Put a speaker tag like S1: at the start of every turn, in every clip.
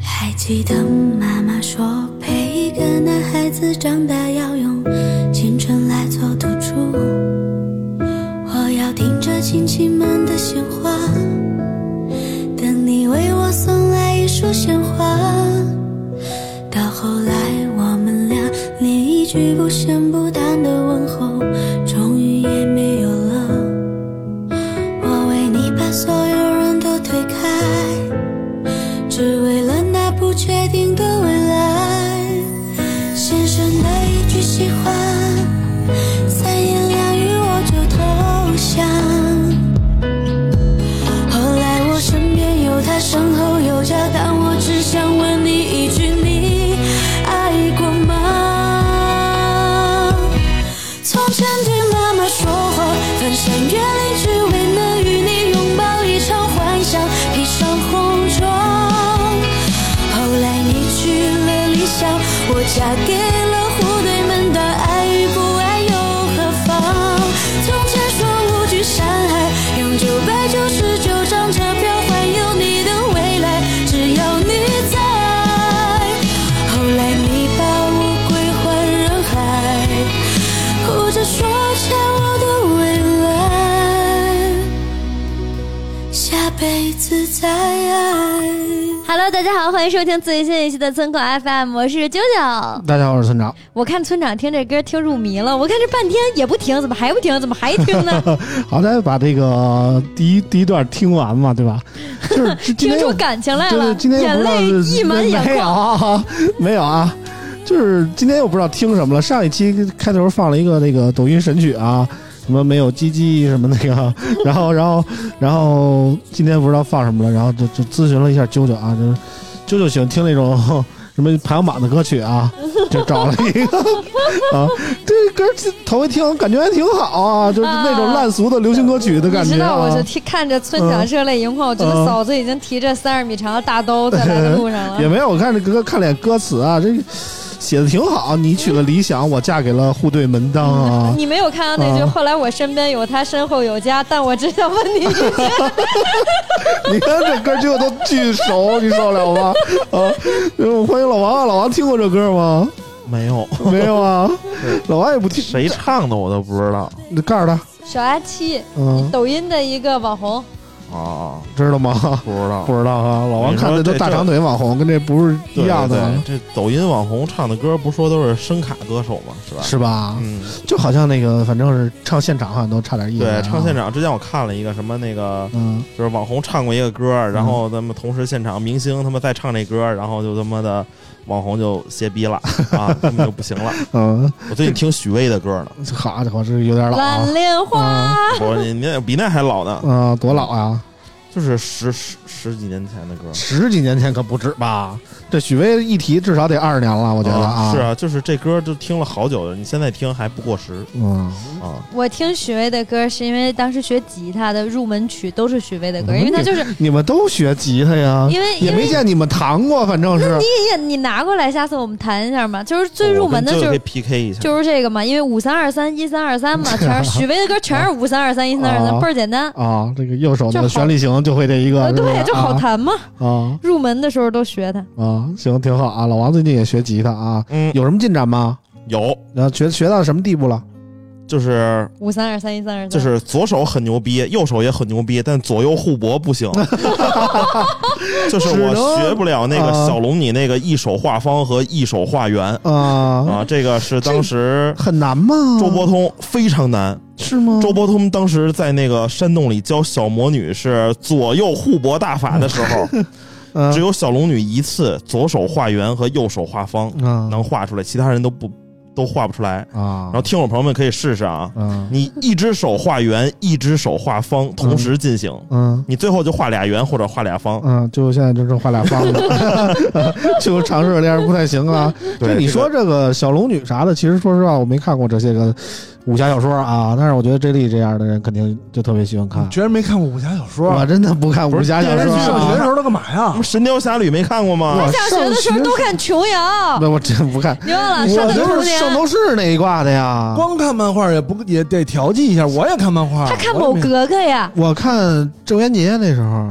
S1: 还记得妈妈说，陪一个男孩子长大要用青春来做赌注。我要听着亲戚们的闲话，等你为我送来一束鲜花。到后来，我们俩连一句不咸不淡的问候，终于也没有了。我为你把所有人都推开。只为了那不确定的未来。先生的一句喜欢，三言两语我就投降。后来我身边有他，身后有家，但我只想问你一句：你爱过吗？从前听妈妈说谎，翻山越岭只为能与你拥抱一场幻想，披上红妆。后来你去了理想，我嫁给了户对门，但爱与不爱又何妨？从前说无惧山海，用九百九十九张车票环游你的未来，只要你在。后来你把我归还人海。哭着说欠我的未来，下辈子再爱。
S2: Hello，大家好，欢迎收听最新一期的村口 FM，我是九九。
S3: 大家好，我是村长。
S2: 我看村长听这歌听入迷了，我看这半天也不停，怎么还不停？怎么还听 呢？
S3: 好歹把这个第一第一段听完嘛，对吧？就是 今
S2: 听
S3: 天
S2: 出
S3: 又
S2: 感情来
S3: 对
S2: 了
S3: 对，，今天又
S2: 眼
S3: 不知道
S2: 泪
S3: 是
S2: 溢满眼
S3: 没有
S2: 眶。
S3: 啊， 没有啊，就是今天又不知道听什么了。上一期开头放了一个那个抖音神曲啊，什么没有鸡鸡什么那个，然后然后然后今天不知道放什么了，然后就就咨询了一下啾啾啊，就是啾啾喜欢听那种。什么排行榜的歌曲啊，就找了一个啊，这歌儿头一听感觉还挺好啊，就是那种烂俗的流行歌曲的感
S2: 你
S3: 觉、啊。
S2: 知道，我就听看着村长热泪盈眶，我觉
S3: 嗯
S2: 得嫂子已经提着三十米长的大刀在来的路上 了。
S3: 也没有，我看这歌看脸歌词啊，这写的挺好。你娶了理想，我嫁给了户对门当啊。
S2: 你没有看到那句“
S3: 嗯
S2: 后来我身边有他，身后有家”，但我只想问你一句，
S3: 你看这歌结果都巨熟，你受得了吗？啊，呃欢迎老王啊，老王听过这歌吗？
S4: 没有，
S3: 没有啊， 老王也不听。
S4: 谁唱的我都不知道
S3: 你告诉他，
S2: 小阿七，
S3: 嗯，
S2: 抖音的一个网红，
S4: 啊，
S3: 知道吗？
S4: 不 知道
S3: 不知道啊，老王
S4: 你说
S3: 看的都
S4: 这
S3: 大长腿网红，跟这不是一样的
S4: 对
S3: 吗，
S4: 对对这抖音网红唱的歌不说都是声卡歌手吗？是吧？
S3: 是吧？
S4: 嗯，
S3: 就好像那个，反正是唱现场好像都差点意思啊。
S4: 对，唱现场之前我看了一个什么那个，
S3: 嗯，
S4: 就是网红唱过一个歌，然后他们同时现场明星他们在唱这歌，然后就他妈的网红就歇逼 了啊，他们就不行了。
S3: 嗯
S4: 我最近听许巍的歌 呢，
S3: 嗯，好家伙，这有点老啊
S2: 蓝莲花。
S4: 我你那比那还老呢，
S3: 嗯，多老啊！
S4: 就是十十十几年前的歌。
S3: 十几年前可不止吧？这许巍一提至少得二十年了，我觉得啊。
S4: 是，啊，就是这歌就听了好久了，你现在听还不过时
S3: 嗯，
S4: 啊。
S2: 我听许巍的歌是因为当时学吉他的入门曲都是许巍的歌，因为他就是
S3: 你们都学吉他呀？
S2: 因为
S3: 啊也
S2: 因
S3: 没
S2: 为
S3: 见你们弹过，反正是
S2: 你也你拿过来，下次我们弹一下嘛，就是最入门的
S4: 哦我
S2: 就
S4: 跟舅舅可以
S2: 是
S4: PK 一下。
S2: 就是这个嘛，因为五三二三一三二三嘛，全是许巍的歌，全是五三二三一三二
S3: 啊
S2: 三，倍儿简单，
S3: 啊，这个右手
S2: 就
S3: 的
S2: 好
S3: 旋律型就会这一个，
S2: 呃
S3: 是吧
S2: 对，就好
S3: 啊
S2: 弹嘛。
S3: 啊
S2: 入门的时候都学它，
S3: 啊，行，挺好啊。老王最近也学吉他啊，
S4: 嗯，
S3: 有什么进展吗？
S4: 有，
S3: 然后学学到什么地步了？
S4: 就是
S2: 五三二三一三二三，
S4: 就是左手很牛逼，右手也很牛逼，但左右互搏不 行。就是
S2: 啊
S4: 我学不了那个小龙你那个一手画方和一手画圆
S3: 啊，
S4: 啊，这个是当时
S3: 很难吗？
S2: 嗯
S4: 周伯通非常难。
S3: 是吗？
S4: 周伯通当时在那个山洞里教小魔女是左右互搏大法的时候，
S3: 嗯
S4: 只有小龙女一次左手画圆和右手画
S2: 嗯
S4: 方
S3: 啊
S4: 能画出来，其他人都不都画不出来。
S3: 啊，
S4: 然后听友朋友们可以试试啊，
S3: 嗯
S4: 你一只手画圆，一只手画方，同时进行，
S3: 嗯
S4: 你最后就画俩圆或者画俩方。
S3: 嗯，就现在就正画俩方了， 就尝试这样不太行啊。
S4: 对，
S3: 就你
S4: 这
S3: 说
S4: 个
S3: 这个小龙女啥的，其实说实话，我没看过这些个武侠小说啊，但是我觉得 J 莉这样的人肯定就特别喜欢
S5: 啊
S3: 看
S6: 你。居然没看过武侠小说？啊
S3: 我真的不看武侠小
S6: 电视
S3: 说
S6: 剧上学的时
S3: 啊，
S6: 候都干嘛呀
S4: 什么？《神雕侠侣》没看过吗
S3: 我？
S2: 上学的时候都看琼瑶，
S3: 那我真不看。
S2: 你忘了啊上
S3: 我
S2: 的
S3: 就
S2: 童
S3: 是
S2: 年
S3: 圣斗士那一挂的呀。
S6: 啊光看漫画也不也得调剂一下，我也看漫画。
S2: 他看
S6: 啊我也
S2: 某
S6: 没
S2: 格格呀，
S3: 我看郑渊洁那时候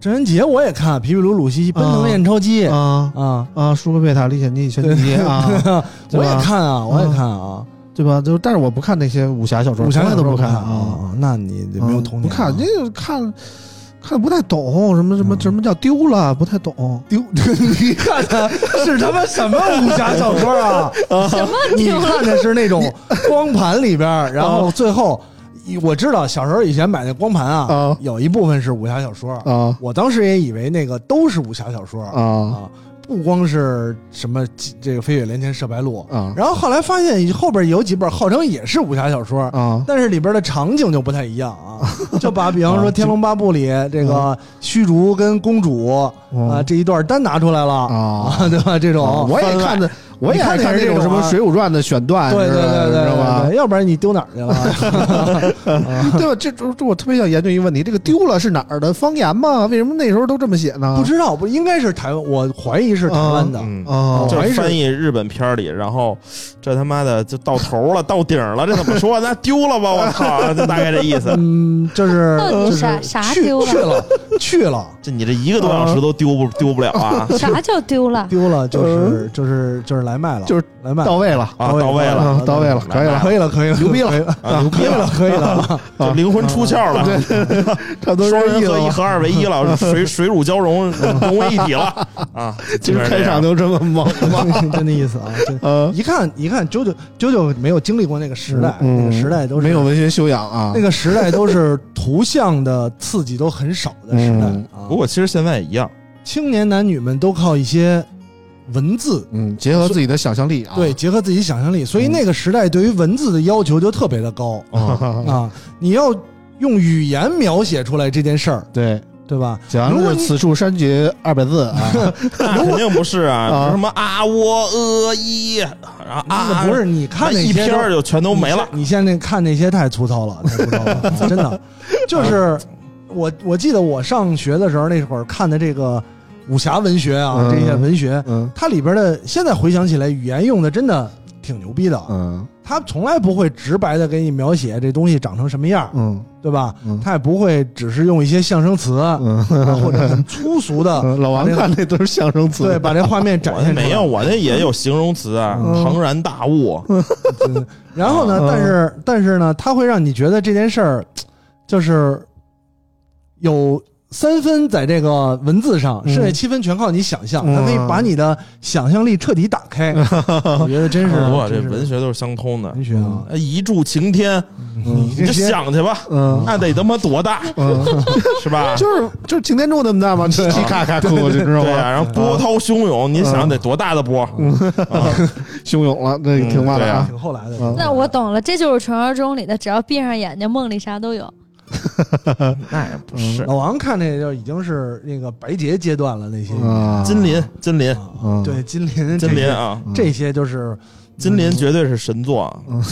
S6: 郑渊洁我也看，皮皮鲁鲁西西奔腾验钞机
S3: 啊
S6: 啊，
S3: 啊，舒克贝塔、历险记、全集结啊， 对
S6: 我也
S3: 吧
S6: 看啊，我也看啊，
S3: 对吧？就但是我不看那些武侠小说，
S6: 武侠
S3: 从来都
S6: 小说
S3: 不看啊，
S6: 啊，那你就没有童
S3: 不
S6: 年啊。
S3: 看 那个看看不太懂，什么什么
S6: 嗯
S3: 什么叫丢了，不太懂。
S6: 丢，你看的是他妈什么武侠小说啊？
S2: 什么
S6: 你
S2: 丢了
S6: 看的是那种光盘里边儿，然
S3: 哦
S6: 后最后我知道小时候以前买那光盘啊
S3: 啊，
S6: 有一部分是武侠小说，
S3: 啊
S6: 我当时也以为那个都是武侠小说
S3: 啊
S6: 啊，不光是什么这个飞雪连天射白鹿。
S3: 啊
S6: 然后后来发现后边有几本号称也是武侠小说，
S3: 啊！
S6: 但是里边的场景就不太一 样啊，就把比方说
S3: 啊
S6: 《天龙八部》里这
S3: 哦
S6: 个虚竹跟公主啊这一段单拿出来了
S3: 啊
S6: 啊，对吧？这种
S3: 我也看的，我也爱看那种什么《水浒传》的选段，
S6: 啊对对对对
S3: 啊知道
S6: 对
S3: 吧
S6: 对，？要不然你丢哪儿去了？
S3: 对吧？这这这我特别想研究一个问题：这个丢了是哪儿的方言吗？为什么那时候都这么写呢？
S6: 不知道，不应该是台湾，我怀疑是台湾的。
S4: 嗯，
S3: 啊
S4: 就
S6: 还
S4: 是
S6: 是
S4: 翻译日本片儿里，然后这他妈的就到头了，到顶了，这怎么说？那丢了吧！我操，就大概这意思。
S6: 嗯，就是
S2: 到
S6: 就
S2: 底
S6: 是
S2: 啥啥
S6: 去
S2: 丢了
S6: 去了去了
S4: 这你这一个多小时都丢不丢不了啊？
S2: 啥叫丢了？
S6: 丢了，就是就是就是来卖了，
S3: 就是
S6: 来卖了
S3: 到位了
S4: 啊，到位了，
S3: 啊，到位了，可以了，
S6: 可以了，可以了，
S3: 牛逼了
S6: 可以了，
S4: 啊，牛逼
S6: 可以了，
S4: 了，
S6: 可以了。
S4: 就灵魂出窍了。
S3: 对， 差不多
S4: 双
S3: 这
S4: 人
S3: 意思
S4: 合一
S3: 吧
S4: 合二为一了，水水乳交融，融为一体了啊！
S3: 其实开场
S4: 就
S3: 就这么猛吗？
S6: 就那意思啊，就
S3: 呃，
S6: 一看一看，九九九九没有经历过那个时代，
S3: 嗯
S6: 那个时代都是
S3: 没有文学修养啊
S6: 那。个时代都是图像的刺激都很少的时代
S3: 嗯
S6: 啊。
S4: 不过其实现在也一样，
S6: 青年男女们都靠一些文字。
S3: 嗯，结合自己的想象力啊。
S6: 对，结合自己想象力，所
S4: 嗯
S6: 以那个时代对于文字的要求就特别的高
S3: 啊，
S6: 啊！你要用语言描写出来这件事儿，
S3: 对，
S6: 对吧？
S3: 写完
S6: 如果
S3: 了
S6: 你
S3: 此处删节二百字 啊。
S4: 那 肯定不是啊，
S3: 啊
S4: 比如什么啊我呃一，然后
S6: 那
S4: 啊
S6: 个不是你看那
S4: 一
S6: 些
S4: 篇
S6: 都
S4: 儿就全都没了。
S6: 你现在那看那些太粗糙了，太粗糙了， 真的。
S4: 啊
S6: 就是我我记得我上学的时候那会儿看的这个武侠文学啊，
S3: 嗯
S6: 这些文学，
S3: 嗯
S6: 它里边的现在回想起来，语言用的真的挺牛逼的啊。
S3: 嗯
S6: 它从来不会直白的给你描写这东西长成什么样，
S3: 嗯
S6: 对吧
S3: 嗯？
S6: 它也不会只是用一些象声词啊
S3: 嗯，
S6: 或者很粗俗的
S3: 老王看嗯那都是相声词。
S6: 对把这画面展
S4: 我
S6: 现出
S4: 那
S6: 来。
S4: 没有，我那也有形容词啊，
S3: 嗯
S4: 庞然大物，
S6: 嗯，然后呢
S3: 嗯，
S6: 但是但是呢，它会让你觉得这件事儿就是有三分在这个文字上，
S3: 嗯
S6: 剩下七分全靠你想象。
S3: 嗯
S6: 它可以把你的想象力彻底打 开，我觉得真是
S4: 不过这
S6: 真是
S4: 文学都是相通的。
S6: 文学啊，
S4: 哎一柱擎天，
S3: 嗯
S4: 你就
S6: 这些
S4: 想去吧，
S3: 嗯
S4: 那得他妈多大
S3: 嗯，
S4: 是吧？
S3: 就是就是擎天柱那么大吗？叽叽咔咔哭过去，知道
S4: 对
S3: 吗？
S4: 啊，然
S6: 嗯
S4: 后波涛汹涌，你想得多大的波？
S3: 汹涌了，那挺慢的啊。
S6: 挺后来的。
S3: 嗯
S2: 那我懂了，这就是传说中里的，只要闭上眼睛，梦里啥都有。
S4: 那也不是
S6: 老王看那就已经是那个白洁阶段了，那些
S3: 啊，
S4: 金林，金林，
S6: 啊
S3: 嗯
S6: 对金鳞，
S4: 金
S6: 这
S4: 林
S6: 些
S4: 啊，
S6: 这些就是
S4: 金林绝对是神作啊，
S6: 嗯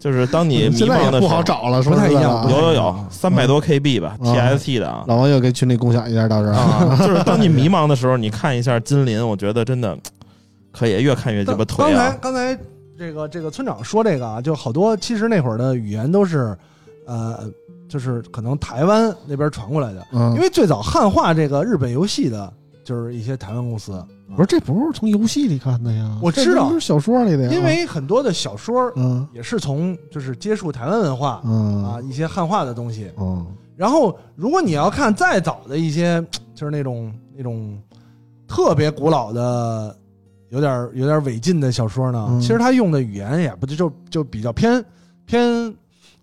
S4: 就是当 你迷
S3: 现在
S4: 茫
S3: 也
S4: 的
S3: 不
S4: 时
S3: 好
S4: 候，
S3: 找了，
S6: 不
S3: 说
S6: 太
S3: 实嗯在
S6: 一样
S3: 啊
S6: 不太
S4: 有有
S6: 嗯
S4: 有三百多 KB 吧
S3: 嗯
S4: ，TST 的啊。
S3: 老王又给群里共享一下，到时候
S4: 啊，就是当你迷茫的时候，你看一下金林，我觉得真的可以，越看越鸡巴
S6: 刚
S4: 颓
S6: 才
S4: 啊！
S6: 刚才这个这个村长说这个啊，就好多其实那会儿的语言都是，呃，就是可能台湾那边传过来的，
S3: 嗯
S6: 因，为最早汉化这个日本游戏的，就是一些台湾公司，
S3: 不是，这不是从游戏里看的呀，
S6: 我
S3: 这
S6: 知道
S3: 都是小说里的呀。
S6: 因为很多的小说
S3: 啊嗯
S6: 也是从就是接触台湾文化啊
S3: 嗯
S6: 一些汉化的东西。
S3: 嗯
S6: 然后如果你要看再早的一些，就是那种那种特别古老的。有点有点违禁的小说呢，
S3: 嗯
S6: 其实他用的语言也不就就就比较偏偏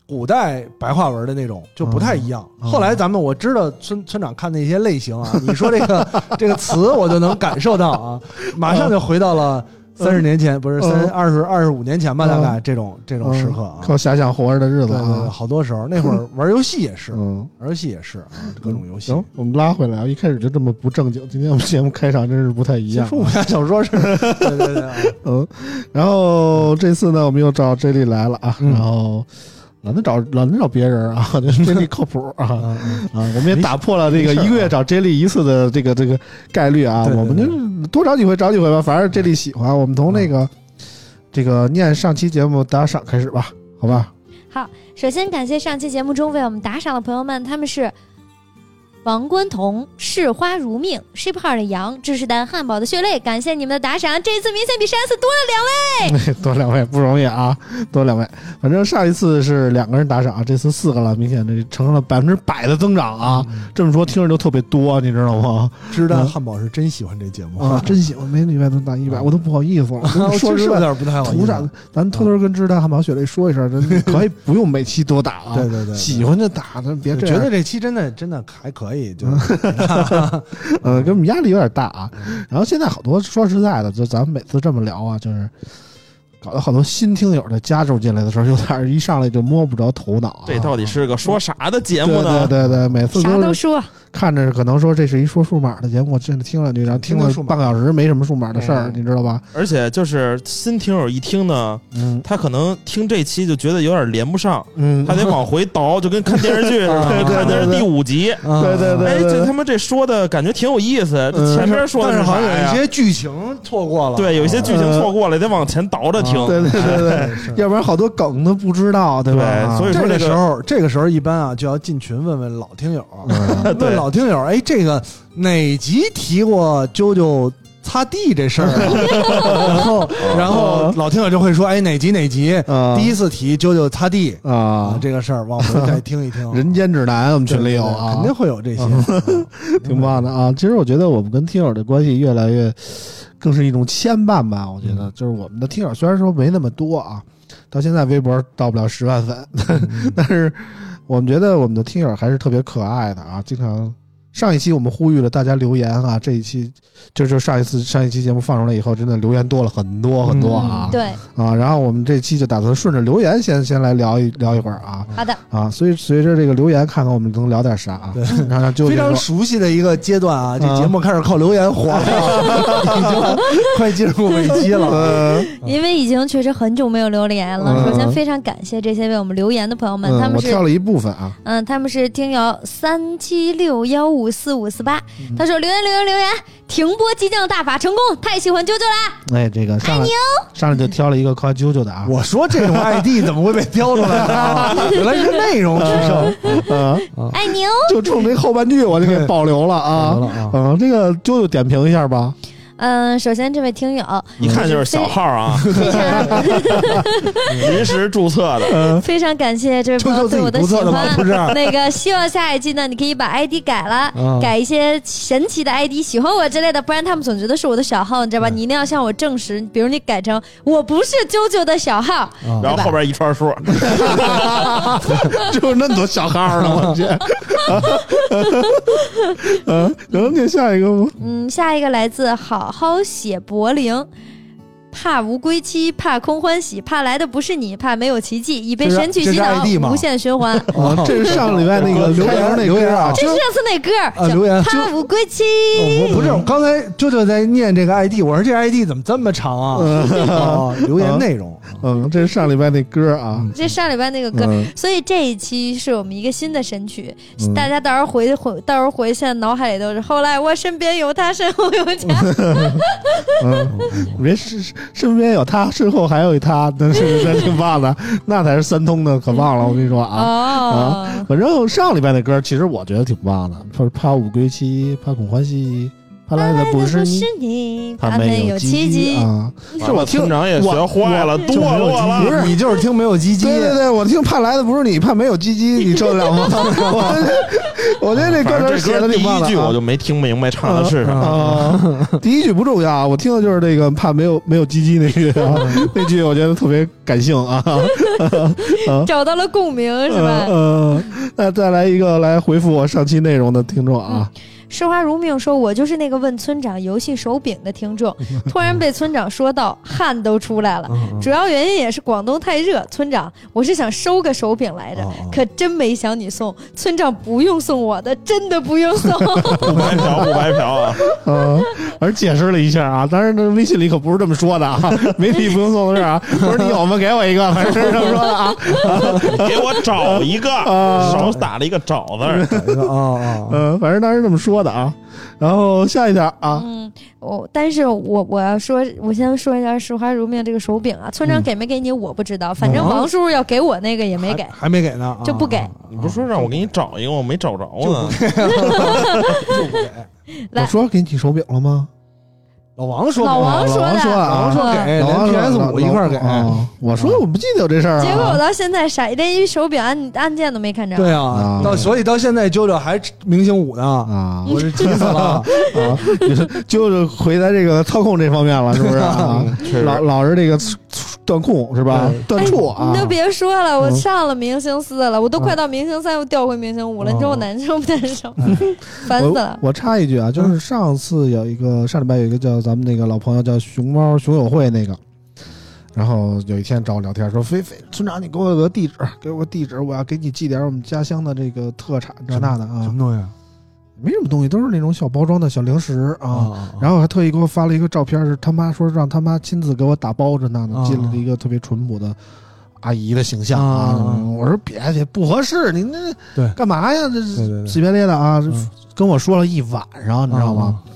S6: 古代白话文的那种就不太一样。
S3: 嗯嗯
S6: 后来咱们我知道村村长看那些类型啊， 你说这个这个词，我就能感受到啊，马上就回到了三十年前，不是三
S3: 嗯
S6: 二十二十五年前吧，大概
S3: 嗯
S6: 这种这种时刻啊。
S3: 靠遐想活着的日
S6: 对
S3: 子
S6: 对对，
S3: 啊。
S6: 好多时候那 会儿玩游戏也是，
S3: 嗯，
S6: 玩游戏也是啊，各种游戏
S3: 行。，我们拉回来啊，一开始就这么不正经。今天我们节目开场真是不太一
S6: 其
S3: 样
S6: 实武
S3: 啊。
S6: 侠小说是，对对对啊，
S3: 嗯，然后这次呢，我们又找 J 莉来了啊，
S6: 嗯
S3: 然后懒得找懒得找别人啊， 就是 J 莉靠谱啊啊，
S6: 嗯嗯
S3: 我们也打破了这个
S6: 没事啊
S3: 一个月找 J 莉一次的这个这个概率啊，
S6: 对对
S3: 我们就多找几回找几回吧，反正 J 莉喜欢，我们从那
S6: 嗯
S3: 个这个念上期节目打赏开始吧，好吧？
S2: 首先感谢上期节目中为我们打赏的朋友们，他们是王冠彤、视花如命、ship 号的羊、芝士蛋汉堡的血泪，感谢你们的打赏，这一次明显比上一次多了两位。
S3: 多两位不容易啊，多两位，反正上一次是两个人打赏，啊这次四个了，明显这成了百分之百的增长啊，这么说听着就特别多，你知道吗？
S6: 知道汉堡是真喜嗯欢这节目
S3: 啊，哦真喜欢，每礼拜都拿一百，我都不好意 思了。我跟你说
S6: 确实
S3: 实
S6: 有
S3: 在，
S6: 点不太好意
S3: 图
S6: 思
S3: 啥？咱偷偷跟芝大汉堡雪雷说一声，咱哦啊 可以不用每期都打啊。
S6: 对对对，
S3: 喜欢就打，咱别
S6: 我
S3: 这
S6: 觉
S3: 样。
S6: 得这期真的真的还可以， 就是
S3: 呃，给我们压力有点大啊。然后现在好多，说实在的，就咱们每次这么聊啊，就是搞得好多新听友的加入进来的时候，有点儿一上来就摸不着头脑啊。
S4: 这到底是个说啥的节目
S3: 对
S4: 呢？
S3: 对对对，每次
S2: 啥
S3: 都
S2: 都
S3: 是
S2: 说，
S3: 看着可能说这是一说数码的节目，我真的听两句，然后听了
S6: 听数码
S3: 半个小时没什么数码的事儿，
S4: 嗯
S3: 你知道吧？
S4: 而且就是新听友一听呢，
S3: 嗯
S4: 他可能听这期就觉得有点连不上，
S3: 嗯，
S4: 还得 往回倒，就跟看电视剧似
S6: 啊
S4: 的， 看的是第五集。
S3: 对对对
S4: 哎，这他妈这说的感觉挺有意思，
S3: 嗯
S4: 这前面说
S6: 但
S4: 的
S6: 是好
S4: 啥
S6: 像有一
S4: 呀？
S6: 些剧情错过了，哎
S4: 对，有一些剧情
S3: 呃
S4: 错过了，得往前倒着听。
S3: 对对对对。
S6: 是
S3: 要不然好多梗都不知道，对吧？啊
S4: 对所以
S6: 这个
S4: 说这个
S6: 时候，这个时候一般啊，就要进群问问老听友，啊
S3: 嗯
S6: 问
S4: 对
S6: 老听友，哎，这个哪集提过啾啾擦地这 事儿啊？然后，然后老听友就会说，哎，哪集哪集
S3: 啊
S6: 第一次提啾啾擦地啊
S3: 啊，，
S6: 这个事儿，往回再听一 听
S3: 人间指南我们
S6: 对
S3: 群里有
S6: 对
S3: 啊，
S6: 肯定会有这些，
S3: 挺棒的啊。其实我觉得我们跟听友的关系越来越，更是一种牵绊吧。我觉得就是我们的听友虽然说没那么多啊，到现在微博到不了十万粉， 但是我们觉得我们的听友还是特别可爱的啊，经常。上一期我们呼吁了大家留言啊，这一期就是上一次上一期节目放出来以后，真的留言多了很多很多啊。
S6: 嗯
S2: 对，
S3: 啊，然后我们这期就打算顺着留言先先来聊一聊一会儿啊
S2: 好的，
S3: 啊，所以随着这个留言，看看我们能聊点啥啊
S6: 对。
S3: 然后就
S6: 嗯非常
S3: 说
S6: 熟悉的一个阶段啊，
S3: 啊
S6: 这节目开始靠留言火 了，已经快进入尾期了。
S3: 呃，
S2: 因为已经确实很久没有留言
S3: 嗯
S2: 了。首先非常感谢这些为我们留言的朋友们，他
S3: 嗯，
S2: 们
S3: 我
S2: 是
S3: 挑了一部分啊，
S2: 嗯，他们是听友三七六幺五四五四八，他说留言留言留言，停播激将大法成功，太喜欢啾啾啦！
S3: 哎，这个上来上来就挑了一个夸啾啾的啊，
S6: 我说这种 ID 怎么会被标出来 呢？原来是内容取胜，
S3: 嗯，
S6: 啊
S2: 爱你哦。
S3: 就冲这后半句我就给保留了
S6: 得
S3: 啊
S6: 了，啊！
S3: 嗯，这个啾啾点评一下 吧，
S2: 嗯，首先这位听友
S4: 一看就是小 号啊，
S2: 非常
S4: 临时注册的。
S2: 非常感谢这位
S6: 就
S2: 朋
S6: 嗯
S2: 友
S6: 就自
S2: 对我
S6: 己
S2: 的
S6: 注
S2: 喜
S6: 册的吗？不
S2: 欢。
S6: 是，
S2: 那个，希望下一季呢，你可以把 ID 改
S6: 嗯
S2: 了，改一些神奇的 ID，喜欢我之类的，不然他们总觉得是我的小号，你
S6: 哎
S2: 知道吧？你一定要向我证实，比如你改成我不是啾啾的小号，
S3: 嗯
S4: 然后后边一串数，
S3: 就是那么多小号呢， 我去，嗯，能念下一个吗？
S2: 嗯，下一个来自好好写柏林。怕无归期，怕空欢喜，怕来的不是你，怕没有奇迹，已被
S6: 这是
S2: 神曲
S6: 这
S2: 洗
S6: 是
S2: 脑
S6: ID 吗，
S2: 无限循 环。
S3: 啊，这是上礼拜那个
S6: 哦留
S3: 开头
S6: 言
S3: 那
S6: 留言
S3: 歌
S6: 啊，
S3: 啊，
S2: 这是上次那歌儿，
S6: 啊
S2: 叫
S6: 留言
S2: 怕无归期。
S6: 我不是，我刚才舅舅在念这个 ID，我说这 ID 怎么这么长啊？啊留言内容，
S3: 嗯，这是上礼拜那歌啊，
S2: 这上礼拜那个歌，
S3: 嗯
S2: 所以这一期是我们一个新的神曲，
S3: 嗯
S2: 大家到时候回回，到时候回，现在脑海里都是。后来我身边有他，身后有家，
S3: 嗯，别身身边有他，身后还有一他，那是真挺棒 的，那才是三通的，可棒了，我跟你说啊。
S2: 哦，
S3: 反正上礼拜那歌，其实我觉得挺棒的，说是怕五归期，怕恐欢喜，他来的不是
S2: 啊是
S3: 你，
S2: 你，
S4: 他没
S2: 们
S4: 有
S2: 有
S4: 鸡
S2: 奇迹。
S3: 啊，
S4: 完
S3: 是
S4: 了
S3: 我听
S4: 村长也学坏了，
S6: 就
S4: 堕
S6: 没有
S4: 落
S6: 唧唧
S4: 了。
S3: 不是
S6: 你就是听没有鸡鸡，
S3: 对对对，我听怕来的不是你，怕没有鸡 鸡，你受得了 吗？我我觉得这歌
S4: 反正
S3: 词写的
S4: 第
S3: 挺棒
S4: 一
S3: 的
S4: 句
S3: 啊
S4: 我就没听明白唱
S3: 嗯
S4: 的是啥。
S3: 啊，第一句不重要啊，我听的就是这个怕没有没有鸡鸡那句 啊，那句我觉得特别感性啊。
S2: 找到了共鸣是吧？
S3: 呃，呃那再来一个来回复我上期内容的听众啊，
S2: 视花如命说：“我就是那个问村长游戏手柄的听众，突然被村长说到，汗都出来了。
S6: 嗯嗯
S2: 主要原因也是广东太热。村长，我是想收个手柄来着
S6: 哦哦，
S2: 可真没想你送。村长不用送我的，真的不用送。
S3: 嗯
S4: 不白嫖，不白嫖 啊！
S3: 呃，而解释了一下啊，当然这微信里可不是这么说的啊，媒体不用送的事儿啊，我说你有吗？给我一个，反正是这么说的啊。
S4: 给我找一个，
S3: 啊
S4: 少打了一个“找”字儿。
S3: 嗯
S6: 对对啊啊，
S3: 嗯、反正当时这么说的啊。然后下一条啊，
S2: 嗯，我、但是我我要说，我先说一下视花如命这个手柄啊，村长
S3: 嗯
S2: 给没给你我不知道，反正
S6: 哦
S2: 王叔叔要给我那个也没给
S6: 还。还没给呢，啊
S2: 就不给。
S4: 你不是说让我给你找一个，我没找着呢。
S6: 就不给。
S2: 来
S3: 我说给你手柄了吗？
S6: 老王说
S2: 老
S6: 过
S2: 王说
S3: 老王
S2: 的，嗯
S3: 说的啊
S6: 老王说给，
S3: 老王说
S6: 连 PS
S3: 老
S6: 五一块儿给。
S3: 哦我说我不记得有这事儿啊。
S2: 结果我到现在啥，连一手柄按按键都没看着。
S6: 对
S3: 啊
S6: 啊，到所以到现在啾啾还明星五呢，
S3: 啊，
S6: 我是急死了。
S3: 啊，就是回在这个操控这方面了，是不是啊？老老是这个断控是吧？断触啊
S2: 你，都别说了，我
S3: 嗯
S2: 上了明星四了，我都快到明星三，又调回明星五了，你说我
S6: 哦
S2: 难受不难受？烦死了！
S3: 我我插一句啊，就是上次有一个上礼拜有一个叫咱们那个老朋友叫熊猫熊友会那个，然后有一天找我聊天说：“菲菲村长，你给我个地址，给我个地址，我要给你寄点我们家乡的这个特产这那的
S6: 什
S3: 啊
S6: 么，东西
S3: 没什么东西，都是那种小包装的小零食
S6: 啊
S3: 啊。”
S6: 啊？
S3: 然后还特意给我发了一个照片，是他妈说让他妈亲自给我打包着呢，
S6: 啊
S3: 进了一个特别淳朴的阿姨的形象
S6: 啊
S3: 啊。
S6: 啊啊
S3: 我说别去，不合适，你那
S6: 对
S3: 干嘛呀？这
S6: 对对对
S3: 随便咧的啊，
S6: 嗯
S3: 跟我说了一晚上，你知道吗？
S6: 啊？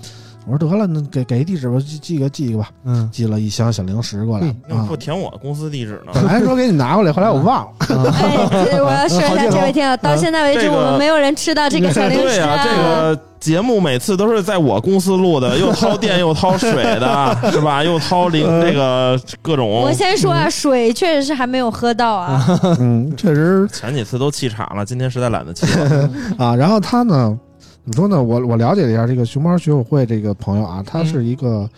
S3: 我说得了，那给给地址吧，寄寄个寄一个吧，
S6: 嗯，
S3: 寄了一箱小零食过来
S4: 要
S3: 啊
S4: 不。填我公司地址呢？
S3: 本来说给你拿过来，后来我忘了。
S2: 哎，这我要说一下这位听友，到现在为止
S4: 这个
S2: 我们没有人吃到这个 小零
S4: 对
S2: 食
S4: 啊，这个节目每次都是在我公司录的，又掏电又掏水 的，是吧？又掏零
S3: 嗯
S4: 这个各种
S2: 我。先说啊，水确实是还没有喝到啊，
S3: 嗯，确实
S4: 前几次都气场了，今天实在懒得气 了。
S3: 啊。然后他呢，怎么说呢？我我了解了一下这个熊猫学友会这个朋友啊，他是一个，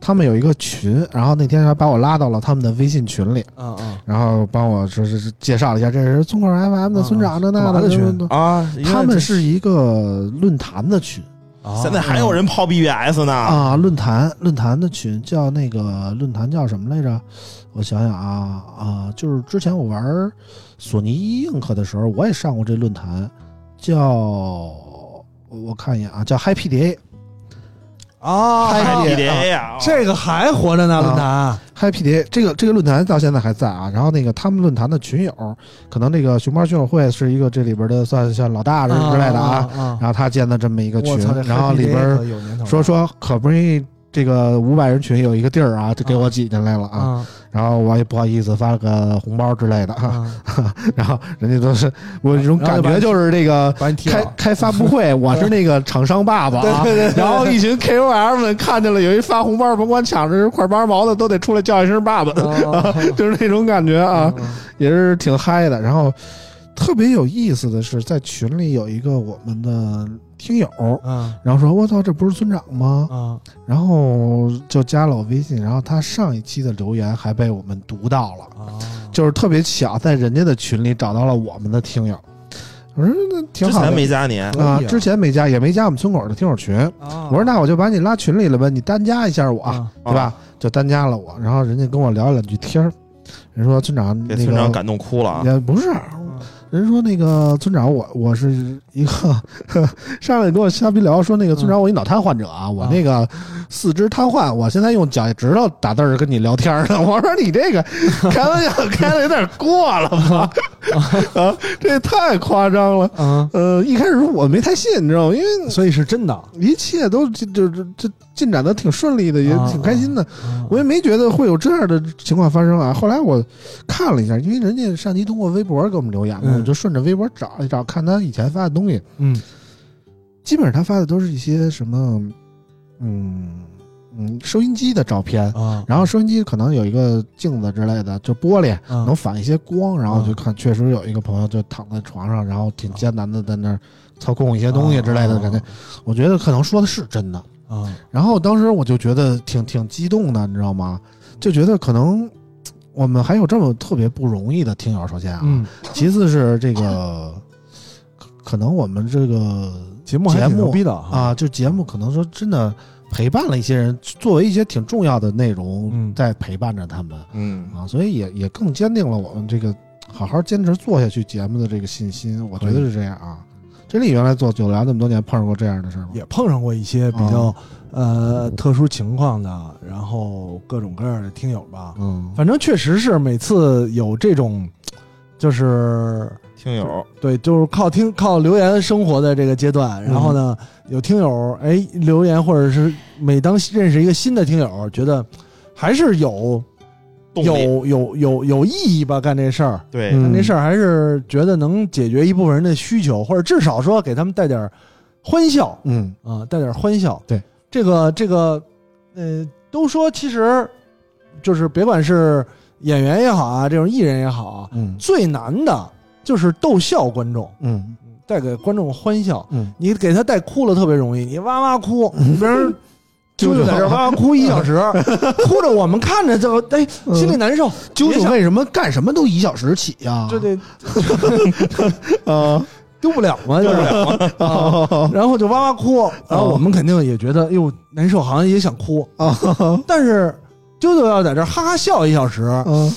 S3: 他们有一个群，然后那天还把我拉到了他们的微信群里，
S6: 啊啊，
S3: 然后帮我说是是介绍了一下，这是村口 FM 的村长这那
S6: 干嘛
S3: 的
S6: 的群
S3: 什么的
S4: 啊，
S3: 他们是一个论坛的群
S6: 啊嗯
S4: 现在还有人泡 BBS 呢，
S3: 啊，论坛论坛的群叫那个论坛叫什么来着？我想想啊啊，就是之前我玩索尼硬核的时候，我也上过这论坛，叫我看一眼啊，叫 Happy Day
S6: 啊，
S3: 嗨
S4: 还
S3: 嗨
S4: BBA 呀，
S6: 这个还活着呢，
S3: 嗯
S6: 论坛
S3: Happy Day 这个这个论坛到现在还在啊。然后那个他们论坛的群友，可能这个熊猫群友会是一个这里边的算像老大之之类的啊。
S6: 啊。
S3: 然后他建的这么一个群
S6: 我操，这
S3: 然后里边
S6: Happy Day
S3: 儿
S6: 可有年头了
S3: 说说好不容易这个五百人群有一个地儿啊，就给我挤进来了啊。
S6: 啊
S3: 然后我也不好意思发了个红包之类的啊。
S6: 啊，
S3: 然后人家都 是我这种
S6: 然
S3: 感
S6: 后就把
S3: 觉
S6: 你
S3: 就是这个。
S6: 把你踢
S3: 开
S6: 了。嗯
S3: 开发布会，我是那个厂商爸爸 啊，然后一群 KOL 们看见了有一发红包，甭管抢着是块八毛的，都得出来叫一声爸爸，
S6: 啊
S3: 就是那种感觉啊。
S6: 嗯
S3: 也是挺嗨的。然后特别有意思的是，在群里有一个我们的听友，
S6: 嗯
S3: 然后说：“我操，这不是村长吗
S6: 嗯？”
S3: 然后就加了我微信，然后他上一期的留言还被我们读到了，
S6: 啊，
S3: 就是特别巧，在人家的群里找到了我们的听友。我说那挺
S4: 之
S3: 好
S4: 前
S3: 的
S4: 没加你，
S3: 啊，之前没加，也没加我们村口的听友群。
S6: 啊
S3: 我说那我就把你拉群里了呗，你单加一下我，
S6: 啊
S3: 对吧？就单加了我，然后人家跟我聊了两句天儿，人说村长
S4: 给
S3: 那
S4: 村长
S3: 个
S4: 感动哭了啊！
S3: 也不是，人说那个村长，我我是一个 上来跟我瞎逼聊，说那个村长，我一脑瘫患者啊，我那个四肢瘫痪，我现在用脚趾头打字儿跟你聊天呢。 我说你这个开玩笑开的有点过了吧？ 啊，这也太夸张了。
S6: 啊，
S3: 呃，一开始我没太信，你知道吗？因为
S6: 所以是真的。
S3: 一切都就就这进展的挺顺利的，也
S6: 啊
S3: 挺开心的。
S6: 啊
S3: 我也没觉得会有这样的情况发生啊。后来我看了一下，因为人家上期通过微博给我们留言嘛，
S6: 嗯
S3: 我就顺着微博找一找，看他以前发的东西，
S6: 嗯
S3: 基本上他发的都是一些什么。
S6: 嗯
S3: 嗯收音机的照片，
S6: 啊，
S3: 然后收音机可能有一个镜子之类的，就玻璃
S6: 嗯
S3: 能反一些光，然后
S6: 嗯
S3: 就看确实有一个朋友就躺在床上，然后挺艰难的在那儿操控一些东西
S6: 哦
S3: 之类的感觉，我觉得可能说的是真的。
S6: 啊，
S3: 然后当时我就觉得挺挺激动的，你知道吗？就觉得可能我们还有这么特别不容易的听友，首先啊，
S6: 嗯，
S3: 其次是这个，可可能我们这个
S6: 节目还
S3: 节
S6: 挺
S3: 目
S6: 牛逼的
S3: 啊，，就节目可能说真的陪伴了一些人，作为一些挺重要的内容
S6: 嗯
S3: 在陪伴着他们
S4: 嗯，
S3: 啊，所以也也更坚定了我们这个好好坚持做下去节目的这个信心。我觉得
S6: 可以
S3: 是这样啊。这里原来做酒聊那么多年，碰上过这样的事儿吗？
S6: 也碰上过一些比较呃特殊情况的，然后各种各样的听友吧，
S3: 嗯，
S6: 反正确实是每次有这种，就是
S4: 听友
S6: 对，就是靠听靠留言生活的这个阶段。然后呢，
S4: 嗯
S6: 有听友哎留言，或者是每当认识一个新的听友，觉得还是有
S4: 动力
S6: 有有有有意义吧，干这事儿。
S4: 对
S3: 嗯
S6: 干哎这事儿还是觉得能解决一部分人的需求，或者至少说给他们带点儿欢笑
S3: 嗯
S6: 啊、带点儿欢笑。
S3: 对，
S6: 这个这个，呃，都说其实就是别管是演员也好啊，这种艺人也好啊，
S3: 嗯
S6: 最难的就是逗笑观众，
S3: 嗯
S6: 带给观众欢笑。
S3: 嗯，
S6: 你给他带哭了特别容易，你哇哇哭，别人
S3: 揪
S6: 就
S3: 着
S6: 在这儿哇哇哭一小时，哭着我们看着就哎
S3: 嗯
S6: 心里难受，
S3: 究
S6: 别
S3: 竟
S6: 想
S3: 为什么干什么都一小时起呀？
S6: 这得
S3: 啊，
S6: 丢不了哦嘛，就是。啊然后就哇哇哭，然后我们肯定也觉得，哎呦难受，好像也想哭
S3: 啊。
S6: 但是啾啾要在这儿哈哈笑一小时，
S3: 嗯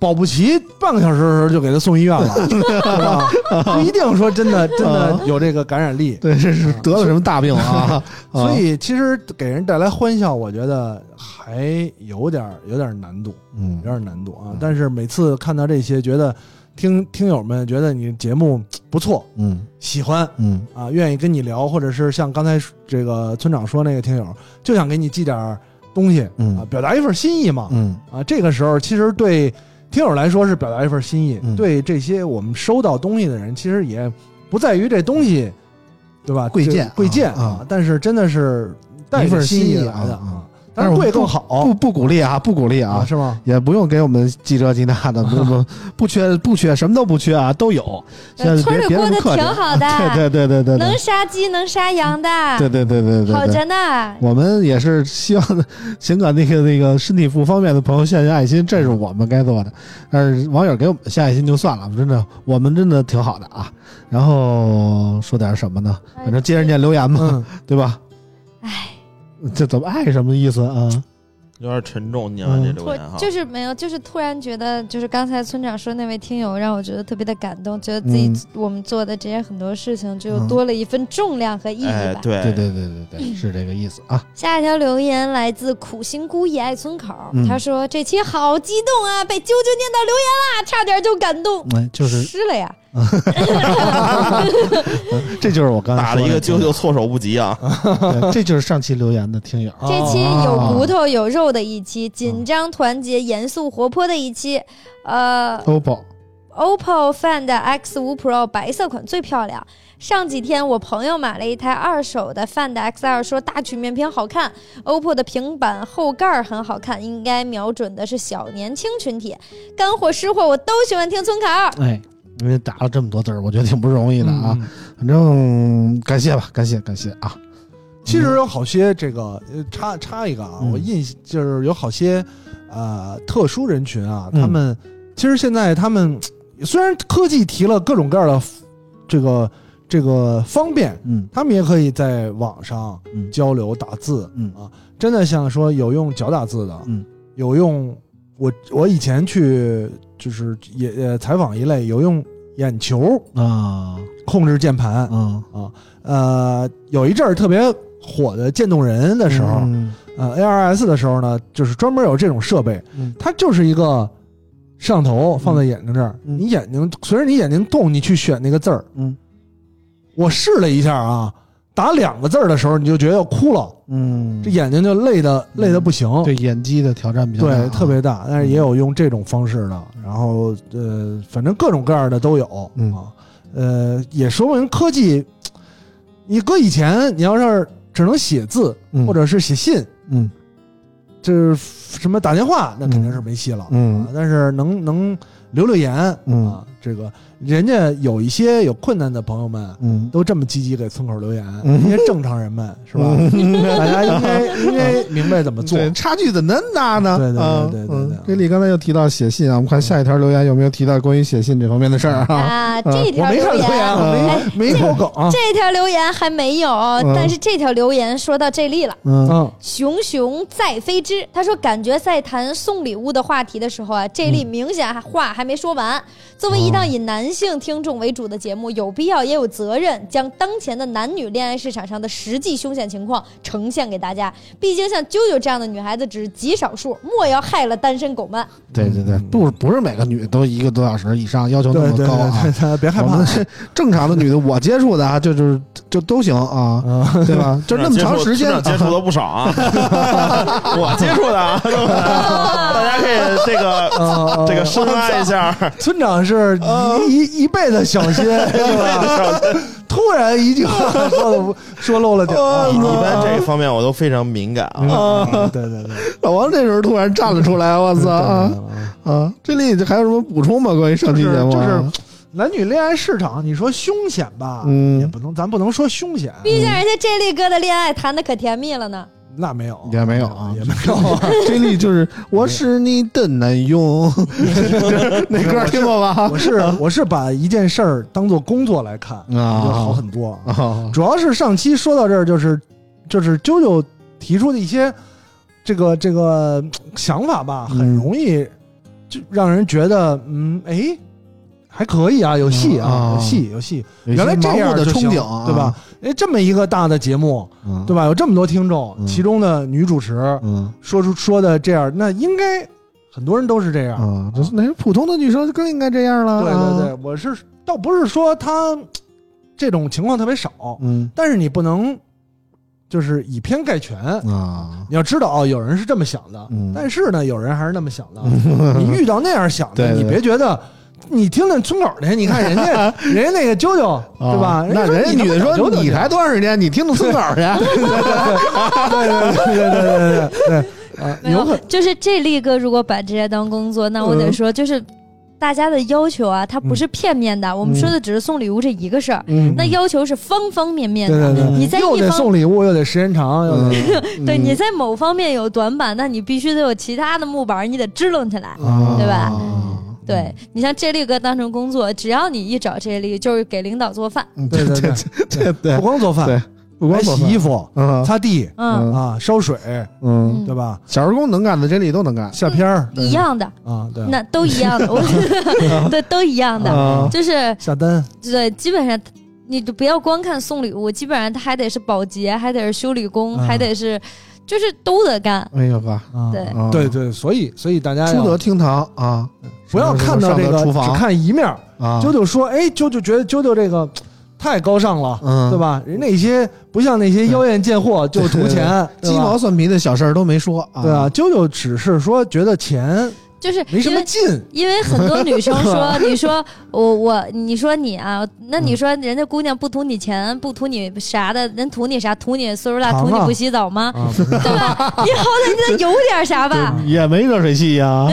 S6: 保不齐半个小时的时候就给他送医院了， 对吧？不一定说真的，真的
S3: 啊
S6: 有这个感染力。
S3: 对，这是得了什么大病 啊？
S6: 嗯所以其实给人带来欢笑，我觉得还有点儿有点儿难度，
S3: 嗯
S6: 有点儿难度啊
S3: 嗯。
S6: 但是每次看到这些，觉得听听友们觉得你节目不错，
S3: 嗯
S6: 喜欢，
S3: 嗯
S6: 啊，愿意跟你聊，或者是像刚才这个村长说那个听友，就想给你寄点儿东西啊
S3: 嗯，
S6: 表达一份心意嘛。
S3: 嗯
S6: 啊，这个时候其实对听友来说是表达一份心意，
S3: 嗯
S6: 对这些我们收到东西的人，其实也不在于这东西，对吧？
S3: 贵
S6: 这
S3: 贱
S6: 贵贱
S3: 啊啊
S6: 但是真的是带
S3: 一份
S6: 着心
S3: 心意
S6: 来的
S3: 啊啊，但
S6: 当
S3: 是
S6: 然
S3: 我
S6: 贵
S3: 不
S6: 更好
S3: 不不鼓励啊，不鼓励啊，
S6: 是吗？
S3: 也不用给我们记这记那的，不 不不缺不缺，什么都不缺啊，都有。现在
S2: 村
S3: 别
S2: 里
S3: 别
S2: 过
S3: 那
S2: 得
S3: 么客气
S2: 挺， 好的，
S3: 对对对对对
S2: 能杀鸡能杀羊的，
S3: 对对对对对
S2: 好
S3: 对对。
S2: 着呢。
S3: 我们也是希望情感那个那个身体不方便的朋友献献爱心，这是我们该做的。但是网友给我们献爱心就算了，真的，我们真的挺好的啊。然后说点什么呢？反正接着念留言嘛，
S6: 嗯，
S3: 对吧？
S2: 哎，
S3: 这怎么爱什么意思啊？
S4: 有点沉重，你啊
S3: 嗯
S4: 看这留
S2: 我
S4: 言哈，
S2: 就是没有，就是突然觉得，就是刚才村长说那位听友，让我觉得特别的感动，觉得自己
S3: 嗯
S2: 我们做的这些很多事情就
S3: 嗯
S2: 多了一份重量和意义
S4: 哎
S2: 吧。
S4: 对
S3: 对对对对对，是这个意思啊。
S2: 下一条留言来自苦心孤诣爱村口，
S3: 嗯
S2: 他说这期好激动啊，被啾啾念到留言啦，差点就感动，
S3: 嗯，就是
S2: 湿了呀。
S3: 这就是我刚才
S4: 打了
S3: 说
S4: 一个
S3: 的
S4: 舅舅措手不及啊，
S3: 对这就是上期留言的听友。
S2: 这期
S6: 哦
S2: 有骨头有肉的一期，
S6: 嗯
S2: 紧张团结、严肃活泼的一期。呃
S3: OPPO，
S2: ，OPPO Find X 5 Pro 白色款最漂亮。上几天我朋友买了一台二手的 Find X 2说大曲面屏好看，OPPO 的平板后盖儿很好看，应该瞄准的是小年轻群体。干货湿货我都喜欢听村口。
S6: 啊
S3: 哎，因为打了这么多字儿，我觉得挺不容易的啊。
S6: 嗯
S3: 反正感谢吧，感谢感谢啊。
S6: 其实有好些这个，呃插插一个啊，
S3: 嗯
S6: 我印就是有好些呃特殊人群啊，
S3: 嗯
S6: 他们、其实现在他们虽然科技提了各种各样的这个这个方便，
S3: 嗯
S6: 他们也可以在网上
S3: 嗯
S6: 交流打字，
S3: 嗯
S6: 啊，真的像说有用脚打字的，
S3: 嗯，
S6: 有用我我以前去就是也也采访一类有用眼球
S3: 啊
S6: 控制键盘，
S3: 嗯
S6: 呃，有一阵儿特别火的渐冻人的
S3: 的
S6: 时候，
S3: 嗯
S6: 呃，ARS 的时候呢，就是专门有这种设备，
S3: 嗯
S6: 它就是一个摄像头放在眼睛这儿，
S3: 嗯
S6: 你眼睛随着你眼睛动，你去选那个字儿。
S3: 嗯
S6: 我试了一下啊，打两个字儿的时候，你就觉得要哭了，
S3: 嗯，
S6: 这眼睛就累的
S3: 嗯
S6: 累的不行。
S3: 对眼肌的挑战比较大啊
S6: 对，特别大，但是也有用这种方式的，然后呃，反正各种各样的都有、
S3: 嗯
S6: 啊，呃，也说明科技，你搁以前你要是只能写字
S3: 嗯
S6: 或者是写信，
S3: 嗯
S6: 这什么打电话那肯定是没戏了。
S3: 嗯
S6: 啊，但是能能留留言
S3: 嗯
S6: 啊，这个人家有一些有困难的朋友们。
S3: 嗯，
S6: 都这么积极给村口留言，
S3: 嗯
S6: 因为正常人们是吧？大家应该应该明白怎么做。
S3: 对，差距怎么那么大呢？
S6: 对对对
S3: 啊
S6: 对对
S3: 嗯
S6: 对对
S3: 这里刚才又提到写信啊，我们看下一条留言有没有提到关于写信这方面的事儿啊？
S2: 啊，
S3: 啊
S2: 这
S6: 我
S2: 条
S6: 没看嗯
S2: 留
S6: 留言，
S2: 言，
S3: 哎
S6: 我没没破梗啊。
S2: 这条留言还没有，但是这条留言说到这里了。
S3: 嗯
S6: 嗯，
S2: 熊熊在飞之，他说感觉在谈送礼物的话题的时候啊，这例明显还话还没说完。作为一档以男性听众为主的节目，有必要也有责任将当前的男女恋爱市场上的实际凶险情况呈现给大家。毕竟像啾啾这样的女孩子只是极少数，莫要害了单身狗们。
S3: 对对对，不不是每个女的都一个多小时以上要求
S6: 对
S3: 那么
S6: 对对
S3: 高啊
S6: 对，。大家别害
S3: 我
S6: 怕
S3: 们这正常的女的，我接触的啊，就就是就都行啊，
S6: 啊。
S3: 对吧？就那么长时间
S4: 村长接触的不少 啊， 我接触的啊，大家可以这个
S3: 哦
S6: 啊
S4: 这个深挖一下，
S6: 村长是
S3: 嗯
S6: 一一一辈子小 心，是吧？突然一句话说的说漏了点
S3: 嗯
S6: 儿，
S4: 一般这方面我都非常敏感啊。
S6: 啊，对对对，嗯
S3: 老王这时候突然站了出来，我操啊啊！这里还有什么补充吗？关于上期节目
S6: 就
S3: 啊，
S6: 是就是男女恋爱市场，你说凶险吧，
S3: 嗯
S6: 啊也不能，咱不能说凶险，
S2: 毕竟人家这例哥的恋爱谈的可甜蜜了呢。
S6: 那没有，
S3: 也没有啊
S6: 也没有，
S3: 这里就是我是你的男 佣，那歌听过吧？
S6: 我是我是把一件事儿当做工作来看，我觉得好很多。
S3: 啊，
S6: 主要是上期说到这儿，就是就是啾啾提出的一些这个这个嗯想法吧，
S3: 嗯
S6: 很容易就让人觉得，嗯，哎，还可以啊，有戏
S3: 嗯啊
S6: 啊，有戏有戏。
S3: 有一些
S6: 原来这
S3: 盲
S6: 样
S3: 目的
S6: 就
S3: 憧
S6: 行
S3: 憬啊，
S6: 对吧？？哎，这么一个大的节目，
S3: 嗯
S6: 对吧？有这么多听众，
S3: 嗯
S6: 其中的女主持
S3: 嗯
S6: 说出说的这样，那应该很多人都是这样。
S3: 啊，就是那普通的女生更应该这样了。
S6: 对对对
S3: 啊，，
S6: 我是倒不是说他这种情况特别少，
S3: 嗯
S6: 但是你不能就是以偏概全。
S3: 啊，
S6: 你要知道哦，有人是这么想的，
S3: 嗯
S6: 但是呢，有人还是那么想 的。你遇到那样想的，
S3: 对对
S6: 你别觉得。你听听村口那，你看人 家，人家那个啾啾，
S3: 啊
S6: 对吧？
S3: 那人
S6: 人
S3: 家
S6: 家
S3: 女的说你才
S6: 才
S3: 多长时间，你听懂村口去？
S6: 对对对对对 对啊，
S2: 没
S6: 有可
S2: 有，嗯就是这力哥如果把这些当工作，那我得说就是。大家的要求啊，它不是片面的，我们说的只是送礼物这一个事儿，
S3: 嗯
S2: 那要求是方方面面
S6: 对
S2: 的。
S6: 对对，
S2: 你在
S6: 又
S2: 一
S6: 得
S2: 方
S6: 送嗯礼物，又得时间长，又得
S3: 嗯
S2: 对你在某方面有短板，那你必须得有其他的木板儿，你得支棱起来。
S6: 嗯啊
S3: 嗯
S2: 对吧？
S3: 啊
S2: 对你像这力哥当成工作，只要你一找这力，就是给领导做饭。
S6: 对对对
S3: 对对
S6: 不，光做饭，啊
S3: 对不光
S6: 还洗衣
S3: 服，
S6: 服、
S3: 嗯
S6: 擦地
S2: 嗯，
S6: 啊、烧水，
S3: 嗯，
S6: 对吧？
S3: 小时工能干的，这里都能干。
S6: 下片儿
S2: 一样的，
S6: 啊，对，
S2: 那都一样的，我 对都一样的，
S6: 嗯
S3: 啊
S2: 就是
S6: 下单，
S2: 对，基本上你就不要光看送礼物，基本上他还得是保洁，还得是修理工，
S6: 嗯
S2: 还得是就是都得干。
S3: 哎呦呵，
S6: 啊
S2: 对
S3: 啊
S6: 对对，所以所以大家
S3: 出
S6: 要
S3: 得厅堂啊
S6: 不要看到
S3: 上
S6: 这
S3: 得
S6: 个
S3: 厨房
S6: 只看一面儿。
S3: 啊！
S6: 啾啾说，哎，啾啾觉得啾啾这个太高尚了，
S3: 嗯
S6: 对吧？人那些不像那些妖艳贱货就图钱，对
S3: 鸡
S6: 吧
S3: 毛。蒜皮的小事儿都没说啊。
S6: 对啊，，啾啾只是说觉得钱
S2: 就是
S6: 没什
S2: 因
S6: 么
S2: 为
S6: 劲，
S2: 因为很多女生说， 你说我我，你说你啊，那
S3: 嗯
S2: 你说人家姑娘不图你钱，不图你啥的，人图你啥？图你岁数大，
S6: 糖啊
S2: 图你不洗 澡吗？
S6: 啊，不是
S2: 对吧？你好歹你得有点啥吧？
S3: 也没热水器 呀。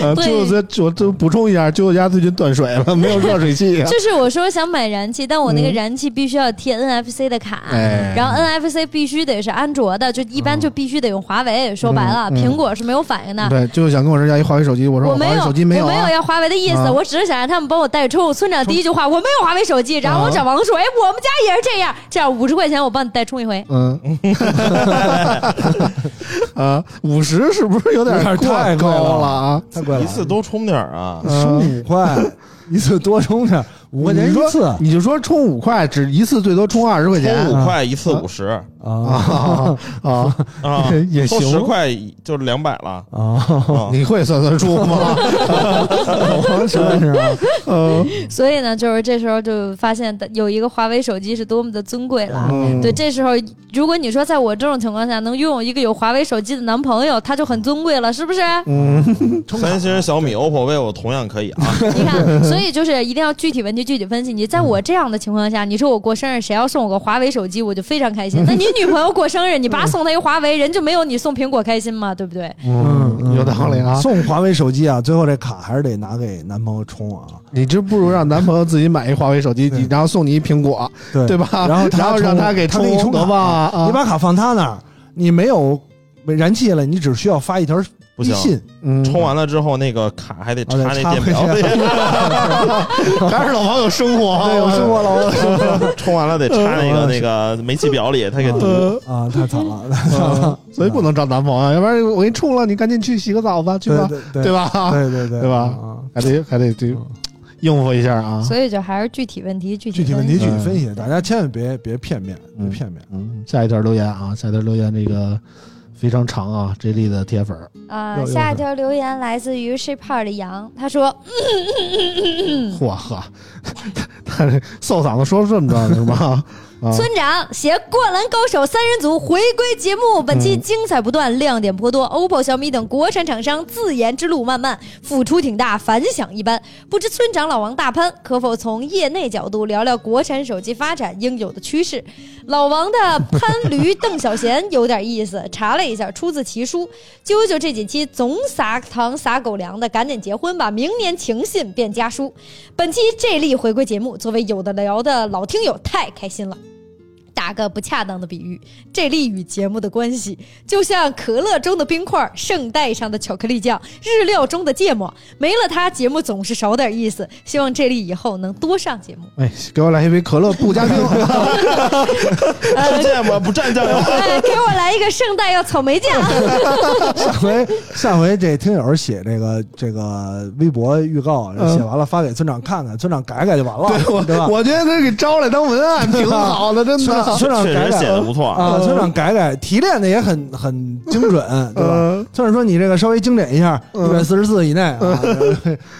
S3: 呃，
S2: 对
S3: 就这我就补充一下，舅舅家最近断水了，没 有热水器啊。
S2: 就是我说想买燃气，但我那个
S3: 嗯
S2: 燃气必须要贴 NFC 的卡，
S3: 哎
S2: 然后 NFC 必须得是安卓的，就一般就必须得用华为。说白了，
S3: 嗯嗯
S2: 苹果是没有反应的。
S3: 对，舅舅想跟我说要一华为手机，我说
S2: 我
S3: 华
S2: 没
S3: 为
S2: 有，
S3: 手机没
S2: 我没
S3: 啊
S2: 有。要华为的意思，
S3: 啊
S2: 我只是想让他们帮我代充。村长第一句话，我没有华为手
S3: 啊
S2: 机，然后我找王叔，哎，我们家也是这样，这样五十块钱我帮你代充一回。
S3: 嗯， 啊，五十是不是有点
S6: 有点
S3: 过
S6: 太贵
S3: 高
S6: 了
S3: 啊？
S6: 太贵了，
S4: 一次多充点儿啊，
S6: 十五块， 一次多充点儿五块钱
S3: 你
S6: 一
S3: 说
S6: 次啊
S3: 你就说充五块，只一次最多充二十块钱
S4: 充五块一次五十，
S6: 啊
S3: 啊啊，
S4: 啊，
S3: 也
S4: 收
S3: 行
S4: 十块就是两百了。
S6: 啊，
S4: 啊
S3: 你会算算数 吗？
S6: 真是啊
S3: 呃，
S2: 所以呢，就是这时候就发现有一个华为手机是多么的尊贵了。
S3: 嗯
S2: 对，这时候如果你说在我这种情况下能拥有一个有华为手机的男朋友，他就很尊贵了，是不是？
S3: 嗯，
S4: 三星、
S6: 啊
S4: 小米、OPPO、vivo 同样可以 啊。
S2: 你看，所以就是一定要具体问题具体分析。你在
S6: 嗯
S2: 我这样的情况下，你说我过生日谁要送我个华为手机，我就非常开 心。那你女朋友过生日，你爸送她一华为，人就没有你送苹果开心吗？对不对？
S3: 嗯，有道理啊。
S6: 送华为手机啊，最后这卡还是得拿给男朋友充啊，
S3: 你这不如让男朋友自己买一华为手机，
S6: 对
S3: 你然后送你一苹果，
S6: 对
S3: 对吧？
S6: 然后他
S3: 然后让
S6: 充
S3: 他给
S6: 他给你充
S3: 多
S6: 卡
S3: 棒啊！
S6: 你把卡放他那儿，你没有没燃气了，你只需要发一条
S4: 不
S6: 微
S4: 行
S6: 信，
S3: 嗯
S4: 充完了之后，那个卡还得插
S6: 啊
S4: 那
S6: 得插
S4: 电表
S6: 回去
S4: 里，
S3: 还是老王有生活啊，
S6: 对，有生活了，
S4: 充完了得插那
S6: 嗯
S4: 个那个煤气表里，他给读。
S3: 呃。
S6: 我啊，太惨了， 嗯
S3: 呃所以不能找男朋友，要不然我给你冲了，你赶紧去洗个澡吧，去
S6: 对
S3: 吧，
S6: 对
S3: 对
S6: 对
S3: 吧？哎
S6: 对嗯对对
S3: 对吧
S6: 啊
S3: 还得还得这应付一下啊。
S2: 所以就还是具体问题具
S6: 具
S2: 体
S6: 体问
S2: 分
S6: 题
S2: 析
S6: 具体分析，大家千万别别片面，别片面。
S3: 嗯，下一条留言啊，下一条留言这个非常长啊，J 莉的铁粉儿，
S2: 啊、
S3: 有有
S2: 下一条留言来自于 shipar 的羊，他说
S3: 嚯呵，他这瘦嗓子说这么着是 吗？啊，
S2: 村长携《灌篮高手》三人组回归节目，本期精彩不断，亮点颇多。OPPO、小米等国产厂商自研之路漫漫，付出挺大，反响一般。不知村长老王大潘可否从业内角度聊聊国产手机发展应有的趋势？老王的潘驴邓小贤有点意思，查了一下，出自奇书。啾啾这几期总撒糖撒狗粮的，赶紧结婚吧，明年情信变家书。本期这例回归节目，作为有的聊的老听友，太开心了。打个不恰当的比喻，这例与节目的关系，就像可乐中的冰块、圣代上的巧克力酱、日料中的芥末，没了它，节目总是少点意思。希望这例以后能多上节目。
S3: 哎，给我来一杯可乐不 加冰，
S4: 不见我不蘸
S6: 嗯
S4: 酱油。
S2: 哎，给我来一个圣代要草莓酱。
S6: 下回下回这听友写这个这个微博预告，
S3: 嗯
S6: 写完了发给村长看看，村长改改就完了， 对吧？
S3: 我觉得他给招来当文案 挺好的，真
S6: 村长
S3: 的。
S6: 村长
S4: 确
S6: 改
S4: 实写
S6: 改
S4: 的不错
S6: 啊，村长改改提炼的也很很精准， 对吧？
S3: 呃，
S6: 村长说你这个稍微精简一下，一
S3: 嗯
S6: 百四十字以内啊，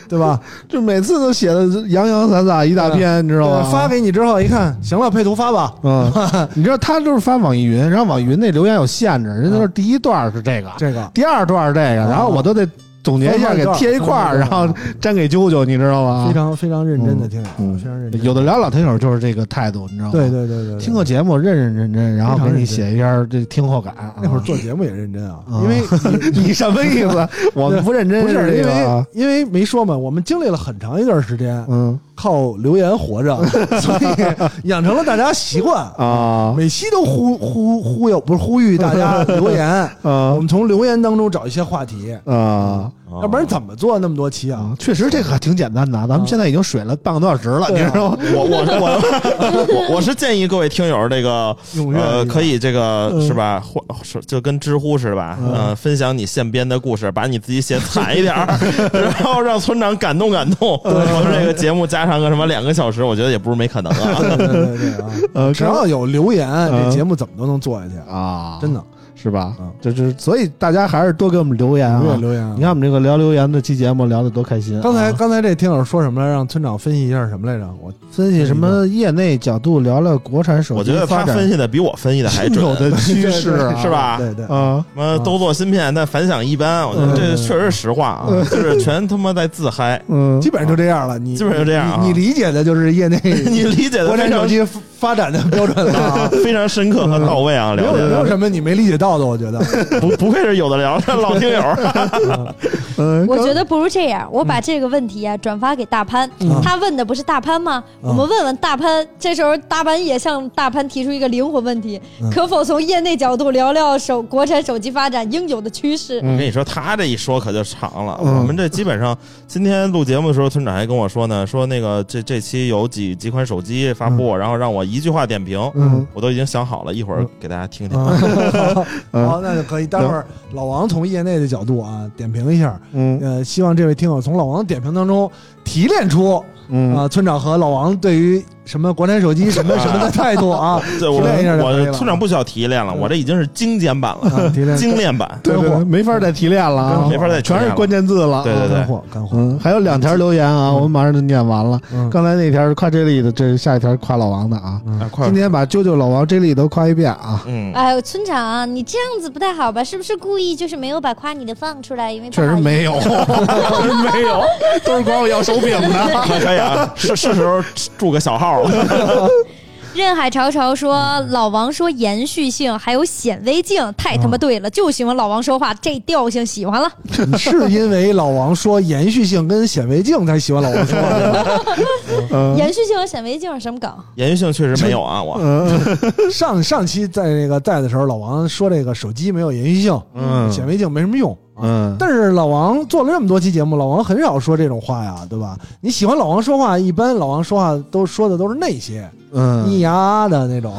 S6: 对吧？
S3: 就每次都写的洋洋洒洒 一大篇，你知道吗？
S6: 发给你之后一看，行了，配图发吧。
S3: 嗯， 你知道他就是发网易云，然后网易云那留言有限制，人家都是第一段是嗯这个，
S6: 这个
S3: 第二段是这个，然后我都得总结一嗯下给贴一块儿，然后粘给啾啾，你知道吗？
S6: 非常非常认真的听友，
S3: 啊
S6: 啊
S3: 嗯
S6: 非常认真。
S3: 有的聊啊老听友就是这个态度，你知道吗？
S6: 对对对对，对
S3: 听个节目认认真真，然后给你
S6: 非常认真
S3: 写一下这听后感。啊
S6: 那会儿做节目也认真啊，
S3: 啊
S6: 因为
S3: 你什么意 思？我们不认真
S6: 不
S3: 这
S6: 是因
S3: 个啊
S6: 为因为没说嘛，我们经历了很长一段时间
S3: 嗯
S6: 靠留言活 着，所以养成了大家习惯，
S3: 啊
S6: 每期都呼呼忽悠，不是呼吁大家留言，我
S3: 啊
S6: 们从留言当中找一些话题，
S3: 啊！
S6: 要不然怎么做那么多期啊？
S3: 确实这个挺简单的啊，咱们现在已经水了半个多小时了，你
S6: 对啊
S3: 知道吗？
S4: 我我我我我是建议各位听友这个
S6: 踊跃
S4: 呃
S6: 一点
S4: 可以这个是吧，或是就跟知乎似的吧，呃，分享你现编的故事，把你自己写惨一点儿， 然后让村长感动感动。我们这个节目加上个什么两个小时，我觉得也不是没可能啊。
S6: 对对对啊，
S3: 呃，
S6: 只要有留言，
S3: 嗯
S6: 这节目怎么都能做下去，
S3: 啊，
S6: 真的
S3: 是吧
S6: 嗯？
S3: 这这，所以大家还是多给我们留言
S6: 踊跃
S3: 啊！
S6: 留言啊。
S3: 你看我们这个聊留言这期节目聊得多开心啊！
S6: 刚才刚才这听友说什么来？让村长分析一下什么来着？我
S3: 分析什么业内角度聊聊国产手
S4: 我觉
S3: 机
S4: 得
S3: 发
S4: 他
S3: 展
S4: 分析的比我分析的还
S3: 应
S4: 准
S3: 有。的 趋势啊
S4: 是吧
S6: 对对，
S3: 啊，
S4: 什么都做芯片，但反响一般，我觉
S3: 嗯
S4: 得这确实是实话啊，就是全他妈在自嗨。
S3: 嗯
S6: 基本上就这样了。你
S4: 基本上就这样啊
S6: 你你理解的就是业内
S4: 你理解的
S6: 国产手机发展的 标准了啊，
S4: 非常深刻和到位啊，
S6: 没
S4: 聊
S6: 有没有
S4: 的
S6: 什么你没理解到的，我觉得。
S4: 不不愧是有的聊的老听 友，
S3: 嗯，
S2: 我
S3: 刚
S2: 觉得不如这样，我把这个问题啊转发给大潘，
S6: 嗯
S2: 他问的不是大潘吗？
S6: 嗯
S2: 我们问问大潘。这时候大潘也向大潘提出一个灵魂问题：
S6: 嗯
S2: 可否从业内角度聊聊手国产手机发展应有的趋势？
S4: 我跟你说，他这一说可就长了。
S3: 嗯
S4: 我们这基本上今天录节目的时候，村长还跟我说呢，说那个这这期有几几款手机发
S6: 嗯
S4: 布，然后让我一句话点评，
S3: 嗯
S4: 我都已经想好了，一会儿给大家听
S6: 嗯
S4: 听。嗯
S6: 好，那就可以。待会儿老王从业内的角度啊，点评一下。
S3: 嗯
S6: 呃，希望这位听友从老王的点评当中提炼出呃
S3: 嗯
S6: 啊，村长和老王对于什么国产手机什么什么的态度啊，
S4: 对我
S6: 提炼一下就可以
S4: 我
S6: 了嗯
S4: 村长不需要提炼了，我这已经是精简版了，
S6: 啊提炼
S4: 精炼版。
S3: 对对对，没法再提炼了啊，
S4: 没法再提炼
S3: 全
S4: 了
S3: 是关键字了。
S4: 对对
S6: 干货干货，
S3: 嗯，还有两条留言啊，我们马上就念完了。
S6: 嗯
S3: 刚才那条是夸 J 莉的，这是下一条是夸老王的啊。
S4: 啊，快
S3: 今，天把啾啾、老王、J 莉都夸一遍 啊。
S4: 嗯，
S2: 哎呦，村长，你这样子不太好吧？是不是故意就是没有把夸你的放出来？因为不
S3: 确实
S2: 好意思
S3: 没有，确实没有，都是管我要手柄 的。
S4: 可以啊，是是时候住个小号了。
S2: 任海潮潮说：“老王说延续性还有显微镜，太他妈对了，就喜欢老王说话这调性，喜欢了。
S6: 是因为老王说延续性跟显微镜才喜欢老王说话的吗，
S3: 嗯
S2: 延续性和显微镜是什么梗？
S4: 延续性确实没有啊，我
S3: 嗯
S6: 上上期在那个在的时候，老王说这个手机没有延续性，
S3: 嗯
S6: 显微镜没什么用。
S3: 嗯，
S6: 但是老王做了这么多期节目，老王很少说这种话呀，对吧？你喜欢老王说话，一般老王说话都说的都是那些咿
S3: 嗯，
S6: 呀的那 种，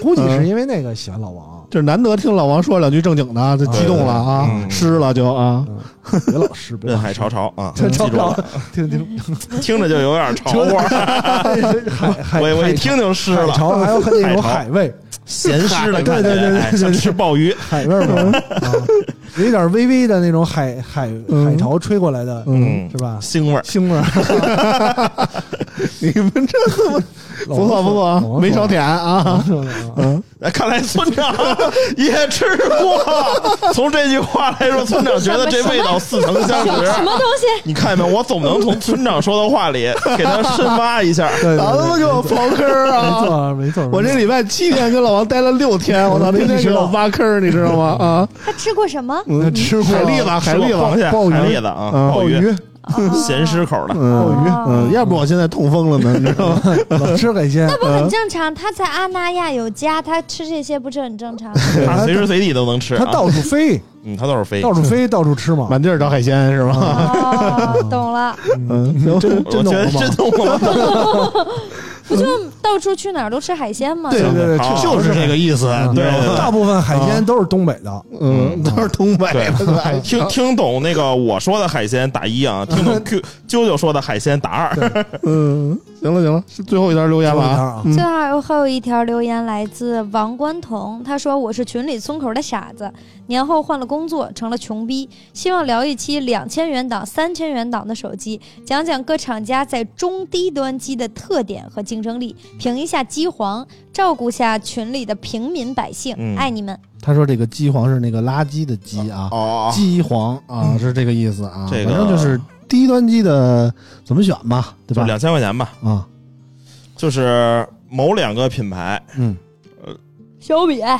S6: 估计是因为那个喜欢老王，
S3: 就是难得听老王说两句正经的，就啊激动了
S4: 对对
S3: 啊，
S4: 对嗯
S3: 湿了就啊。
S6: 嗯，别老是别
S4: 任
S6: 老
S4: 海潮潮 啊，
S6: 这
S4: 记
S6: 吵
S4: 住了
S6: 吵，听听，
S4: 听着就有点潮味儿，
S6: 海海，
S4: 我我一
S6: 海
S4: 听就湿
S6: 海
S4: 了，
S6: 潮，还有那
S4: 海
S6: 种
S4: 潮
S6: 海味，
S4: 咸湿的
S6: 对
S4: 感
S6: 对对
S4: 觉，
S6: 对
S4: 哎
S6: 对
S4: 像
S6: 对
S4: 吃鲍鱼，
S6: 海味儿 嘛，啊有一点微微的那种海海
S3: 嗯
S6: 海潮吹过来的，
S3: 嗯，
S4: 嗯
S6: 是，吧？
S4: 腥味儿。
S6: 腥味儿，
S3: 你们这
S6: 老
S3: 不错
S6: 王
S3: 不错
S6: 说老
S3: 啊，
S6: 王
S3: 没
S6: 说
S3: 少舔
S6: 老
S3: 啊
S6: 王。说的啊
S3: 嗯，
S4: 哎看来村长也吃过。从这句话来说，村长觉得这味道似曾相
S3: 啊
S4: 识。
S2: 什么东西？
S4: 你看见没？我总能从村长说的话里给他深挖一下。
S6: 对，
S3: 老子给我刨坑儿
S6: 没
S3: 啊！
S6: 啊错没错，
S3: 我这礼拜七天跟老王待了六 天，我操，天天给我挖坑儿，你知道吗？ 啊，
S2: 他吃过什么？
S3: 嗯
S6: 吃过
S3: 海蛎子，海蛎
S4: 吃啊过螃
S3: 子，
S4: 蟹、
S6: 鲍鱼
S4: 海蛎子啊，
S3: 嗯
S4: 鲍
S6: 鱼，
S2: 啊
S4: 咸湿口的。
S3: 嗯
S6: 鲍鱼
S3: 嗯，要不我现在痛风了呢，你知道吗？
S6: 老吃海鲜，
S2: 不很正常。他在阿那亚有家，他吃这些不是很 正常吗？
S6: 嗯
S4: 他随时随地都能吃
S6: 它
S4: 啊，
S6: 到处飞，
S4: 嗯，他倒是飞。
S6: 到处飞，到处吃嘛。
S3: 满地儿找海鲜是吧？
S2: 哦，懂了，
S3: 嗯，行
S6: 真
S4: 我
S6: 真懂
S4: 觉得
S6: 了吗？
S4: 真懂了吗？
S2: 不就到处去哪儿都吃海鲜吗？
S6: 对对对，
S4: 好嗯
S6: 确
S3: 呃就是这个意思，
S4: 对
S3: 吧
S4: 对啊对
S6: 大部分海鲜都是东北的，
S3: 嗯，都是东北的，对
S4: 听听懂那个我说的海鲜打 一啊，听懂 Q 啾啾说的海鲜打二。
S3: 嗯，行了行了，是最后一条留言吧啊，
S4: 嗯
S6: 最
S2: 最后还有还有一条留言来自王冠彤，他说：“我是群里村口的傻子，年后换了工作，成了穷逼。希望聊一期两千元档、三千元档的手机，讲讲各厂家在中低端机的特点和竞争力，评一下机皇，照顾下群里的平民百姓。
S4: 嗯
S2: 爱你们，
S3: 他说这个鸡黄是那个垃圾的鸡啊，
S4: 哦，
S3: 鸡黄啊是这个意思啊，
S4: 这
S3: 反
S4: 个
S3: 正就是低端机的怎么选吧，对
S4: 就
S3: 吧？
S4: 两千块钱吧，
S3: 啊，
S4: 就是某两个品牌，
S3: 嗯
S2: 小米、哎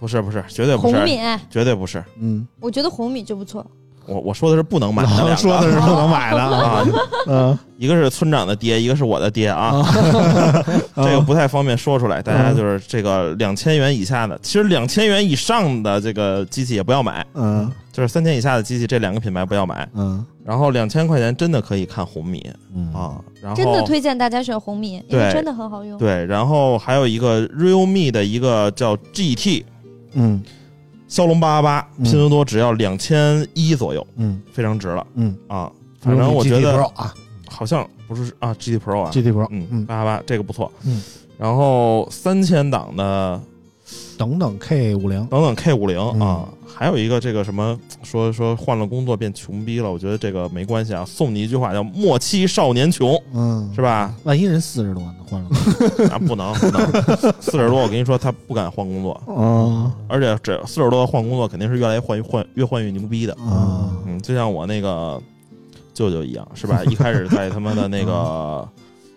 S4: 不是不是，绝对不
S2: 红
S4: 是，
S2: 米，哎
S4: 绝对不是。
S3: 嗯，
S2: 我觉得红米就不错。
S4: 我我说的是不能买的两
S3: 老
S4: 个，
S3: 哦说的是不能买的啊，
S4: 啊，
S3: 嗯，
S4: 一个是村长的爹，一个是我的爹啊，
S3: 啊
S4: 这个不太方便说出
S3: 哦
S4: 来，大家就是这个两千元以下的，其实两千元以上的这个机器也不要买，
S3: 嗯
S4: 就是三千以下的机器这两个品牌不要买，
S3: 嗯
S4: 然后两千块钱真的可以看红米
S3: 嗯
S4: 啊，然
S2: 真的
S4: 后
S2: 推荐大家选红米，因为
S4: 对
S2: 真的很好用。
S4: 对，然后还有一个 realme 的一个叫 GT
S3: 嗯
S4: 骁龙八八八，
S3: 嗯
S4: 拼多多只要两千一左右，
S3: 嗯
S4: 非常值了
S3: 嗯，
S4: 啊，反正我觉
S3: GT
S4: 得
S3: Pro 啊
S4: 好像不是啊 GT Pro 啊
S3: ，GT Pro，
S4: 嗯，
S3: 嗯，
S4: 八八八这个不错。
S3: 嗯，
S4: 然后三千档的
S3: 等等 K 五零，
S4: 等等 K 五零
S3: 嗯
S4: 啊，还有一个这个什么说说换了工作变穷逼了，我觉得这个没关系啊。送你一句话叫“莫欺少年穷
S3: 嗯”，
S4: 是吧？
S3: 万一人四十多呢，换了，
S4: 啊，不能不能，四十多我跟你说他不敢换工作，
S3: 啊
S4: 而且这四十多换工作肯定是越来越换换越换越牛逼的。
S3: 啊，
S4: 嗯，就像我那个舅舅一样，是吧？一开始在他妈的那个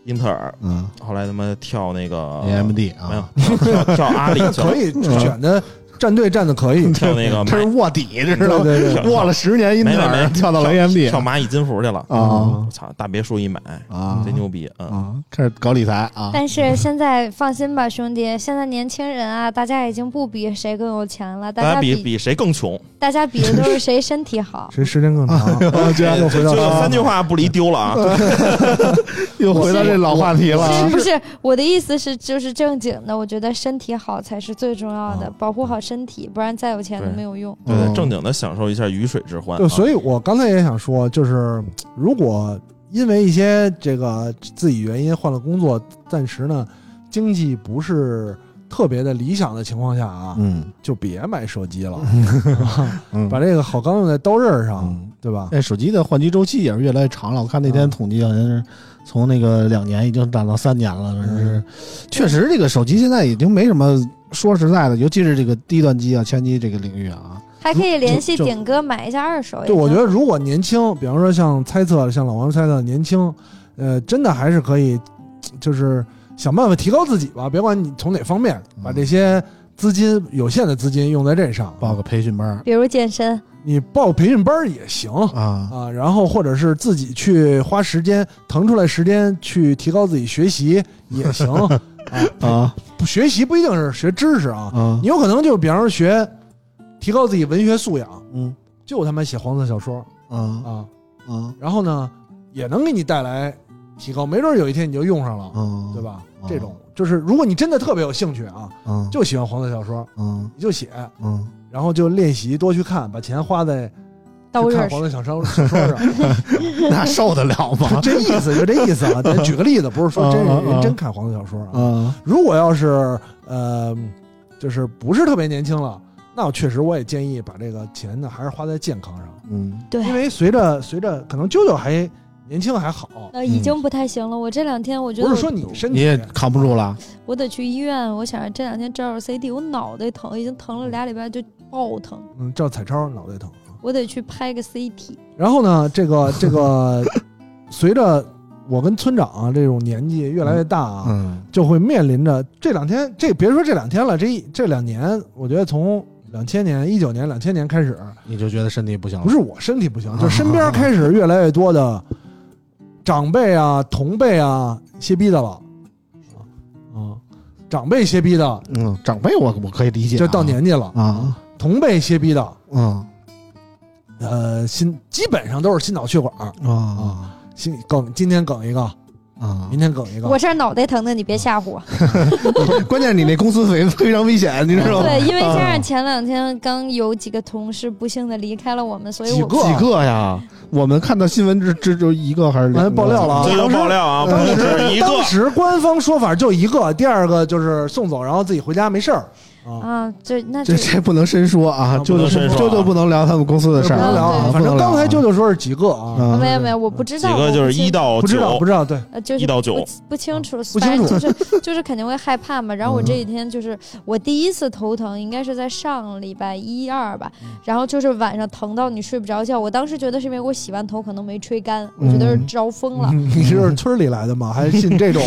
S4: 英特尔，
S3: 嗯
S4: 后来他妈跳那个
S3: ，AMD
S4: 啊没
S3: 啊，
S4: 有跳跳跳阿里去了
S6: 可，以
S4: 嗯
S6: 选的战队站的可以，
S4: 跳那个
S3: 这
S4: 蚂
S3: 是卧底，这
S6: 对
S3: 知道吗？
S6: 对
S4: 跳
S6: 对，。
S3: 卧了十年英特
S4: 没
S3: 尔，
S4: 没没
S3: 跳到了
S4: 跳
S3: AMD
S4: 跳蚂蚁金服去了。
S3: 啊
S4: 我操，大别墅一买，
S3: 啊
S4: 贼牛逼！嗯，
S3: 啊，开始搞理财啊，
S2: 但是现在放心吧，兄弟，现在年轻人啊，大家已经不比谁更有钱了，大
S4: 大
S2: 家
S4: 家比
S2: 比
S4: 比谁更穷，
S2: 大家比的都是谁身体好
S6: 谁时间更长？啊居然又回到
S4: 啊就
S6: 了
S4: 三句话不离丢了啊！
S3: 又回到这老话题了
S2: 是
S3: 啊。
S2: 不 是我的意思是，就是正经的，我觉得身体好才是最重要的，
S3: 啊
S2: 保护好身体，不然再有钱都没有用。
S3: 嗯
S4: 对，正经的享受一下鱼水之欢啊。
S6: 对，所以我刚才也想说，就是如果因为一些这个自己原因换了工作，暂时呢经济不是特别的理想的情况下啊，
S3: 嗯
S6: 就别买手机 了，
S3: 嗯，
S6: 把这个好钢用在刀刃上，
S3: 嗯
S6: 对吧？
S3: 哎，手机的换机周期也是越来越长了。我看那天
S6: 嗯
S3: 统计好像是从那个两年已经涨到三年了，反正是 确实这个手机现在已经没什么。说实在的，尤其是这个低端机啊、千机这个领域啊，
S2: 还可以联系
S3: 就就
S2: 顶哥买一下二手也行。
S6: 对，我觉得如果年轻，比方说像猜测，像老王猜测年轻，呃，真的还是可以，就是想办法提高自己吧，别管你从哪方面，把这些资金有限的资金用在这上，
S3: 报个培训班儿
S2: 比如健身，
S6: 你报培训班儿也行。
S3: 啊，
S6: 啊，然后或者是自己去花时间腾出来时间去提高自己学习也 行啊
S3: 啊
S6: 不学习不一定是学知识啊，
S3: 啊
S6: 你，有可能就比方说学提高自己文学素养，
S3: 嗯
S6: 就他妈写黄色小说
S3: 啊
S6: 啊，
S3: 啊
S6: 然后呢也能给你带来提高，没准儿有一天你就用上了，
S3: 啊，
S6: 对？吧
S3: 嗯？
S6: 这种就是如果你真的特别有兴趣啊，
S3: 啊，
S6: 就喜欢黄色小说，
S3: 嗯
S6: 你就写，
S3: 嗯
S6: 然后就练习多去看，把钱花在
S2: 刀
S6: 去
S2: 刃
S6: 看黄色小说小说上。
S3: 那受得了吗？
S6: 这意思就这意思啊。咱举个例子，不 是说真
S3: 嗯嗯
S6: 人
S3: 嗯
S6: 人真看黄色小说啊。
S3: 啊
S6: 如果要是呃，就是不是特别年轻了，那我确实我也建议把这个钱呢还是花在健康上，
S3: 嗯
S2: 对
S6: 因为随着随着可能舅舅还年轻还好，
S2: 呃，已经不太行了。我这两天我觉得
S6: 不
S2: 我
S6: 是说你身
S3: 你
S6: 体
S3: 也扛不住了，
S2: 我得去医院，我想着这两天照着 CD，我脑袋疼，已经疼了俩礼拜，就爆疼，
S6: 嗯照彩超脑袋疼。
S2: 我得去拍个 CT。
S6: 然后呢，这个这个随着我跟村长、啊、这种年纪越来越大啊，
S3: 嗯
S6: 就会面临着这两天，这别说这两天了，这一这两年，我觉得从两千年、一九年、两千年开始，
S3: 你就觉得身体不行了
S6: 不，是我身体不
S3: 嗯
S6: 行，就身边开始越来越多的长辈啊、同辈啊歇逼的了，啊，长辈歇逼的
S3: 嗯，长辈我我可以理解啊，
S6: 就到年纪了，
S3: 啊，
S6: 同辈歇逼的，
S3: 嗯
S6: 呃，心基本上都是心脑血管儿，
S3: 啊
S6: 心梗，今天梗一个，
S3: 啊
S6: 明，天梗一个，
S2: 我是脑袋疼的，你别吓唬 我。
S3: 关键你那公司非 非常危险，你知道吗？
S2: 对，因为加
S3: 啊
S2: 上前两天刚有几个同事不幸的离开了我们，所以
S6: 几
S2: 我
S6: 个
S3: 几个呀？我们看到新闻这这就一个还是两个
S6: 完爆料了啊
S4: 这就爆料啊，
S6: 当
S4: 不止
S6: 时
S4: 一个，
S6: 当时官方说法就一个，第二个就是送走，然后自己回家没事儿啊。
S2: 啊，这那
S3: 这
S2: 就
S3: 这不能深说啊，
S6: 啊
S3: 舅舅
S4: 不能深说啊
S3: 舅舅不能聊他们公司的
S6: 不
S3: 事儿
S6: 能
S3: 啊，
S6: 聊啊，
S3: 啊
S6: 反正刚才舅
S3: 舅
S6: 舅说是几个啊，
S2: 没有没有，我不知
S4: 几
S2: 道
S4: 个就是一
S2: 到
S4: 到
S6: 不知道
S4: 九
S6: 不，知道，对，
S2: 呃就是
S4: 一到九
S2: 不，不清楚，
S6: 啊不清
S2: 反正
S6: 楚
S2: 就是 就是肯定会害怕嘛。然后我
S3: 嗯
S2: 这几天就是我第一次头疼，应该是在上礼拜一二吧，
S6: 嗯
S2: 然后就是晚上疼到你睡不着觉。我当时觉得是因为我洗完头可能没吹干，我觉得是
S3: 嗯
S2: 着风了。
S6: 你是村里来的吗？还信这种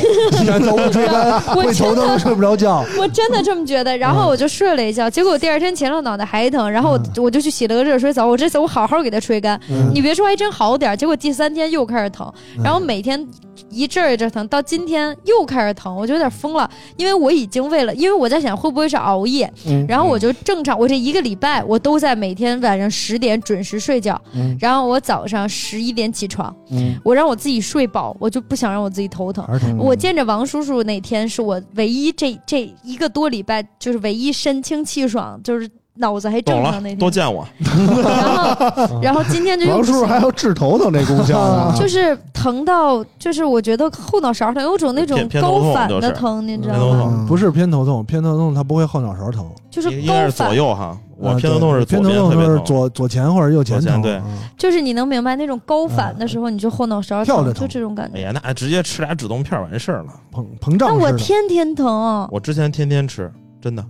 S6: 然头不吹干，
S2: 我
S6: 会头
S2: 真的
S6: 疼睡不着觉？
S2: 我真的这么觉得，然后我就睡了一觉，结果第二天前两脑袋还疼，然后我我就去洗了个热水澡，我这次我好好给它吹干，
S6: 嗯
S2: 你别说还真好点儿，结果第三天又开始疼，然后每天一阵儿一阵儿疼，到今天又开始疼，我就有点疯了，因为我已经为了，因为我在想会不会是熬夜，然后我就正常，我这一个礼拜我都在每天晚上十点准时睡觉，然后我早上十一点起床，我让我自己睡饱，我就不想让我自己头疼。
S6: 还是
S4: 嗯
S6: 疼
S2: 我见着王叔叔那天是我唯一这这一个多礼拜就是唯一神清气爽，就是脑子还
S4: 懂
S2: 正
S4: 了
S2: 常那，
S4: 多
S2: 天。
S4: 见我，
S2: 然后然后今天就又
S3: 王
S2: 不
S3: 叔叔
S2: 行
S3: 还有治头疼这功效呢，啊
S2: 就是疼到就是我觉得后脑勺疼，有种那种
S4: 偏偏头痛
S2: 高反
S4: 就
S2: 的
S4: 是
S2: 疼，你知
S4: 偏
S2: 道
S4: 头
S2: 吗？
S4: 痛，
S3: 嗯
S6: 不是偏头痛，偏头痛它不会后脑勺疼，
S2: 就是
S4: 应该
S2: 高
S4: 是左
S2: 反，
S4: 右哈，我
S6: 啊
S4: 偏头痛
S6: 对
S4: 是左
S6: 偏
S4: 边
S6: 头
S4: 特
S6: 痛
S4: 别
S6: 是
S4: 疼，
S6: 左左前或者右前
S4: 左
S6: 疼，
S4: 前对
S6: 啊
S2: 就是你能明白那种高反的时候，你就后脑勺
S6: 跳着
S3: 嗯
S2: 疼，
S6: 疼
S2: 就这种感
S4: 哎
S2: 觉。
S4: 呀，那直接吃俩止痛片完事儿
S2: 哦
S4: 了。
S6: 膨膨
S2: 但
S6: 胀
S3: 嗯
S2: 我
S6: 似的。
S2: 天天疼啊，
S4: 我之前天天吃，真的，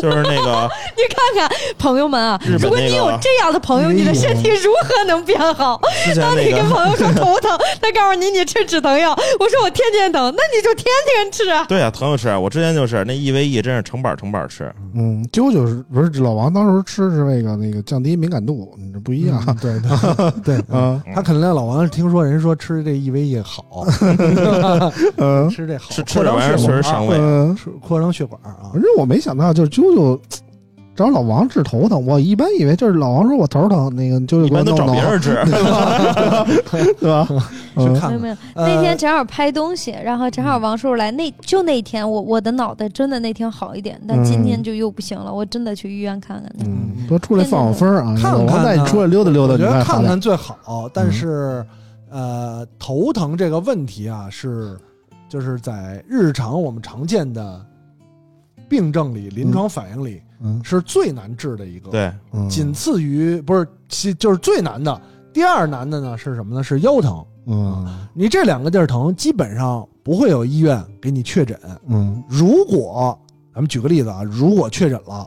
S4: 就是那 个
S2: 朋友们啊，
S4: 日
S2: 如
S4: 本
S2: 果
S4: 那
S2: 你有
S4: 个，
S2: 这样的朋友，
S3: 哎
S2: 你的身体如何能变好？
S4: 之前
S2: 当
S4: 那
S2: 你跟
S4: 个，
S2: 朋友说头 疼，他告诉你你吃止疼药，我说我天天疼，那你就天天吃啊。
S4: 对啊，朋友吃，我之前就是那 EVE 真是成板成板吃，
S3: 嗯，啾啾是不是老王当时吃是为了那个降低敏感度，嗯这不一样
S6: 嗯对对对， 嗯
S3: 啊，
S6: 他肯定老王听说人说吃这 EVA 好，
S3: 嗯
S6: 吃这好，
S4: 吃吃
S6: 扩
S4: 这
S6: 张
S4: 玩意儿
S6: 血管啊
S4: 确实伤胃。
S3: 嗯，
S6: 是扩张血管啊
S3: 反，正我没想到就是啾啾。找老王治头疼，我一般以为就是老王说我头疼，那个啾啾
S4: 一
S3: 给我
S4: 般都
S3: 弄
S4: 找
S3: 弄
S4: 别，人 吃，
S3: 对吧？
S6: 去
S2: 没
S6: 看
S2: 有
S6: 看
S2: 没有，
S6: 呃嗯
S2: 那天正好拍东西，然后正好王叔叔来，那就那天我我的脑袋真的那天好一点，但今天就又不行
S6: 嗯
S2: 了，我真得去医院看看去。
S3: 嗯，多出来放放风儿啊！
S6: 看看
S3: 老王带你
S6: 呢
S3: 出来溜达溜达，
S6: 我觉
S3: 你
S6: 得
S3: 看
S6: 看看最好，但是、呃，头疼这个问题啊，是就是在日常我们常见的病症里、临床反应里、
S3: 嗯
S6: 是最难治的一个，，
S4: 对，
S3: 嗯
S6: 仅次于不是其就是最难的。第二难的呢是什么呢？是腰疼。
S3: 嗯
S6: 你这两个地儿疼，基本上不会有医院给你确诊。
S3: 嗯
S6: 如果咱们举个例子啊，如果确诊了，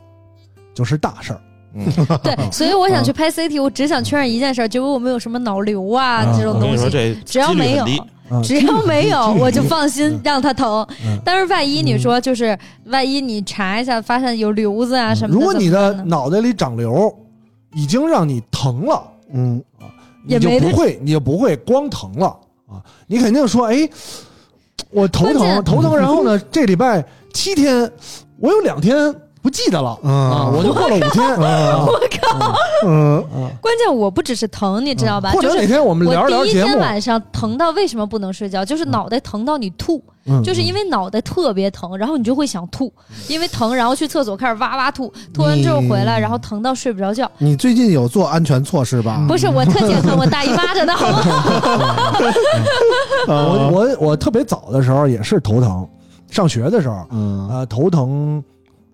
S6: 就是大事儿。
S4: 嗯，
S7: 对，所以我想去拍 CT，我只想确认一件事儿，结果我们有什么脑瘤啊
S6: 啊
S7: 这种
S4: 我跟
S7: 东
S4: 你说
S7: 西，
S4: 这
S7: 只要
S4: 几率
S7: 没有
S4: 很低，
S2: 啊
S6: 嗯
S7: 只要没 有，我就放心
S6: 嗯
S7: 让它疼
S6: 嗯。
S7: 但是万一你说就是万一你查一下发现有瘤子啊什么的，
S6: 嗯如果你
S7: 怎么
S6: 的
S7: 办呢
S6: 脑袋里长瘤，已经让你疼了，啊
S3: 嗯
S6: 你
S7: 也
S6: 就
S7: 没
S6: 不会，你就不会光疼了啊！你肯定说，哎，我头
S7: 关
S6: 疼
S7: 键
S6: 头疼，然后 呢，这礼拜七天，我有两天不记得了啊，我就过了五 天啊
S7: 我靠！
S3: 嗯
S6: 啊，
S7: 关键我不只是疼，你知道吧？
S6: 嗯或
S7: 就
S6: 者哪
S7: 是
S6: 天我们聊
S7: 我
S6: 着聊
S7: 第
S6: 着
S7: 一
S6: 节
S7: 天
S6: 目，
S7: 晚上疼到为什么不能睡觉？就是脑袋疼到你吐，
S6: 嗯
S7: 就是因为脑袋特别疼，然后你就会想吐，因为疼，然后去厕所开始哇哇吐，吐完之后回来，
S3: 你
S7: 然后疼到睡不着觉。
S3: 你最近有做安全措施
S6: 嗯
S3: 吧？
S7: 不是我特健康，我大姨妈着呢， 好吗？
S3: 嗯
S6: 我我我特别早的时候也是头疼，上学的时候
S3: 嗯
S6: 啊头疼，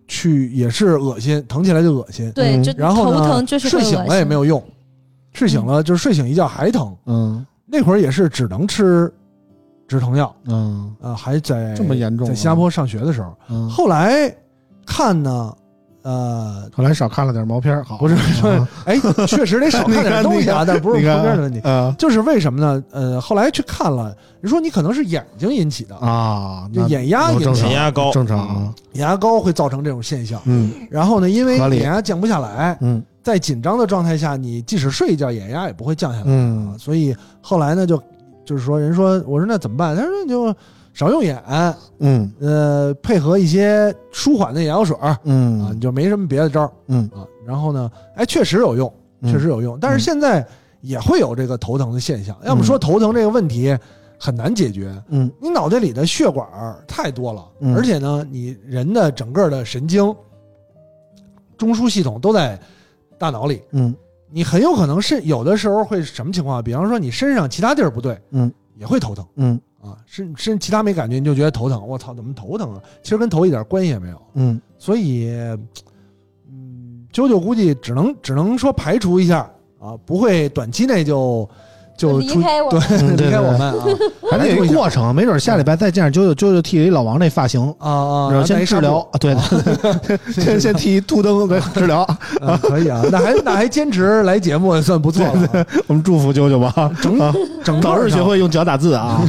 S6: 去也是恶心，疼起来就恶心，
S7: 对，
S3: 嗯
S7: 就
S6: 然后
S7: 头
S6: 呢
S7: 疼就是会
S6: 睡醒
S7: 恶
S6: 了也
S7: 心嗯
S6: 没有用，睡醒了就是睡醒一觉还疼，
S3: 嗯
S6: 那会儿也是只能吃止疼药
S3: 嗯
S6: 啊、呃还在
S3: 这么严重啊
S6: 在新加坡上学的时候，
S3: 嗯，
S6: 后来看呢，呃，
S3: 后来少看了点毛片儿，好啊
S6: 不是，哎，确实得 少看点东西啊，但不是
S3: 你看
S6: 旁边的问题，
S3: 啊
S6: 就是为什么呢？呃，后来去看了，你说你可能是眼睛引起的，
S3: 啊，
S6: 就
S3: 那
S6: 眼压
S3: 有
S6: 引
S3: 正
S6: 起
S3: 常
S4: 血
S6: 的，
S4: 压高，
S3: 正常啊，
S6: 眼压高会造成这种现象。
S3: 嗯
S6: 然后呢，因为
S3: 合理
S6: 眼压降不下来，
S3: 嗯
S6: 在紧张的状态下，你即使睡一觉，眼压也不会降下来。啊
S3: 嗯，
S6: 所以后来呢，就就是说，人说我说那怎么办？他说你就少用眼，
S3: 嗯
S6: 呃，配合一些舒缓的眼药水儿啊，你
S3: 嗯
S6: 就没什么别的招儿
S3: 嗯，
S6: 啊。然后呢，哎，确实有用，确实有用，但是现在也会有这个头疼的现象。要么说头疼这个问题很难解决，
S3: 嗯
S6: 你脑袋里的血管儿太多了，
S3: 嗯
S6: 而且呢，你人的整个的神经、中枢系统都在大脑里，
S3: 嗯
S6: 你很有可能是有的时候会什么情况？啊比方说你身上其他地儿不对，
S3: 嗯，
S6: 也会头疼
S3: 嗯
S6: 啊，身身其他没感觉，你就觉得头疼。我操，怎么头疼啊？其实跟头一点关系也没有。
S3: 嗯
S6: 所以，嗯，啾啾估计只能只能说排除一下啊，不会短期内就就
S7: 离
S6: 出
S7: 开我
S6: 对
S3: 嗯对
S6: 离开
S3: 对
S6: 我们啊
S3: 还得有一过程，没准下礼拜再见着啾啾，啾啾剃了一老王那发型，
S6: 啊啊，
S3: 然后
S6: 戴
S3: 先
S6: 一纱
S3: 治
S6: 布
S3: 疗，啊对， 先先剃一秃灯再治疗。
S6: 啊，可以啊，那还那还坚持来节目也算不错了啊，
S3: 我们祝福啾啾吧，
S6: 整
S3: 啊
S6: 整个
S3: 早日
S6: 上
S3: 学会用脚打字 啊。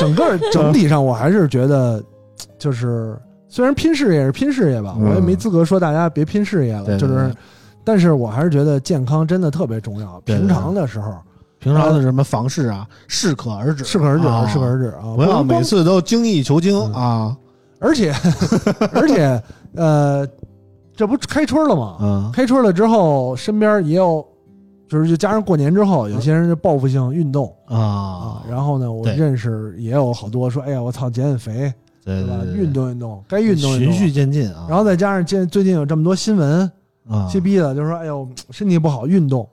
S6: 整
S3: 嗯
S6: 个整体上，我还是觉得，就是虽然拼事业是拼事业吧，
S3: 嗯
S6: 我也没资格说大家别拼事业了，
S3: 对
S6: 就
S3: 对
S6: 是
S3: 对，
S6: 但是我还是觉得健康真的特别重要。
S3: 对对
S6: 平常的时候
S3: 平常的什么房事啊，适可而止，
S6: 适可而止
S3: 啊，
S6: 适可而止啊，
S3: 不要
S6: 能光
S3: 每次都精益求精啊。
S6: 而且而且呃，这不开春了吗？
S3: 嗯
S6: 开春了之后，身边也有，就是就加上过年之后，有些人就报复性运动
S3: 啊
S6: 啊。，然后呢，我
S3: 对
S6: 认识也有好多说，哎呀，我操，减减肥，
S3: 对
S6: 对吧？
S3: 对，
S6: 运动运动，该运动运
S3: 循
S6: 动。
S3: 序渐进啊。
S6: 然后再加上现最近有这么多新闻，
S3: 啊
S6: 些逼的就说：“哎呦，身体不好，运动。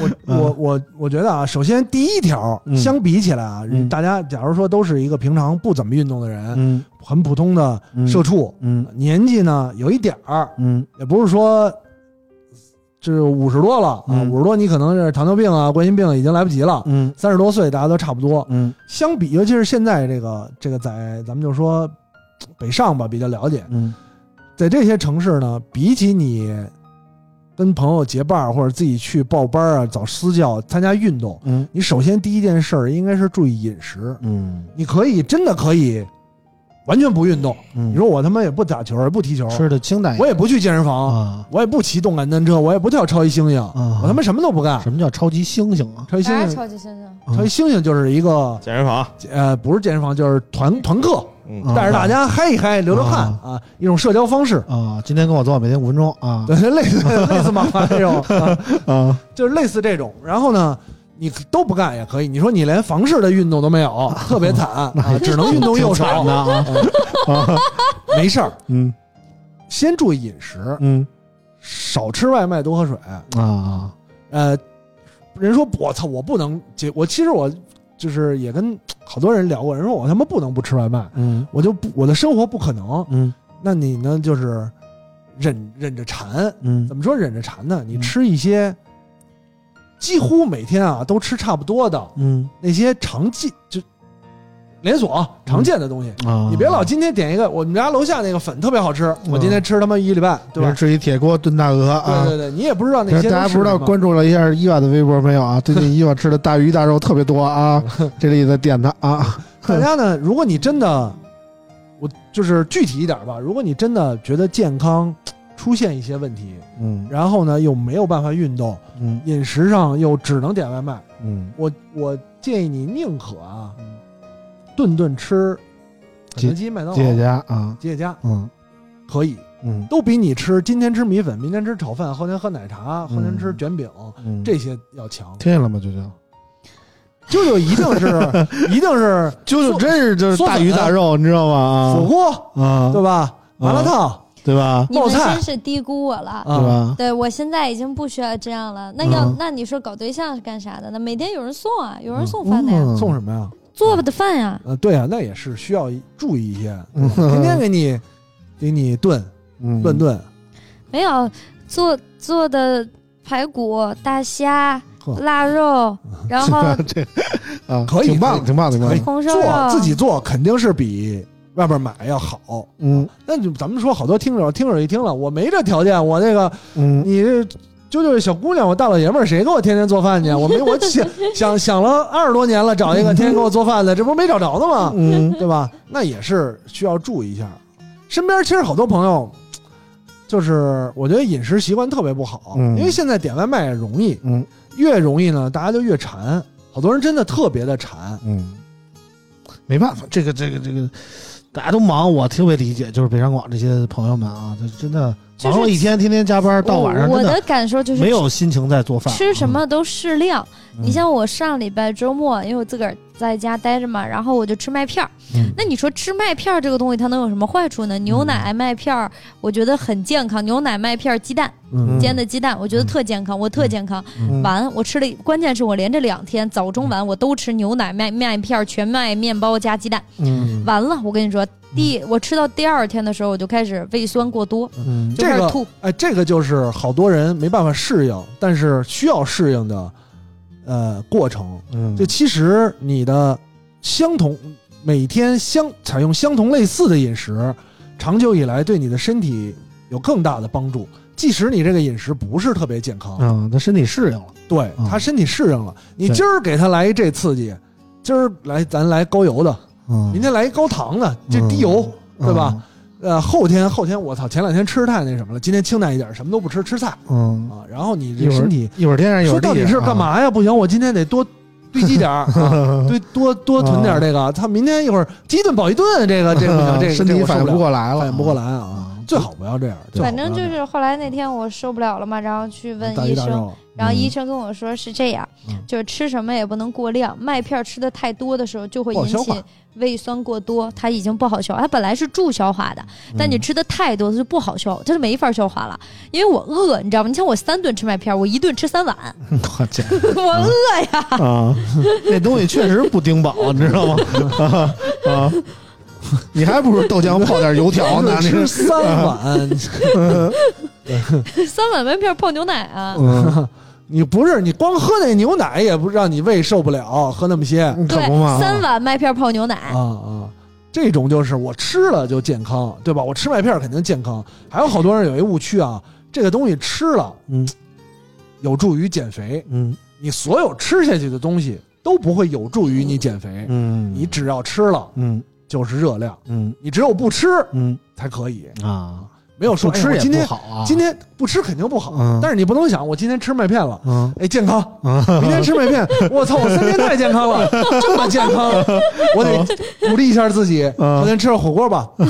S6: 我”我我我觉得啊，首先第一条，
S3: 嗯
S6: 相比起来啊，
S3: 嗯
S6: 大家假如说都是一个平常不怎么运动的人，
S3: 嗯
S6: 很普通的社畜，
S3: 嗯
S6: 年纪呢有一点儿，
S3: 嗯
S6: 也不是说这五十多了啊，
S3: 嗯
S6: 五十、多你可能是糖尿病啊、冠心病已经来不及了。
S3: 嗯
S6: 三十多岁，大家都差不多。
S3: 嗯
S6: 相比，尤其是现在这个这个在咱们就说北上吧，比较了解。
S3: 嗯
S6: 在这些城市呢，比起你跟朋友结伴儿或者自己去报班儿啊、找私教、参加运动，
S3: 嗯
S6: 你首先第一件事儿应该是注意饮食。
S3: 嗯
S6: 你可以真的可以完全不运动，
S3: 嗯，
S6: 你说我他妈也不打球，也不踢球，
S3: 吃的清淡一
S6: 我
S3: 点
S6: 也不去健身房，
S3: 啊。
S6: 我也不骑动感单车，我也不跳超级猩猩，
S3: 啊
S6: 我他妈什么都不干。
S3: 什么叫超级猩猩啊？
S6: 超级猩猩，
S7: 超级猩猩？
S6: 超级猩猩就是一个
S4: 健身房，啊
S6: 呃，不是健身房，就是团团课，
S4: 嗯
S3: 啊
S6: 带着大家嗨一嗨、流流汗
S3: 啊
S6: 啊，一种社交方式。
S3: 啊，今天跟我做，每天五分钟啊
S6: 对，类似 类似马这种，啊
S3: 啊
S6: 就是类似这种。然后呢，你都不干也可以。你说你连房事的运动都 没有，特别惨啊，只能运动右手
S3: 的啊
S6: 没事儿，
S3: 嗯
S6: 先注意饮食，
S3: 嗯
S6: 嗯少吃外卖，多喝水。
S3: 啊
S6: 呃，人说我操，我不能接，我其实我就是也跟好多人聊过，人说我他妈不能不吃外卖，
S3: 嗯
S6: 我就不我的生活不可能。
S3: 嗯
S6: 那你呢，就是忍忍着馋，
S3: 嗯
S6: 怎么说忍着馋呢？你
S3: 嗯
S6: 吃一些几乎每天啊都吃差不多的
S3: 嗯
S6: 那些常见就连锁常见的东西。
S3: 啊
S6: 你别老今天点一个，我们家楼下那个粉特别好吃，我今天吃他妈一礼拜，对吧？
S3: 嗯吃一铁锅炖大鹅啊
S6: 对。对对，你也不知道那
S3: 可
S6: 些
S3: 是大家
S6: 都是
S3: 不知道
S6: 什么
S3: 关注了一下伊娃的微博没有啊？最近伊娃吃的大鱼大肉特别多啊，这里在点他啊。
S6: 大家呢，如果你真的，我就是具体一点吧，如果你真的觉得健康出现一些问题，
S3: 嗯
S6: 然后呢又没有办法运动，
S3: 嗯
S6: 饮食上又只能点外卖，
S3: 嗯，
S6: 我我建议你宁可啊，顿顿吃肯德基、麦当劳、
S3: 姐姐啊，
S6: 吉野家
S3: 嗯
S6: 可以，
S3: 嗯
S6: 都比你吃今天吃米粉，明天吃炒饭，后天喝奶茶，后天
S3: 嗯
S6: 吃卷饼，
S3: 嗯，
S6: 这些要强。
S3: 听见了吗？舅舅，
S6: 舅舅一 定是一定是
S3: 舅舅真是就是
S6: 缩
S3: 大鱼
S6: 粉
S3: 大肉，你知道
S6: 火
S3: 吗？啊
S6: 锅，
S3: 啊，
S6: 对吧？麻辣烫，
S3: 对吧？
S2: 你们
S6: 冒菜
S2: 真是低估我了。
S3: 对
S6: 啊
S3: 吧？
S2: 对我现在已经不需要这样了。那要、
S3: 嗯
S2: 那你说搞对象是干啥的呢？每天有人送啊，有人送饭的呀，
S3: 嗯
S6: 送什么呀？
S2: 做的饭呀。
S6: 呃，对啊，那也是需要注意一些，
S3: 嗯
S6: 天天给你给你炖
S3: 嗯
S6: 炖炖，
S2: 没有做做的排骨、大虾
S6: 呵、
S2: 腊肉， 然后
S3: 这啊，
S6: 可以
S3: 挺棒的，
S6: 可以
S3: 挺棒的，挺棒
S6: 可以
S3: 的。
S2: 红烧
S6: 做
S2: 肉
S6: 自己做肯定是比外边买要好。
S3: 嗯
S6: 那就咱们说，好多听友听友一听了，我没这条件，我那个
S3: 嗯
S6: 你这舅舅小姑娘，我大老爷们儿，谁给我天天做饭去？啊我没我想 想想了二十多年了，找一个天天给我做饭的，这不是没找着呢吗？
S3: 嗯
S6: 对吧？那也是需要注意一下。身边其实好多朋友，就是我觉得饮食习惯特别不好，
S3: 嗯
S6: 因为现在点外卖也容易，
S3: 嗯
S6: 越容易呢，大家就越馋。好多人真的特别的馋，
S3: 嗯，没办法，这个这个这个，大家都忙，我特别理解，就是北上广这些朋友们啊，这真的
S2: 就是
S3: 忙了一天，天天加班，到晚上
S2: 我我
S3: 真
S2: 的感受就是
S3: 没有心情再做饭。啊
S2: 吃什么都适量。
S3: 嗯？
S2: 你像我上礼拜周末，因为我自个儿在家待着嘛，然后我就吃麦片儿。
S3: 嗯
S2: 那你说吃麦片儿这个东西，它能有什么坏处呢？牛奶、麦片儿，我觉得很健康。牛奶、麦片儿、鸡蛋
S3: 嗯
S2: 煎的鸡蛋，我觉得特健康，我特健康。
S3: 嗯
S2: 完，我吃了，关键是我连着两天早中晚我都吃牛奶、麦麦片儿、全麦面包加鸡蛋。
S3: 嗯
S2: 完了，我跟你说，第
S6: 嗯
S2: 我吃到第二天的时候，我就开始胃酸过多，
S3: 嗯
S2: 就开
S6: 这
S2: 始
S6: 个
S2: 吐。
S6: 哎，这个就是好多人没办法适应，但是需要适应的，呃，过程。
S3: 嗯，
S6: 就其实你的相同每天相采用相同类似的饮食，长久以来对你的身体有更大的帮助。即使你这个饮食不是特别健康，
S3: 嗯，他身体适应了。
S6: 对
S3: 嗯
S6: 他身体适应了。你
S3: 对
S6: 今儿给他来一这刺激，今儿来咱来高油的，
S3: 嗯，
S6: 明天来一高糖的，这低油，
S3: 嗯
S6: 对吧？呃，后天后天我操，前两天吃太那什么了，今天清淡一点，什么都不吃，吃菜
S3: 嗯，
S6: 啊。然后你
S3: 一
S6: 这
S3: 会儿
S6: 身体
S3: 一会儿天上一会
S6: 说
S3: 儿地啊
S6: 到底
S3: 上
S6: 是 干？嘛呀？不行，我今天得多堆积点儿，啊对，多多囤点儿这个。他明天一会儿鸡炖饱一顿，这个这个不行，这个
S3: 身体反应不过来
S6: 来
S3: 了，
S6: 反应不过来啊
S3: 啊，
S6: 最好不要这样。最好
S7: 反
S6: 不要
S7: 正就
S6: 这样
S7: 是后来那天我受不了了嘛，然后去问
S6: 大
S7: 医
S6: 鱼大
S7: 生，
S6: 肉，
S7: 然后医
S3: 嗯
S7: 生跟我说是这样
S3: 嗯，
S7: 就是吃什么也不能过量，麦片吃的太多的时候就会
S6: 不好
S7: 引
S6: 消化
S7: 起胃酸过多，它已经不好消化，它本来是助消化的，
S6: 嗯
S7: 但你吃的太多它就不好消化，它就没法消化了。因为我饿，你知道吗？你像我三顿吃麦片，我一顿吃三碗，
S3: 嗯， 我天
S7: 我饿
S3: 啊，那东西确实不顶饱，你知道吗？啊啊，你还不如豆浆泡点油条呢
S6: 一顿，哎吃三碗，
S7: 三碗麦片泡牛奶啊。
S3: 嗯，
S6: 你不是你光喝那牛奶也不让你胃受不了，喝那么些啊
S3: 可
S7: 对
S3: 不嘛，，
S7: 三碗麦片泡牛奶，
S6: 啊。这种就是我吃了就健康，对吧？我吃麦片儿肯定健康。还有好多人有一误区啊，这个东西吃了
S3: 嗯
S6: 有助于减肥，
S3: 嗯
S6: 你所有吃下去的东西都不会有助于你减肥，
S3: 嗯，
S6: 你只要吃了
S3: 嗯
S6: 就是热量，
S3: 嗯
S6: 你只有不吃
S3: 嗯
S6: 才可以，
S3: 啊，
S6: 没有说
S3: 不吃
S6: 哎我今
S3: 也不
S6: 天、
S3: 好啊，
S6: 今天不吃肯定不好，
S3: 嗯
S6: 但是你不能想我今天吃麦片了。
S3: 嗯
S6: 哎，健康！明天吃麦片，我操，我三天太健康了，这么健康，我得鼓励一下自己。
S3: 嗯
S6: 昨天吃了火锅吧，啊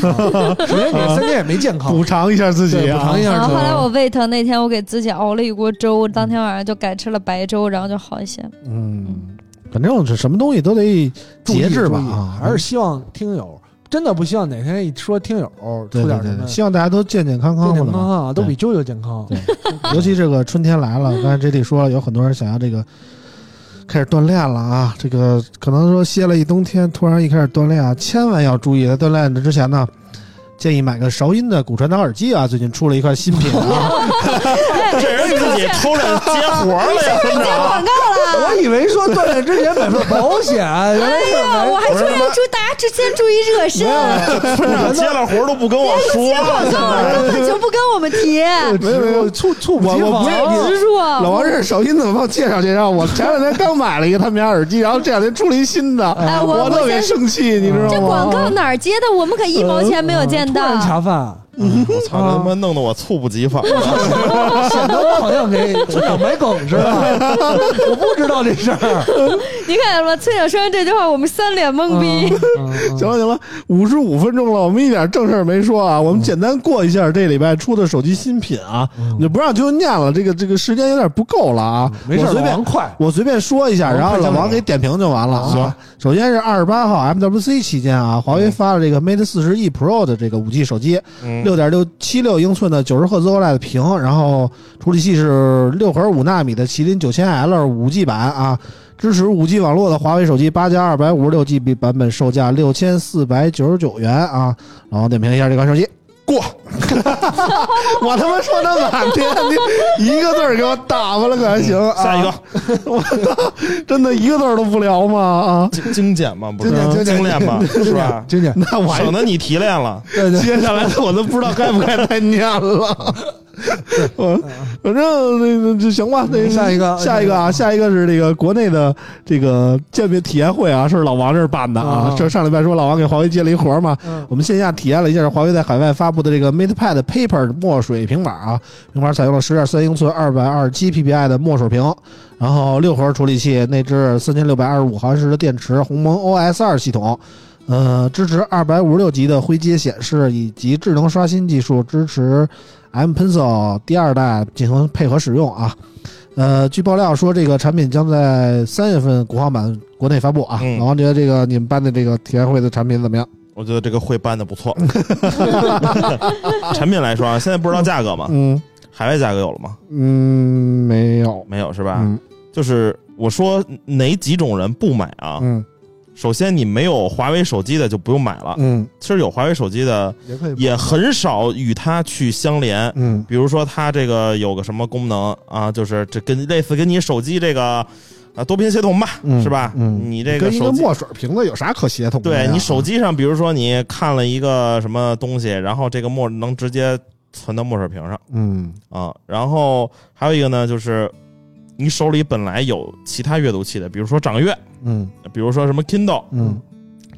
S6: 首先你三天也没健康，
S3: 补偿一下自己
S6: 对，补
S3: 啊
S6: 偿一，下
S7: 然
S6: 自
S7: 后后来
S6: 己。
S7: 我胃疼，那天我给自己熬了一锅粥，当天晚上就改吃了白粥，然后就好一些。
S3: 嗯，反正是什么东西都得
S6: 注意
S3: 节制吧
S6: 注意
S3: 啊，
S6: 还是希望听友真的不希望哪天一说听友
S3: 对
S6: 出
S3: 对
S6: 点什
S3: 对，
S6: 么
S3: 对希望大家都健健康
S6: 健
S3: 康
S6: 健
S3: 的
S6: 康
S3: 嘛。
S6: 康啊，都比舅舅健康。
S3: 对尤其这个春天来了，刚才 J D 说了，有很多人想要这个开始锻炼了啊，这个可能说歇了一冬天，突然一开始锻炼啊，千万要注意，在锻炼之前呢。建议买个韶音的骨传导耳机啊，最近出了一款新品 啊，
S4: 这 人自己偷着接活儿了呀，村长。
S6: 我以为说锻炼之前买份保 险，原来
S2: 哎
S6: 是买
S7: 哎我还说要注大家之前注意热身，
S4: 村 长接了活儿都不跟我说，
S7: 广告了根本就不跟我们 提。
S3: 没有没有，猝猝不及
S6: 我
S3: 防
S6: 我不
S3: 啊。
S7: 植入啊
S3: 老王认识韶音，怎么帮我介绍介绍？我前两天刚买了一个他们家耳机，然后这两天出了一新的，
S7: 哎我
S3: 特别
S7: 我先
S3: 生气，你知道吗？
S7: 这广告哪儿接的？我们可一毛钱没有见
S2: 嗯
S6: 突
S2: 啊
S6: 然
S7: 到。
S6: 恰饭，嗯
S4: 我操，他妈弄得我猝不 及防。啊
S6: 显得我好像给村长买梗 似的。我不知道这事儿，
S7: 你看见了吗？村长说完这句话，我们三脸懵逼。
S2: 嗯
S3: 行了行了，五十五分钟了，我们一点正事儿没说啊，我们简单过一下这礼拜出的手机新品啊，你就不让就念了，这个这个时间有点不够了啊，
S6: 嗯没事
S3: 我
S6: 儿，
S3: 随
S6: 老
S3: 便
S6: 王快，
S3: 我随便说一下，然后老王给点评就完了啊。
S4: 行
S3: 首先是二十八号 MWC 期间啊，华为发了这个 Mate 四十 E Pro 的这个五 G 手机，
S4: 嗯
S3: 六点六七六英寸的九十赫兹 OLED 屏，然后处理器是六核五纳米的麒麟九千 L 五 G 版啊，支持五 G 网络的华为手机八加二百五十六 GB 版本售价六千四百九十九元啊。然后点评一下这款手机。过， 我他妈说他满天，你一个字儿给我打发了，可还行啊？
S4: 下一个
S3: 我操，真的一个字儿都不聊吗？啊，
S4: 精精简嘛，不是
S3: 精简精简
S4: 精炼嘛，是吧？
S6: 经典，
S3: 那我还
S4: 省得你提炼了。
S6: 对对，
S3: 接下来的我都不知道该不该再念 了。我反正那那就行吧，那
S6: 嗯下一个
S3: 下一个啊，下一个是这个国内的这个鉴别体验会啊，是老王这儿办的啊
S6: 啊。
S3: 这上礼拜说老王给华为接了一活儿嘛，
S6: 嗯
S3: 我们线下体验了一下华为在海外发布的这个 MatePad Paper 墨水平板啊，平板采用了十点三英寸二百二十七 PPI 的墨水屏，然后六核处理器，内置三千六百二十五毫安时的电池，鸿蒙 OS 二系统。呃，支持二百五十六级的灰阶显示以及智能刷新技术，支持 M Pencil 第二代进行配合使用啊。呃，据爆料说，这个产品将在三月份国行版国内发布啊。
S4: 嗯
S3: 老王觉得这个你们班的这个体验会的产品怎么样？
S4: 我觉得这个会办的不错。 产品来说啊，现在不知道价格嘛，
S3: 嗯
S4: 海外价格有了吗？
S3: 嗯，没有
S4: 没有是吧？
S3: 嗯
S4: 就是我说哪几种人不买啊？
S3: 嗯
S4: 首先，你没有华为手机的就不用买了。
S3: 嗯
S4: 其实有华为手机的
S6: 也可以
S4: 也很少与它去相连。
S3: 嗯
S4: 比如说，它这个有个什么功能啊？就是这跟类似跟你手机这个啊多屏协同吧，
S3: 嗯
S4: 是吧？
S3: 嗯
S4: 你这个
S3: 跟一
S4: 手
S3: 个
S4: 机
S3: 墨水瓶子有啥可协同的呀？
S4: 对你手机上，比如说你看了一个什么东西，然后这个墨能直接存到墨水屏上
S3: 嗯
S4: 啊。然后还有一个呢，就是你手里本来有其他阅读器的，比如说掌阅，
S3: 嗯
S4: 比如说什么 Kindle
S3: 嗯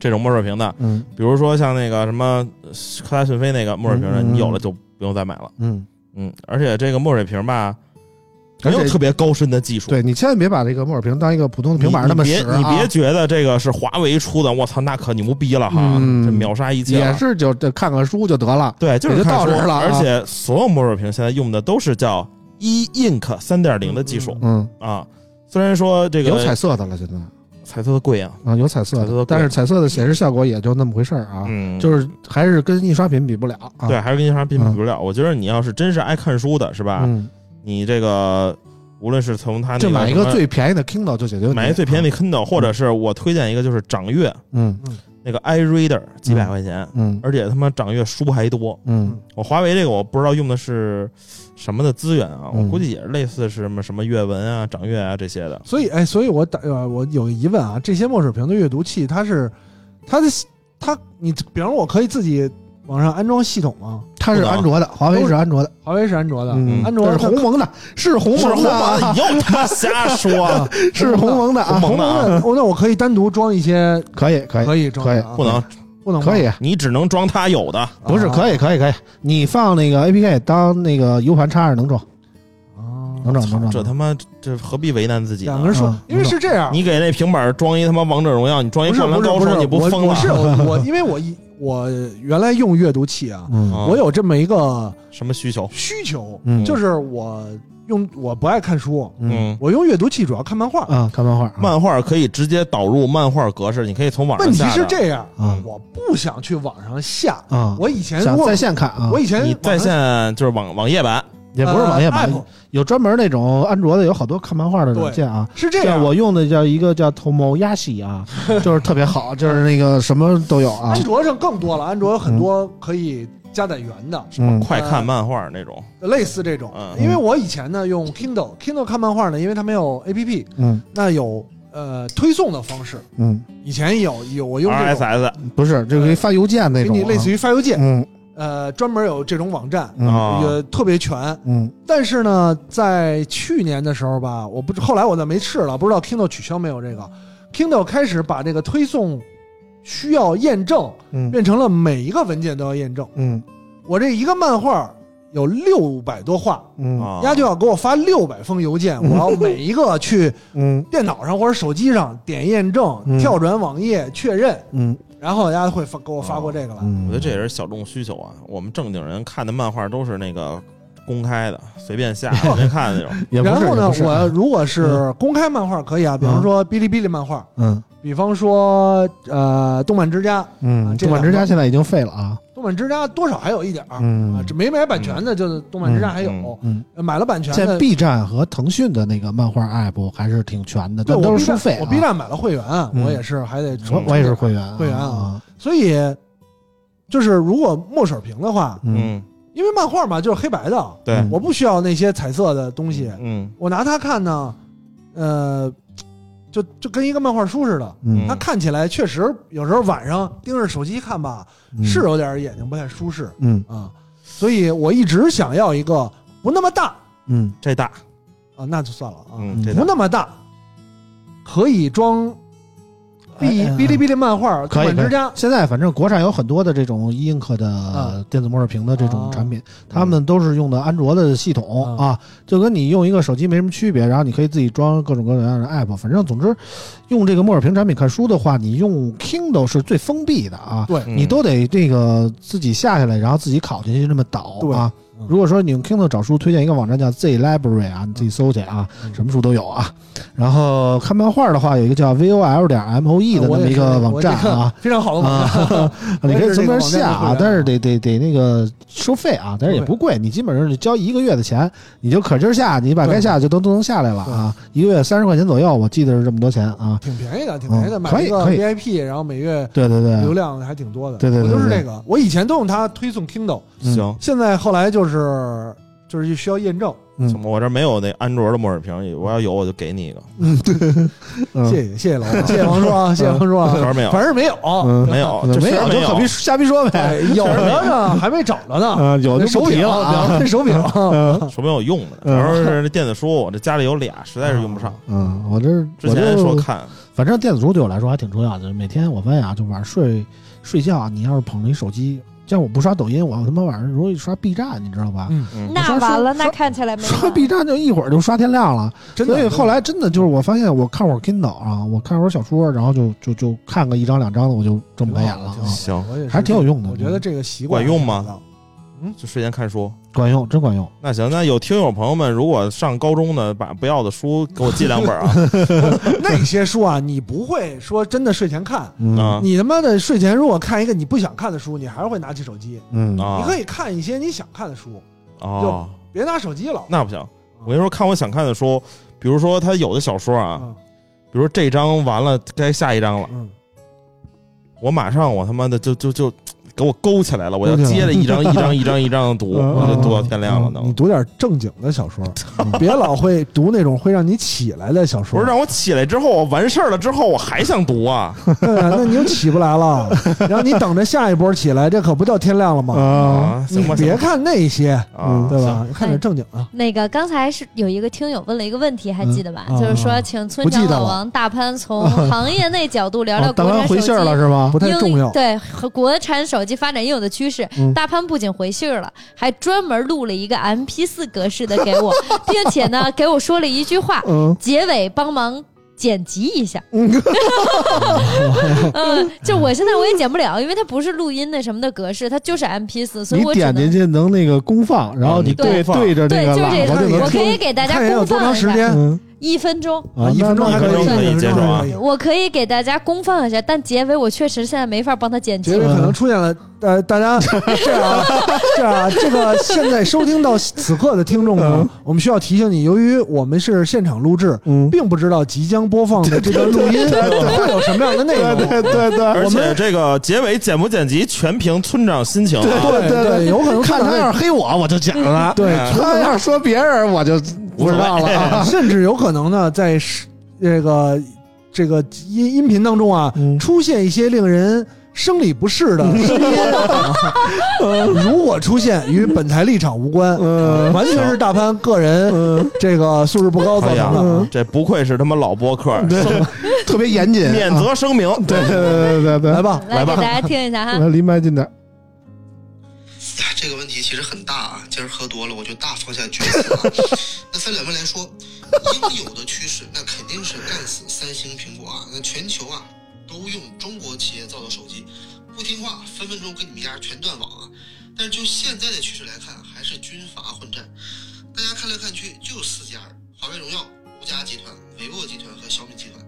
S4: 这种墨水屏的，
S3: 嗯
S4: 比如说像那个什么呃科大讯飞那个墨水屏的，
S3: 嗯嗯嗯
S4: 你有了就不用再买了。
S3: 嗯，
S4: 嗯，而且这个墨水屏吧，
S3: 而
S4: 没
S3: 且
S4: 有特别高深的技术。
S3: 对你千万别把这个墨水瓶当一个普通的
S4: 你，
S3: 平板儿那么
S4: 你
S3: 使
S4: 别
S3: 啊
S4: 你别觉得这个是华为出的，我操，那可牛逼了哈！
S3: 嗯
S4: 这秒杀一切了
S3: 也是就就看看书就得了。
S4: 对，就是
S3: 也就
S4: 看
S3: 到这
S4: 书
S3: 儿了啊
S4: 而且所有墨水屏现在用的都是叫 e ink 三点零的技术、
S3: 嗯，
S4: 啊。虽然说这个
S3: 有彩色的了，现在
S4: 彩色的贵啊，
S3: 啊，有彩色
S4: 彩色的
S3: 的
S4: 贵，
S3: 但是彩色的显示效果也就那么回事儿啊，
S4: 嗯，
S3: 就是是还是跟印刷品比不了啊。
S4: 对，还是跟印刷品比不了。我觉得你要是真是爱看书的，是吧？
S3: 嗯，
S4: 你这个无论是从啊它那
S3: 就买一个
S4: 什么
S3: 最啊便宜的 Kindle 就解决问题。
S4: 买一个最便宜的 Kindle，或者是我推荐一个就是掌阅
S3: 嗯，
S4: 那个 iReader，几百块钱，
S3: 嗯
S4: 而且他妈掌阅书还多。
S3: 嗯
S4: 我华为这个我不知道用的是什么的资源啊，我
S3: 嗯
S4: 估计也是类似是什么什么阅文啊、掌阅啊这些的。
S6: 所以，哎，所以我打呃，我有个疑问啊，这些墨水屏的阅读器，它是它的它，你比方说我可以自己往上安装系统吗？
S3: 它是安卓
S4: 啊
S3: 的，华为是安卓的，
S6: 华为是安卓的，
S3: 嗯，
S6: 安卓
S3: 这是鸿蒙的，是鸿
S4: 是
S3: 蒙
S4: 红
S3: 的
S4: 蒙的，
S3: 啊，
S4: 你又他妈瞎说，
S3: 是鸿蒙的啊
S4: 鸿，蒙的啊，
S6: 哦那我那我可以单独装一些，
S3: 可以可以
S6: 可以装的啊，
S4: 不能，
S6: 不能吗
S3: 可以，，啊
S4: 你只能装他有的。
S3: 不是
S6: 啊
S3: 可以可以可以，你放那个 APK 当那个 U 盘插着能装能
S6: 啊，
S3: 装能装，
S4: 这他妈这何必为难自己
S6: 两个人
S4: 呢？
S6: 说
S3: 啊，
S6: 因为是这样，
S4: 你给那平板装一他妈王者荣耀，你装一
S6: 不是
S4: 灌篮
S6: 不是
S4: 高
S6: 不是
S4: 手，你
S6: 我
S4: 疯
S6: 我
S4: 了？
S6: 是我我，因为我一我原来用阅读器啊，
S3: 嗯
S4: 啊
S6: 我有这么一个
S4: 什么需求？
S6: 需求，
S3: 嗯
S6: 就是我用我不爱看书，
S3: 嗯
S4: 嗯，
S6: 我用阅读器主要看漫画。
S3: 啊，看漫画啊，
S4: 漫画可以直接导入漫画格式，你可以从网
S6: 问
S4: 上
S6: 题
S4: 下
S6: 是
S4: 的。
S6: 这样
S3: 嗯，
S6: 我不想去网上下，
S3: 啊，
S6: 我以前
S3: 想
S6: 我
S3: 在线看啊，
S6: 我以前
S4: 你在
S6: 网上
S4: 线就是网网页版，
S3: 也不是网页版，
S6: 呃，app
S3: 有专门那种安卓的，有好多看漫画的软件啊。
S6: 是这
S3: 像
S6: 样。
S3: 我用的叫一个叫 Tomoyashi 啊，就是特别好，就是那个什么都有啊
S6: 安。卓上更多了，安卓有很多可以加载源的，
S3: 嗯
S4: 快
S6: 呃
S4: 看漫画那种，
S6: 类似这种。
S4: 嗯
S6: 因为我以前呢用 Kindle，Kindle 看漫画呢，因为它没有 APP，
S3: 嗯
S6: 那有呃推送的方式。
S3: 嗯，
S6: 以前有有我用这种
S4: RSS
S3: 不是，就可以发邮件那
S6: 给
S3: 种、啊，
S6: 你类似
S3: 于
S6: 于发邮件，
S3: 嗯
S6: 呃，专门有这种网站，
S3: 嗯
S4: 啊，
S6: 也特别全。
S3: 嗯
S6: 但是呢，在去年的时候吧，我不知后来我再没试了，不知道 Kindle 取消没有这个。Kindle 开始把这个推送需要验证
S3: 嗯
S6: 变成了每一个文件都要验证。
S3: 嗯
S6: 我这一个漫画有六百多话，
S3: 嗯
S4: 啊
S6: 丫就要给我发六百封邮件，我要每一个去
S3: 嗯
S6: 电脑上或者手机上点验证
S3: 嗯、
S6: 跳转网页确认，
S3: 嗯
S6: 然后丫会发给我发过这个来。
S3: 嗯，
S4: 我觉得这也是小众需求啊。我们正经人看的漫画都是那个公开的，随便下随便看的那种。
S3: 也不是
S6: 然后
S3: 也
S6: 呢
S3: 不，是
S6: 我如果是公开漫画可以啊，比方说哔哩哔哩漫画，
S3: 嗯
S6: 比方说呃动漫之家，啊
S3: 嗯，
S6: 这
S3: 动漫
S6: 两
S3: 之家
S6: 个
S3: 现在已经废了啊，
S6: 动漫之家多少还有一点儿、
S3: 嗯
S6: 啊，这没买版权的就是动漫之家还有，
S4: 嗯
S3: 嗯
S6: 呃买了版权
S3: 现在
S6: 的。
S3: B 站和腾讯的那个漫画 app 还是挺全的，
S6: 对，
S3: 但
S6: 我
S3: 都
S6: B
S3: 是收
S6: 站
S3: 费、啊。
S6: 我 B 站买了会员，
S3: 嗯
S6: 我也是还得充
S3: 我我也是会员啊，
S6: 会员啊
S3: 啊，
S6: 所以就是如果墨水屏的 话，
S3: 嗯
S4: 嗯，
S6: 因为漫画嘛就是黑白的，
S4: 对，
S3: 嗯
S6: 我不需要那些彩色的东西，
S4: 嗯
S6: 我拿它看呢，呃，就就跟一个漫画书似的。
S3: 嗯
S6: 它看起来确实有时候晚上盯着手机看吧，
S3: 嗯
S6: 是有点眼睛不太舒适
S3: 嗯
S6: 啊，所以我一直想要一个不那么大
S3: 嗯
S4: 这大，
S6: 啊，那就算了啊，
S4: 嗯，这
S6: 不
S4: 大，
S6: 那么大，可以装哔
S3: 哎哎
S6: 哔哩哔哩漫画、
S3: 可
S6: 动
S3: 以
S6: 漫
S3: 可以
S6: 之家，
S3: 现在反正国产有很多的这种 e ink 的
S6: 啊
S3: 电子墨水屏的这种
S6: 啊
S3: 产品，他们都是用的安卓的系统
S6: 啊
S3: 啊，就跟你用一个手机没什么区别。然后你可以自己装各种各样的 app，反正总之，用这个墨水屏产品看书的话，你用 Kindle 是最封闭的啊，
S6: 对
S4: 嗯
S3: 你都得这个自己下下来，然后自己拷进去这么导
S6: 对
S3: 啊
S6: 嗯。
S3: 如果说你用 Kindle 找书，推荐一个网站叫 Z Library 啊，你自己搜去
S6: 嗯
S3: 啊，什么书都有啊。然后看漫画的话，有一个叫 VOL 点
S6: 啊
S3: MOE E 的那么一个网站 啊，，
S6: 非常好的网站。
S3: 啊，你可以从那儿下啊，
S6: 我也
S3: 但
S6: 是
S3: 是得
S6: 这
S3: 得得那个收费啊，但是也不贵，你基本上就交一个月的钱，你就可劲儿下，你把该下就都都能下来了啊，一个月三十块钱左右，我记得是这么多钱啊，
S6: 挺便宜的，挺便宜的，
S3: 嗯
S6: 买
S3: 可以
S6: 一个
S3: 可以
S6: VIP，然后每月
S3: 对对
S6: 流
S3: 对，
S6: 量还挺多的。
S3: 对对对
S6: 我都是
S3: 对
S6: 这个。我以前都用它推送 Kindle，
S3: 嗯
S4: 行。
S6: 现在后来就是就是需要验证。
S3: 嗯
S4: 怎么我这没有那安卓的墨水屏，我要有我就给你一个，
S3: 嗯
S6: 谢谢谢谢老王，谢谢王叔啊，谢谢王叔啊
S4: 反，正没有，
S6: 反正没有，啊
S3: 嗯
S4: 没有，
S3: 没
S4: 确实
S3: 有
S4: 没
S3: 就可
S4: 有
S3: 别。瞎逼说
S6: 哎
S3: 呗，
S6: 有嗯的呢，还没找着呢。
S3: 啊，有
S6: 那
S3: 就
S6: 手
S3: 不提
S6: 柄，
S3: 了
S6: 聊
S3: 啊
S6: 那，手柄，
S3: 嗯
S4: 说没有用的，主
S3: 嗯
S4: 要是那电子书，我这家里有俩，实在是用不上。
S3: 嗯，我这
S4: 之
S3: 我
S4: 前说
S3: 就
S4: 看，
S3: 反正电子书对我来说还挺重要的，每天我发现啊，就晚上睡睡觉啊，你要是捧着一手机，像我不刷抖音，我他妈晚上容易刷 B 站，你知道吧？
S6: 嗯
S4: 嗯
S7: 那完了，那看起来没
S3: 刷
S7: 完
S3: B 站就一会儿就刷天亮了，
S6: 真的。
S3: 所以后来真的就是我发现，我看会儿 Kindle 啊，我看会儿小说，然后就就就看个一张两张的，我就睁不开眼了啊
S6: 挺好，
S4: 行，
S6: 我也是
S3: 还是挺有用的
S6: 我觉得这个习惯
S4: 管用吗
S6: 挺好的？
S4: 就睡前看书。
S3: 管用，真管用。
S4: 那行，那有听友朋友们，如果上高中的，把不要的书给我寄两本啊，
S6: 那些书啊，你不会说真的睡前看，
S4: 啊
S3: 嗯
S6: 你他妈的睡前如果看一个你不想看的书，你还是会拿起手机。
S3: 嗯
S4: 啊
S6: 你可以看一些你想看的书，
S4: 哦，
S6: 别拿手机了。嗯
S4: 那不行，我跟你说，看我想看的书，比如说他有的小说啊，
S6: 嗯
S4: 比如说这章完了该下一章了，
S6: 嗯，
S4: 我马上我他妈的就就就给我勾起来了，我要
S3: 勾起来
S4: 接着一章一 章一章一章的读，
S3: 嗯
S4: 我就读到
S3: 嗯
S4: 天亮了
S3: 嗯
S4: 都。
S6: 啊你读点正经的小 说，别老会读那种会让你起来的小
S4: 不
S6: 说
S4: 是。让我起来之后，我完事儿了之后，我还想读啊，
S6: 对啊，那你就起不来了。 然后你等着下一波起来，这可不叫天亮了吗？
S3: 啊，
S4: 啊，
S6: 你
S4: 行吧，
S6: 别
S4: 行吧
S6: 看那些，嗯
S4: 啊，
S6: 对
S4: 行？啊
S6: 吧？看点正经的。
S2: 那个刚才是有一个听友问了一个问题，还记得吧？
S6: 嗯
S2: 就是说，请
S3: 哦
S2: 村
S3: 不
S2: 长
S3: 记得
S2: 老
S3: 了
S2: 王大潘从 行业内角度聊聊
S3: 哦大
S2: 国
S3: 潘
S2: 产手
S3: 回
S2: 机
S3: 信儿了是吗
S6: 不？太
S2: 应
S6: 重要
S2: 对和国产手机发展应有的趋势。
S3: 嗯
S2: 大潘不仅回信儿了，还专门录了一个 MP 四格式的 给我，并且呢给我说了一句话，
S3: 嗯，
S2: 结尾帮忙剪辑 一下。嗯，就我现在我也剪不了，因为它不是录音那什么的格式，它就是 MP 四，所以
S3: 你
S2: 我只
S3: 点
S2: 能
S3: 进去能那个公放，然后
S4: 啊
S3: 你
S4: 对
S3: 对着那
S2: 对，
S3: 个
S2: 就是
S3: 喇叭就
S2: 这个，
S3: 能
S2: 哎我可
S3: 听。
S2: 以给大家
S6: 看人有
S2: 公
S6: 多
S2: 放
S6: 长
S2: 一
S6: 时
S2: 下。
S6: 间。
S3: 嗯
S7: 一分钟。
S3: 啊，
S6: 一
S3: 那
S6: 分钟
S3: 那
S6: 还
S4: 可以
S6: 以，
S4: 可以接
S6: 一分
S4: 受啊
S6: 钟还可以
S7: 我可以给大家公放一下，但结尾我确实现在没法帮他剪
S6: 结
S7: 辑
S6: 尾
S7: 了。
S6: 可能出现了，呃，大家这样啊，这样啊，这个现在收听到此刻的听众呢，我们需要提醒你，由于我们是现场录制，
S3: 嗯，
S6: 并不知道即将播放的这段录音会有什么样的内
S3: 对
S6: 容。
S3: 对对对，
S4: 而
S3: 我
S4: 且
S3: 们
S4: 这个结尾剪不剪辑，全凭村长心情啊。
S6: 对
S3: 对对
S6: 对，有可能
S3: 看他要是黑我，我就讲了；
S6: 对，
S4: 哎
S3: 他要是说别人，我就不知道了啊。
S6: 甚至有可能呢，在是这个这个音音频当中啊，
S3: 嗯
S6: 出现一些令人生理不适的声音。如果出现，与本台立场无关，
S3: 嗯
S6: 完全是大潘个人这个素质不高造
S4: 哎呀
S6: 成的。，
S4: 这不愧是他妈老播客，
S3: 对
S4: 声，
S3: 特别严谨，啊
S4: 免责声明。
S3: 对对对对对
S6: 嗯来，吧，
S4: 来
S2: 来
S4: 吧
S2: 给大家听一下哈。
S3: 来离麦近点儿。
S8: 哎，这个问题其实很大啊。今儿喝多了，我就大方向决死了。 那分两面来说，应有的趋势那肯定是干死三星、苹果啊。那全球啊都用中国企业造的手机，不听话分分钟跟你们家全断网啊。但是就现在的趋势来看，还是军阀混战。大家看来看去就四家：华为、荣耀、吴家集团、维沃集团和小米集团。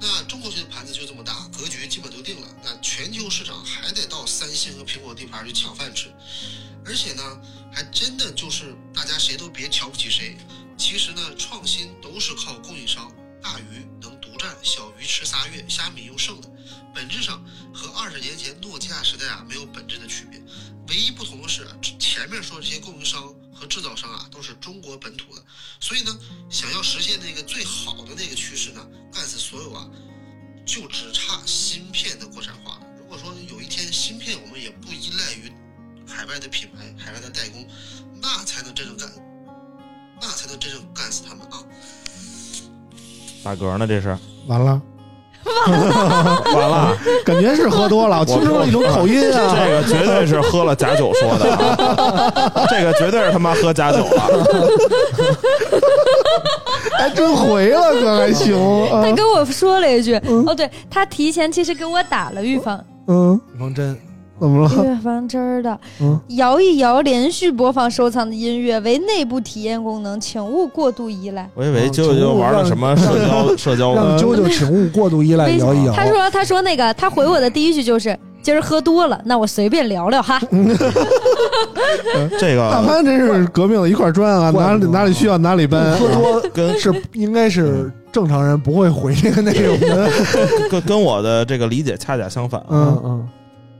S8: 那中国区的盘子就这么大，格局基本都定了。那全球市场还得到三星和苹果地盘去抢饭吃。而且呢，还真的就是大家谁都别瞧不起谁。其实呢，创新都是靠供应商，大鱼能独占，小鱼吃仨月，虾米用剩的，本质上和二十年前诺基亚时代啊没有本质的区别。唯一不同的是，前面说这些供应商和制造商啊都是中国本土的，所以呢，想要实现那个最好的那个趋势呢，干死所有啊，就只差芯片的国产化了。如果说有一天芯片我们也不依赖于海外的品牌、海外的代工，那才能真正干，那才能真正干死他们啊！
S4: 打嗝呢，这是
S3: 完了，
S4: 完了，
S3: 感觉是喝多了，我听出了一种口音啊。
S4: 这个绝对是喝了假酒说的啊，这个绝对是他妈喝假酒了。
S3: 还真回了，可还行啊
S7: 他？跟我说了一句，哦，对他提前其实给我打了预防
S3: 嗯，
S6: 王真，
S3: 怎么了？
S7: 预防针儿的
S3: 嗯。
S7: 摇一摇，连续播放收藏的音乐为内部体验功能，请勿过度依赖。
S4: 我以为舅舅玩了什么社交社交
S6: 让
S4: 呢，
S6: 啾啾请勿过度依赖
S7: 微
S6: 哎摇一摇。啊
S7: 他说他说那个他回我的第一句就是。今儿喝多了，那我随便聊聊哈。
S4: 呃这
S3: 大
S4: 个
S3: 潘真是革命的一块砖啊，哪里哪里需要哪里搬。
S4: 嗯
S3: 啊
S6: 喝多
S4: 跟
S6: 是应该是正常人不会回这个内容的。
S4: 跟跟我的这个理解恰恰相反。啊
S3: 嗯，
S6: 嗯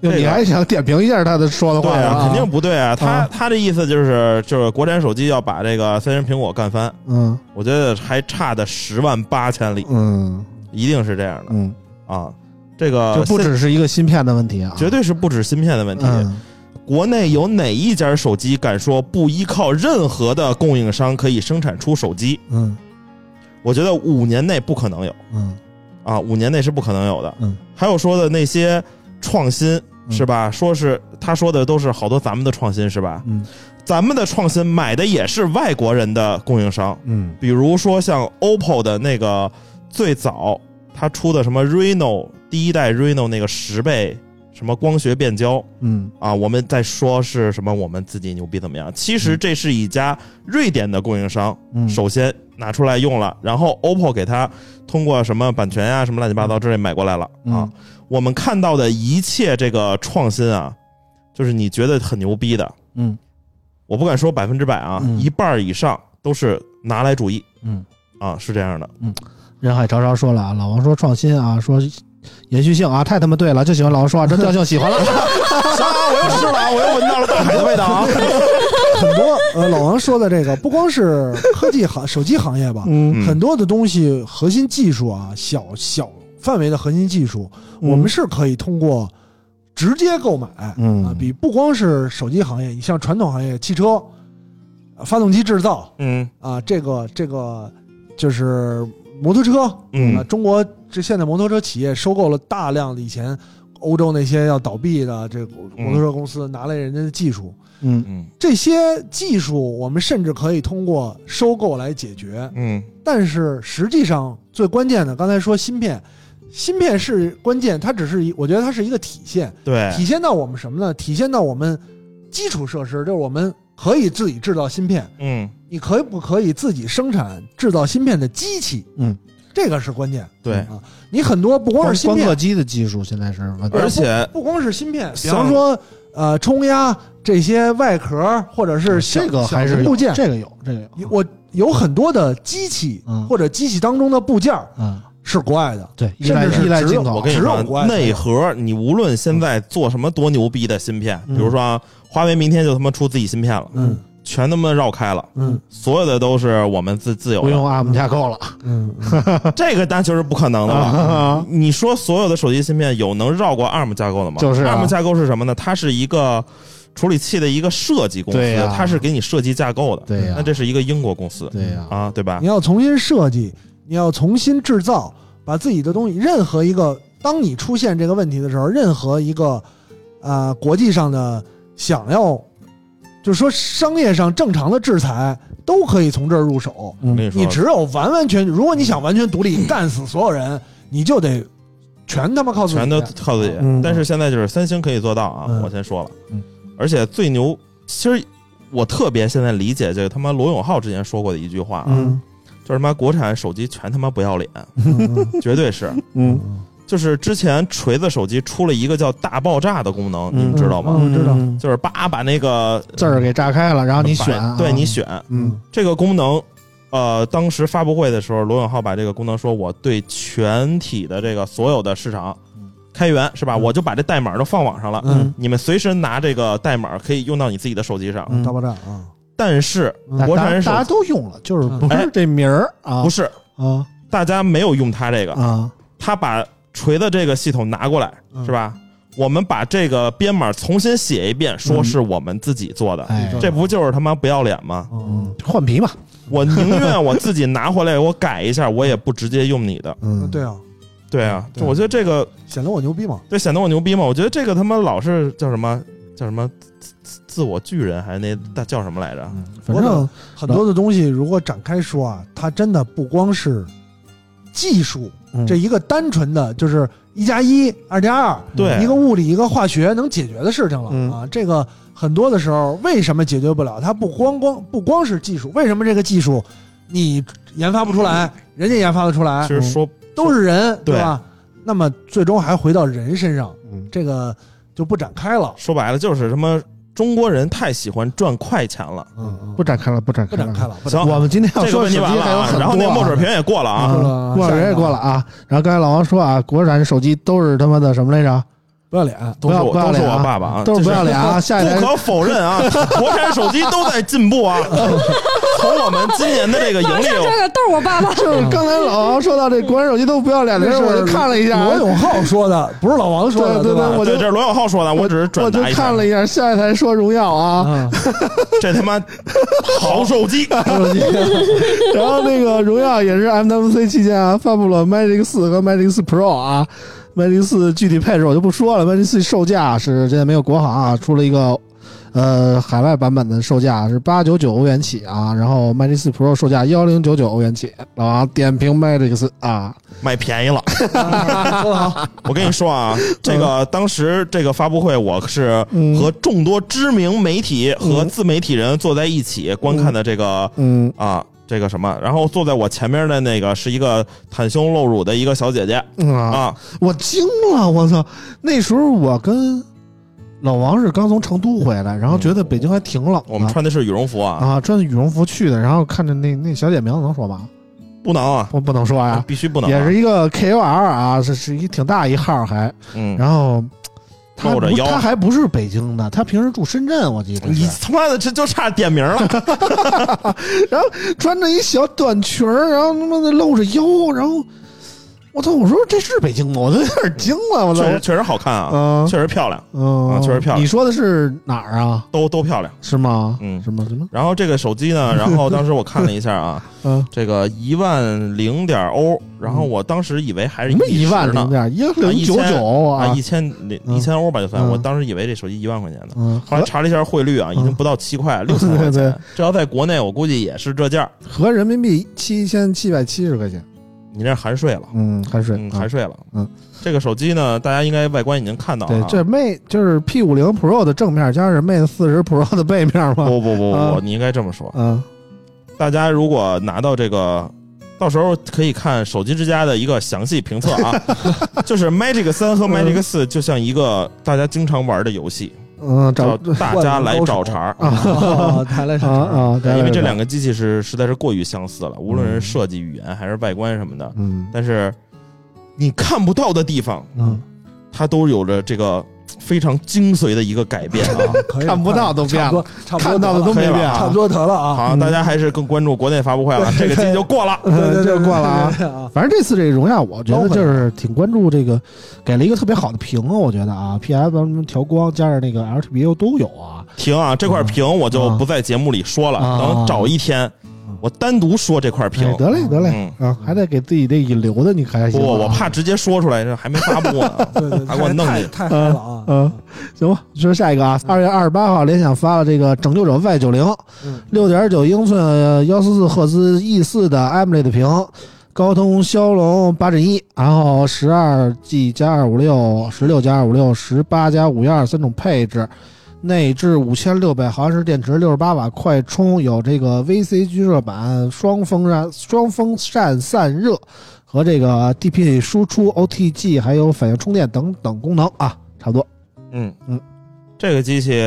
S4: 这个
S3: 你还想点评一下他的说的
S4: 对
S3: 话
S4: 啊，肯定不对啊！他
S3: 啊
S4: 他的意思就是，就是国产手机要把这个三星、苹果干翻，
S3: 嗯
S4: 我觉得还差的十万八千里，
S3: 嗯
S4: 一定是这样的
S3: 嗯，
S4: 啊！这个
S3: 这不
S4: 现
S3: 只是一个芯片的问题啊，
S4: 绝对是不止芯片的问题，
S3: 嗯
S4: 国内有哪一家手机敢说不依靠任何的供应商可以生产出手机？
S3: 嗯
S4: 我觉得五年内不可能有
S3: 嗯
S4: 啊，五年内是不可能有的。
S3: 嗯，
S4: 还有说的那些创新是吧？说是他说的都是好多咱们的创新是吧？
S3: 嗯
S4: 咱们的创新买的也是外国人的供应商，
S3: 嗯
S4: 比如说像 OPPO 的那个最早它出的什么 Reno 第一代 Reno 那个十倍什么光学变焦，
S3: 嗯
S4: 啊，我们在说是什么我们自己牛逼怎么样？其实这是一家瑞典的供应商，
S3: 嗯，
S4: 首先拿出来用了，然后 OPPO 给它通过什么版权呀、什么乱七八糟之类买过来了、啊
S3: 嗯。
S4: 我们看到的一切这个创新啊，就是你觉得很牛逼的，
S3: 嗯
S4: 我不敢说百分之百啊，
S3: 嗯
S4: 一半儿以上都是拿来主义
S3: 嗯，
S4: 啊，是这样的。
S3: 人海潮潮说了啊，老王说创新啊，说延续性啊，太他妈对了，就喜欢老王说话真调性，喜欢了。
S4: 啥？啊我又试了，我又闻到了大海的味道啊！
S6: 嗯，很多呃，老王说的这个不光是科技行、手机行业吧，
S3: 嗯
S6: 很多的东西核心技术啊，小小范围的核心技术，
S3: 嗯
S6: 我们是可以通过直接购买，
S3: 嗯
S6: 啊，比不光是手机行业，你像传统行业，汽车、呃发动机制造
S4: 嗯
S6: 啊，这个这个就是摩托车，啊，
S4: 嗯
S6: 中国这现在摩托车企业收购了大量的以前欧洲那些要倒闭的这个摩托车公司，拿来人家的技术。
S3: 嗯
S4: 嗯
S6: 这些技术我们甚至可以通过收购来解决，
S4: 嗯
S6: 但是实际上最关键的，刚才说芯片，芯片是关键，它只是一，我觉得它是一个体现，
S3: 哎
S4: 对，
S6: 体现到我们什么呢？体现到我们基础设施，就是我们可以自己制造芯片，
S4: 嗯，
S6: 你可以不可以自己生产制造芯片的机器？
S3: 嗯，
S6: 这个是关键。
S4: 对
S6: 啊，你很多不光
S3: 光
S6: 是芯
S3: 光刻
S6: 片，
S3: 机的技术现在是问题
S4: 而且
S6: 不光是芯片，比
S4: 像
S6: 方说呃冲压这些外壳，或者是小
S3: 哦这个还
S6: 小
S3: 是
S6: 的
S3: 有
S6: 部件，
S3: 这个有这个有
S6: 有我有很多的机器
S3: 嗯
S6: 或者机器当中的部件
S3: 嗯，
S6: 是国外的，
S3: 对，依
S6: 甚
S3: 赖
S6: 至是
S3: 依赖
S6: 只
S3: 进
S6: 有
S3: 口
S4: 我跟你
S6: 只有
S4: 说啊
S6: 国外，才有
S4: 内核你无论现在做什么多牛逼的芯片，
S3: 嗯
S4: 比如说啊，华为明天就他妈出自己芯片了，
S6: 嗯
S4: 全他妈绕开了，
S6: 嗯
S4: 所有的都是我们自自有
S3: 不
S4: 的
S3: 用 ARM 架构了，
S6: 嗯，
S4: 这个当然就是不可能的了
S3: 啊。
S4: 你说所有的手机芯片有能绕过 ARM 架构的吗？
S3: 就是啊
S4: ARM 架构是什么呢？它是一个处理器的一个设计公司
S3: 对呀，
S4: 它是给你设计架构的。
S3: 对呀
S4: 那这是一个英国公司
S3: 对呀，
S4: 啊，对吧
S6: 你？要重新设计，你要重新制造，把自己的东西，任何一个，当你出现这个问题的时候，任何一个，呃，国际上的想要，就说商业上正常的制裁，都可以从这儿入手。
S4: 我
S3: 嗯
S4: 跟你说
S6: 你，只有完完全，如果你想完全独立，干死所有人，你就得全他妈靠自己，
S4: 全都靠自己
S3: 嗯。
S4: 但是现在就是三星可以做到啊
S6: 嗯，
S4: 我先说了
S3: 嗯。
S4: 而且最牛，其实我特别现在理解这个他妈罗永浩之前说过的一句话啊，
S3: 嗯
S4: 就是他妈国产手机全他妈不要脸，
S6: 嗯
S4: 绝对是。
S3: 嗯，
S4: 就是之前锤子手机出了一个叫大爆炸的功能，
S3: 嗯
S4: 你们知道吗？
S6: 嗯我知道
S3: 嗯
S4: 就是叭把那个
S3: 字儿给炸开了，然后你选
S4: 把
S3: 啊，
S4: 对你选
S3: 嗯
S4: 这个功能。呃，当时发布会的时候，罗永浩把这个功能说，我对全体的这个所有的市场开源是吧？我就把这代码都放网上了，
S6: 嗯
S4: 你们随身拿这个代码可以用到你自己的手机上。
S3: 嗯
S6: 大爆炸啊！
S4: 但是
S3: 大
S4: 国
S3: 嗯
S4: 产
S3: 大
S4: 人手
S3: 大家都用了，就是不
S4: 哎
S3: 是这名儿啊，
S4: 不是，
S3: 啊
S4: 大家没有用它这个，
S3: 啊，
S4: 他把锤子这个系统拿过来，
S6: 嗯
S4: 是吧？我们把这个编码重新写一遍，说是我们自己做的，
S3: 哎，
S4: 这不就是他妈不要脸吗？
S3: 嗯换皮嘛，
S4: 我宁愿我自己拿回来，我改一下，我也不直接用你的。
S3: 嗯，
S6: 对啊，
S4: 对啊，
S6: 对
S4: 我觉得这个
S6: 显得我牛逼嘛。
S4: 对显得我牛逼嘛。我觉得这个他妈老是叫什么叫什么自自自我巨人，还是那大叫什么来着？
S3: 嗯，反
S6: 我
S3: 正
S6: 想很多的东西，如果展开说啊，它真的不光是技术
S3: 嗯
S6: 这一个单纯的，就是一加一、二加二，
S4: 对
S6: 一个物理一个化学能解决的事情了、
S3: 嗯
S6: 啊。这个很多的时候为什么解决不了？它不光光不光是技术，为什么这个技术你研发不出来，人家研发得出来
S4: 其，
S3: 嗯
S4: 实说
S6: 都是人
S4: 对
S6: 吧？那么最终还回到人身上，
S3: 嗯
S6: 这个就不展开了。
S4: 说白了就是他妈中国人太喜欢赚快钱了。
S6: 嗯，
S3: 不展开了，不展
S6: 不
S3: 开
S6: 展
S3: 了，
S6: 开了，不展
S4: 行，
S3: 我们今天要
S4: 这个
S3: 说
S4: 问
S3: 手
S4: 题
S3: 机
S4: 完了
S3: 还有
S4: 啊
S3: 很，多、
S4: 然后那个墨水瓶也过了啊。
S6: 过
S3: 啊
S6: 了，
S3: 过水也过了啊。然后刚才老王说啊，国产手机都是他妈的什么来着？
S6: 不要脸。
S4: 都是我
S3: 不要
S4: 都
S3: 不
S4: 是
S3: 要脸
S4: 我
S3: 啊
S4: 爸爸啊，
S3: 都是不要脸啊
S4: 这
S3: 下一代
S4: 不可否 认啊，国产手机都在进步啊。从我们今年的这个盈利，啊
S7: 个都是我爸爸。
S3: 就是刚才老王说到这国产手机都不要脸的
S6: 这
S3: 事
S6: 是
S3: 儿，我就看了一下，
S6: 罗永浩说的，不是老王说的，
S3: 对对
S6: 吧？
S3: 我就
S4: 对，这是罗永浩说的，我只是
S3: 我
S4: 转
S3: 就
S4: 达一下
S3: 看。了一下，下一台说荣耀啊，
S6: 啊，
S4: 这 他妈好手机，
S3: 然后那个荣耀也是 MWC 期间啊，发布了 Magic 四和 Magic 四 Pro 啊。Magic 四具体配置我就不说了，Magic 四售价是现在没有国行啊，出了一个呃海外版本的售价是八九九欧元起啊，然后 Magic 四 Pro 售价幺零九九欧元起。老王点评 Magic 四啊，
S4: 买便宜了。
S6: 说的好，
S4: 我跟你说啊，这个当时这个发布会，我是
S3: 嗯
S4: 和众多知名媒体和
S3: 嗯
S4: 自媒体人坐在一起观看的这个
S3: 嗯
S4: 啊。这个什么，然后坐在我前面的那个是一个袒胸露乳的一个小姐姐
S3: 嗯啊，
S4: 啊，
S3: 我惊了，我操！那时候我跟老王是刚从成都回来，然后觉得北京还挺冷的，
S4: 我们穿的是羽绒服啊，
S3: 啊穿着羽绒服去的，然后看着那那小姐名字能说吗？
S4: 不能啊，
S3: 我不能说呀，
S4: 必须不能啊，
S3: 也是一个 KOL 啊，是是一挺大一号还，
S4: 嗯，
S3: 然后他
S4: 露着
S3: 不
S4: 腰
S3: 他还不是北京的，他平时住深圳，我记得
S4: 你
S3: 是。
S4: 嗯 他妈的这就差点名 了，
S3: 穿着一小短裙儿，然后他妈的露着腰，然后我操，我说这是北京吗？我都有点惊了，我操
S4: 确！实确实好看啊，
S3: 嗯
S4: 确实漂亮，啊
S3: 嗯，
S4: 确实漂亮
S3: 你说的是哪儿啊？
S4: 都都漂亮。
S3: 是吗？
S4: 嗯
S3: 什么什么？
S4: 然后这个手机呢，然后当时我看了一下啊，
S3: 嗯，
S4: 这个一万零点欧，然后我当时以为还是
S3: 呃什么
S4: 一
S3: 一万零点一零九九
S4: 啊，
S3: 啊
S4: 一？千零
S3: 嗯
S4: 一千欧吧，就算，
S3: 嗯
S4: 我当时以为这手机一万块钱呢。
S3: 嗯，
S4: 后来
S3: 合
S4: 查了一下汇率啊，已经不到七块，六三块
S3: 嗯对对
S4: 钱。这要在国内，我估计也是这价儿。
S3: 合人民币七千七百七十块钱，
S4: 你这含税了，
S3: 嗯，含水，
S4: 嗯，
S3: 啊
S4: 含税了，
S3: 嗯，
S4: 这个手机呢，大家应该外观已经看到了
S3: 对
S4: 啊，，
S3: 这 Mate 就是 P 五零 Pro 的正面，加上 Mate 四十 Pro 的背面嘛。
S4: 不不不不
S3: 啊
S4: 不，你应该这么说，
S3: 嗯
S4: 大家如果拿到这个，到时候可以看手机之家的一个详细评测 啊。就是 Magic 三和 Magic 四就像一个大家经常玩的游戏，
S3: 嗯，
S4: 叫
S3: 找
S4: 大家来找茬儿。
S6: 啊，谈来
S3: 啊啊，
S4: 对因为这两
S3: 个，
S4: 个机器是实在是过于相似了，无论是设计、语言还是外观什么的，
S3: 嗯
S4: 但是你看不到的地方，
S3: 嗯，
S4: 它都有着这个非常精髓的一个改变啊。
S6: 可以了
S3: 看不到都变了，
S6: 差不多，差
S3: 看
S6: 不多
S3: 到
S6: 得
S3: 的
S6: 了
S3: 都没变
S6: 差
S3: 啊
S6: 不。多得了啊。
S4: 好，大家还是更关注国内发布会了，这个机就过了。
S6: 对对对，
S3: 这个嗯过了啊
S6: 对对对啊。。
S3: 反正这次这个荣耀，我觉得就是挺关注这个，给了一个特别好的屏，我觉得啊，PS 什么调光加上那个 LTPO 都有啊，
S4: 停啊，这块屏我就不在节目里说了，
S3: 啊
S4: 等找一天我单独说这块屏
S3: 哎。得嘞得嘞
S4: 嗯，
S3: 啊，还得给自己这引流的，你还
S4: 不，
S3: 行啊。
S4: 我怕直接说出来，这还没发布呢
S6: 对对，
S4: 还给我弄
S6: 太
S4: 进
S6: 太嗨了啊！
S3: 嗯，行吧，说下一个啊，二月二十八号，联想发了这个《拯救者 Y 九零
S6: 嗯》，
S3: 六点九英寸呃幺四四赫兹 E 四的 AMOLED 屏，高通骁龙八阵一，然后十二 G 加二五六、十六加二五六、十八加五幺二三种配置，内置五千六百毫安时电池，六十八瓦快充，有这个 VCG 热板、双风扇、双风扇散热。和这个 DP 输出、OTG 还有反应充电等等功能啊，差不多。
S4: 嗯
S3: 嗯，
S4: 这个机器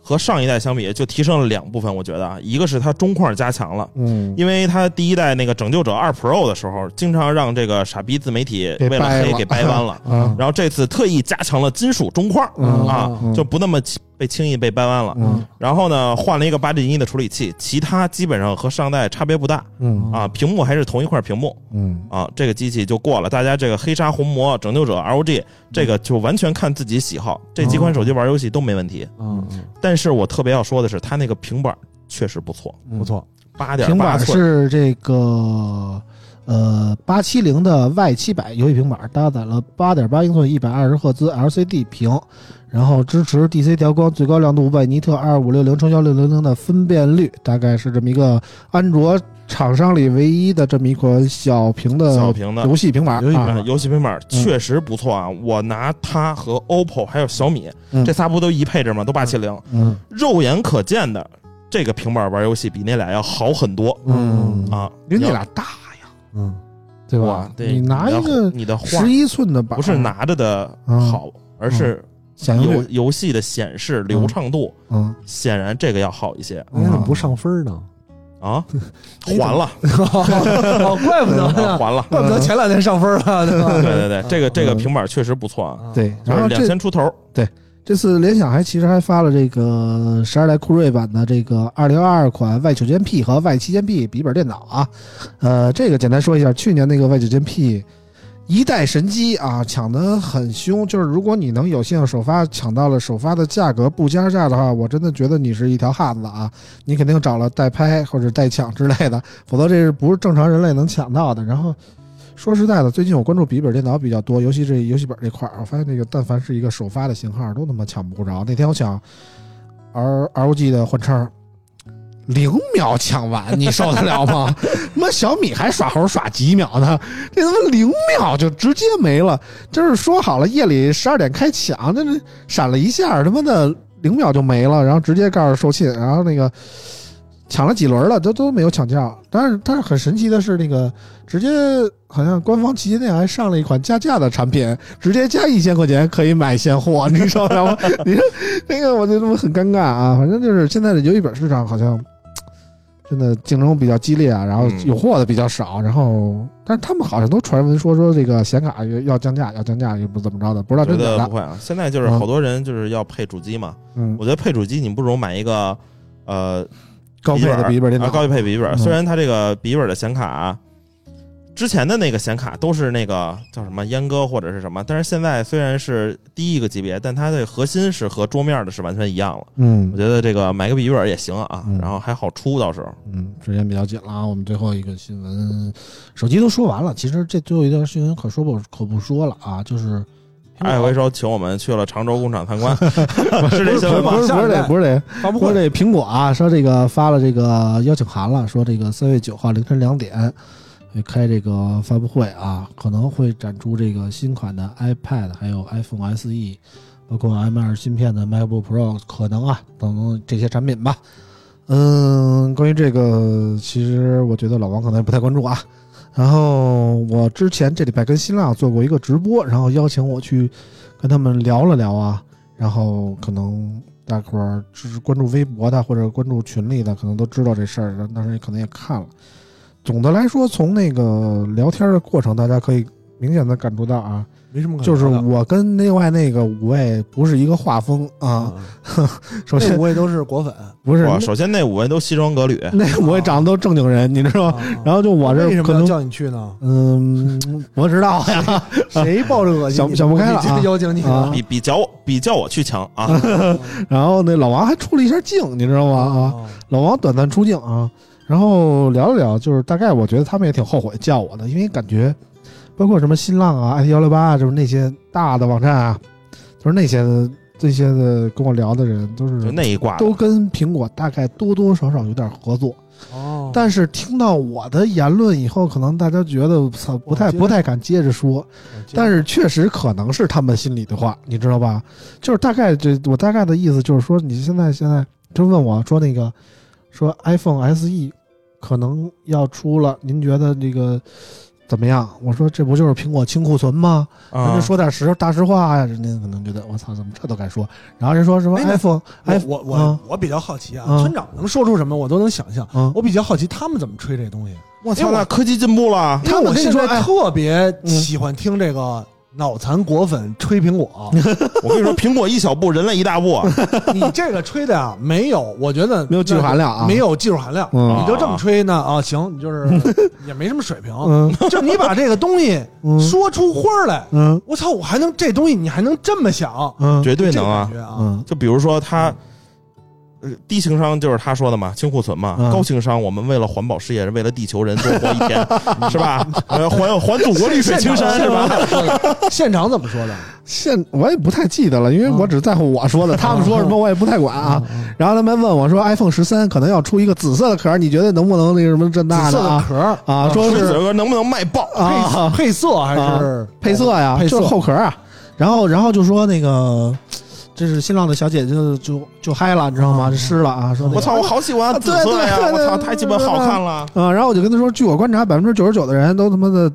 S4: 和上一代相比，就提升了两部分，我觉得啊，一个是它中框加强了。
S3: 嗯，
S4: 因为它第一代那个拯救者二 Pro 的时候，经常让这个傻逼自媒体
S3: 给
S4: 为了
S3: 掰
S4: 黑
S3: 了，
S4: 给掰弯了
S3: 啊，
S4: 然后这次特意加强了金属中框
S3: 嗯
S4: 啊，
S3: 嗯
S4: 就不那么轻被轻易被掰弯了。
S3: 嗯
S4: 然后呢，换了一个八 G 一的处理器，其他基本上和上代差别不大
S3: 嗯
S4: 啊，屏幕还是同一块屏幕
S3: 嗯
S4: 啊，这个机器就过了。大家这个黑鲨、红魔、拯救者、ROG 这个就完全看自己喜好，这几款
S3: 哦
S4: 手机玩游戏都没问题。
S6: 嗯，
S4: 但是我特别要说的是，它那个平板确实不错，
S3: 嗯
S6: 不。错，
S4: 八点
S3: 平
S4: 八
S3: 板
S4: 寸。
S3: 是这个呃八七零的 Y 七百游戏平板，搭载了八点八英寸一百二十赫兹 LCD 屏，然后支持 DC 调光，最高亮度五百尼特，二五六零乘幺六零零的分辨率，大概是这么一个安卓厂商里唯一的这么一款小屏的
S4: 小屏的
S3: 游戏平板
S6: 游戏平
S3: 啊
S4: 啊，游戏平板确实不错啊！我拿它和 OPPO 还有小米、
S3: 嗯
S4: 这仨不都一配置吗？都八七零，
S3: 嗯
S4: 肉眼可见的这个平板玩游戏比那俩要好很多
S3: 嗯，
S4: 啊！
S3: 比
S4: 你
S3: 你
S4: 要
S3: 俩大呀，
S6: 嗯，
S3: 对
S4: 哇
S3: 吧？，
S4: 对
S3: 你拿
S4: 的
S3: 一个
S4: 你的画
S3: 十一啊嗯寸的板，
S4: 不是拿着的好，而是
S3: 响应
S4: 游
S3: 率，
S4: 游戏的显示流畅度，
S3: 嗯。
S4: 显然这个要好一些
S6: 你怎么不上分呢？
S4: 啊。还了，
S6: 哦，怪不得
S3: 嗯
S4: 啊
S6: 呢，
S4: 还了。
S6: 怪不得前两天上分了，对吧？
S4: 对对对，这个这个平板确实不错啊，
S6: 啊
S3: 对，
S4: 就
S3: 嗯然后
S4: 是两
S3: 这
S4: 千出头。
S3: 这次联想还其实还发了这个十二代酷睿版的这个二零二二款 Y 九千 P 和 Y 七千 P 笔记本电脑啊，呃，这个简单说一下，去年那个 Y 九千 P 一代神机啊，抢得很凶，就是如果你能有幸首发抢到了首发的价格不加价的话，我真的觉得你是一条汉子啊，你肯定找了代拍或者代抢之类的，否则这是不是正常人类能抢到的？然后。说实在的，最近我关注笔记本电脑比较多，尤其这游戏本这块儿，我发现这个但凡是一个首发的型号，都他妈抢不着。那天我抢 R ROG 的换叉，零秒抢完，你受得了吗？ 他妈小米还耍猴耍几秒呢，这他妈零秒就直接没了。就是说好了夜里十二点开抢，那这闪了一下，他妈的零秒就没了，然后直接告诉售罄，然后那个。抢了几轮了，都都没有抢价，但是但是很神奇的是，那个直接好像官方旗舰店还上了一款加价的产品，直接加一千块钱可以买现货，你知道吗？ 你说那个我就这么很尴尬啊。反正就是现在的游戏本市场好像真的竞争比较激烈啊，然后
S4: 嗯
S3: 有货的比较少，然后但是他们好像都传闻说说这个显卡要降价，要降价也不怎么着的，不知道
S4: 我觉
S3: 真的
S4: 得
S3: 假
S4: 不
S3: 的。
S4: 会啊，现在就是好多人就是要配主机嘛。
S3: 嗯，
S4: 我觉得配主机，你不如买一个呃
S3: 高配的笔记本电脑，
S4: 啊，高配笔记本。
S3: 嗯
S4: 虽然它这个笔记本的显卡啊、之前的那个显卡都是那个叫什么阉割或者是什么，但是现在虽然是低一个级别，但它的核心是和桌面的是完全一样了。我
S3: 嗯
S4: 觉得这个买个笔记本也行啊
S3: 嗯，
S4: 然后还好出到时候。
S3: 嗯，时间比较紧了啊，我们最后一个新闻，手机都说完了，其实这最后一条新闻可说不可不说了啊，就是哎
S4: 艾回收哎请我们去了常州工厂参观，是这新闻吗
S3: 不？是不是这不是这
S6: 发布
S3: 不是这
S6: 会
S3: 苹果啊，说这个发了这个邀请函了，说这个三月九号凌晨两点，会开这个发布会啊，可能会展出这个新款的 iPad，还有 iPhone SE，包括 M 2芯片的 MacBook Pro，可能啊等等这些产品吧。嗯，关于这个，其实我觉得老王可能也不太关注啊。然后我之前这礼拜跟新浪做过一个直播，然后邀请我去跟他们聊了聊啊。然后可能大伙儿只关注微博的或者关注群里的，可能都知道这事儿，但是可能也看了。总的来说，从那个聊天的过程，大家可以明显的感触到啊，
S6: 没什么嗯可聊
S3: 就
S6: 的。
S3: 是我跟另外那个五位不是一个画风啊。
S6: 啊，
S3: 首
S6: 这
S3: 先
S6: 五位都是果粉，
S3: 不是
S4: 哇，首先那五位都西装革履，
S3: 那五位长得都正经人，你知道吗？然后就我
S6: 嗯为
S3: 这
S6: 什
S3: 可
S6: 么要
S3: 能
S6: 叫你去呢？
S3: 嗯，我知道呀，
S6: 谁抱着恶心你
S3: 想想不开了啊
S6: 你这邀请你
S3: 啊
S4: 比比叫我比叫我去强啊！
S3: 然后那老王还出了一下镜，你知道吗？啊，
S6: 啊
S3: 老王短暂出镜啊，然后聊了聊，就是大概我觉得他们也挺后悔叫我的，因为感觉包括什么新浪啊、IT 幺六八啊，就是那些大的网站啊，就是那些的这些的跟我聊的人都
S4: 就是那一挂
S3: 嗯
S4: 的
S3: 都跟苹果大概多多少少有点合作，
S6: 哦，
S3: 但是听到我的言论以后，可能大家觉得操不太
S6: 我觉得
S3: 不太敢接着说，但是确实可能是他们心里的话，你知道吧？就是大概这，我大概的意思就是说，你现在现在就问我说那个，说 iPhone SE 可能要出了，您觉得这个怎么样？我说这不就是苹果清库存吗？人
S4: 啊
S3: 家，说点实大实话呀，人家可能觉得我操，怎么这都敢说？然后人说什么
S6: 哎那
S3: iPhone
S6: 我
S3: iPhone
S6: 我
S3: 啊
S6: 我我比较好奇啊
S3: 啊，
S6: 村长能说出什么，我都能想象。
S3: 啊，
S6: 我比较好奇他们怎么吹这东西。
S3: 我
S4: 因为我科技进步了，
S3: 他
S6: 因为
S3: 我跟你
S6: 现
S3: 说
S6: 在
S3: 哎
S6: 特别喜欢听这个脑残果粉吹 苹果， 啊
S4: 我跟你说，苹果一小步，人类一大步，啊
S3: 嗯
S6: 你这个吹的呀，没有，我觉得
S3: 没有技术含量啊
S6: 没有技术含量。
S3: 嗯
S6: 你就这么吹呢啊？行，你就是也没什么水平，
S3: 嗯
S6: 就你把这个东西
S3: 嗯
S6: 说出花儿来，
S3: 嗯
S6: 我操，我还能这东西你还能这么想，
S3: 嗯
S4: 绝对
S6: 这
S4: 能
S6: 感
S4: 啊！
S6: 觉啊，
S3: 嗯
S4: 就比如说他。呃低情商就是他说的嘛，清库存嘛。
S3: 嗯
S4: 高情商，我们为了环保事业，为了地球人多活一天， 是吧？呃，还还 祖国绿水青山，是吧？
S6: 吧？嗯现场怎么说 的？
S3: 现我也不太记得了，因为我只在乎我说的，他们说什么我也不太管啊。然后他们问我说，iPhone 十三可能要出一个紫色的壳，你觉得能不能那个什么这那
S6: 紫色的
S3: 啊？
S6: 壳儿
S3: 啊，说
S4: 说
S3: 是
S4: 这歌能不能卖爆？
S3: 啊
S6: 配配色还是
S3: 啊配色呀，
S6: 配色
S3: 就是后壳啊。然后然后就说那个，这是新浪的小姐姐就就就嗨了，你知道吗？就湿了啊，说那个
S4: 我操，我好喜欢紫色呀！
S3: 对对对
S4: 我操，
S3: 对
S4: 太鸡巴好看了，
S3: 啊，然后我就跟他说，据我观察，百分之九十九的人都他妈的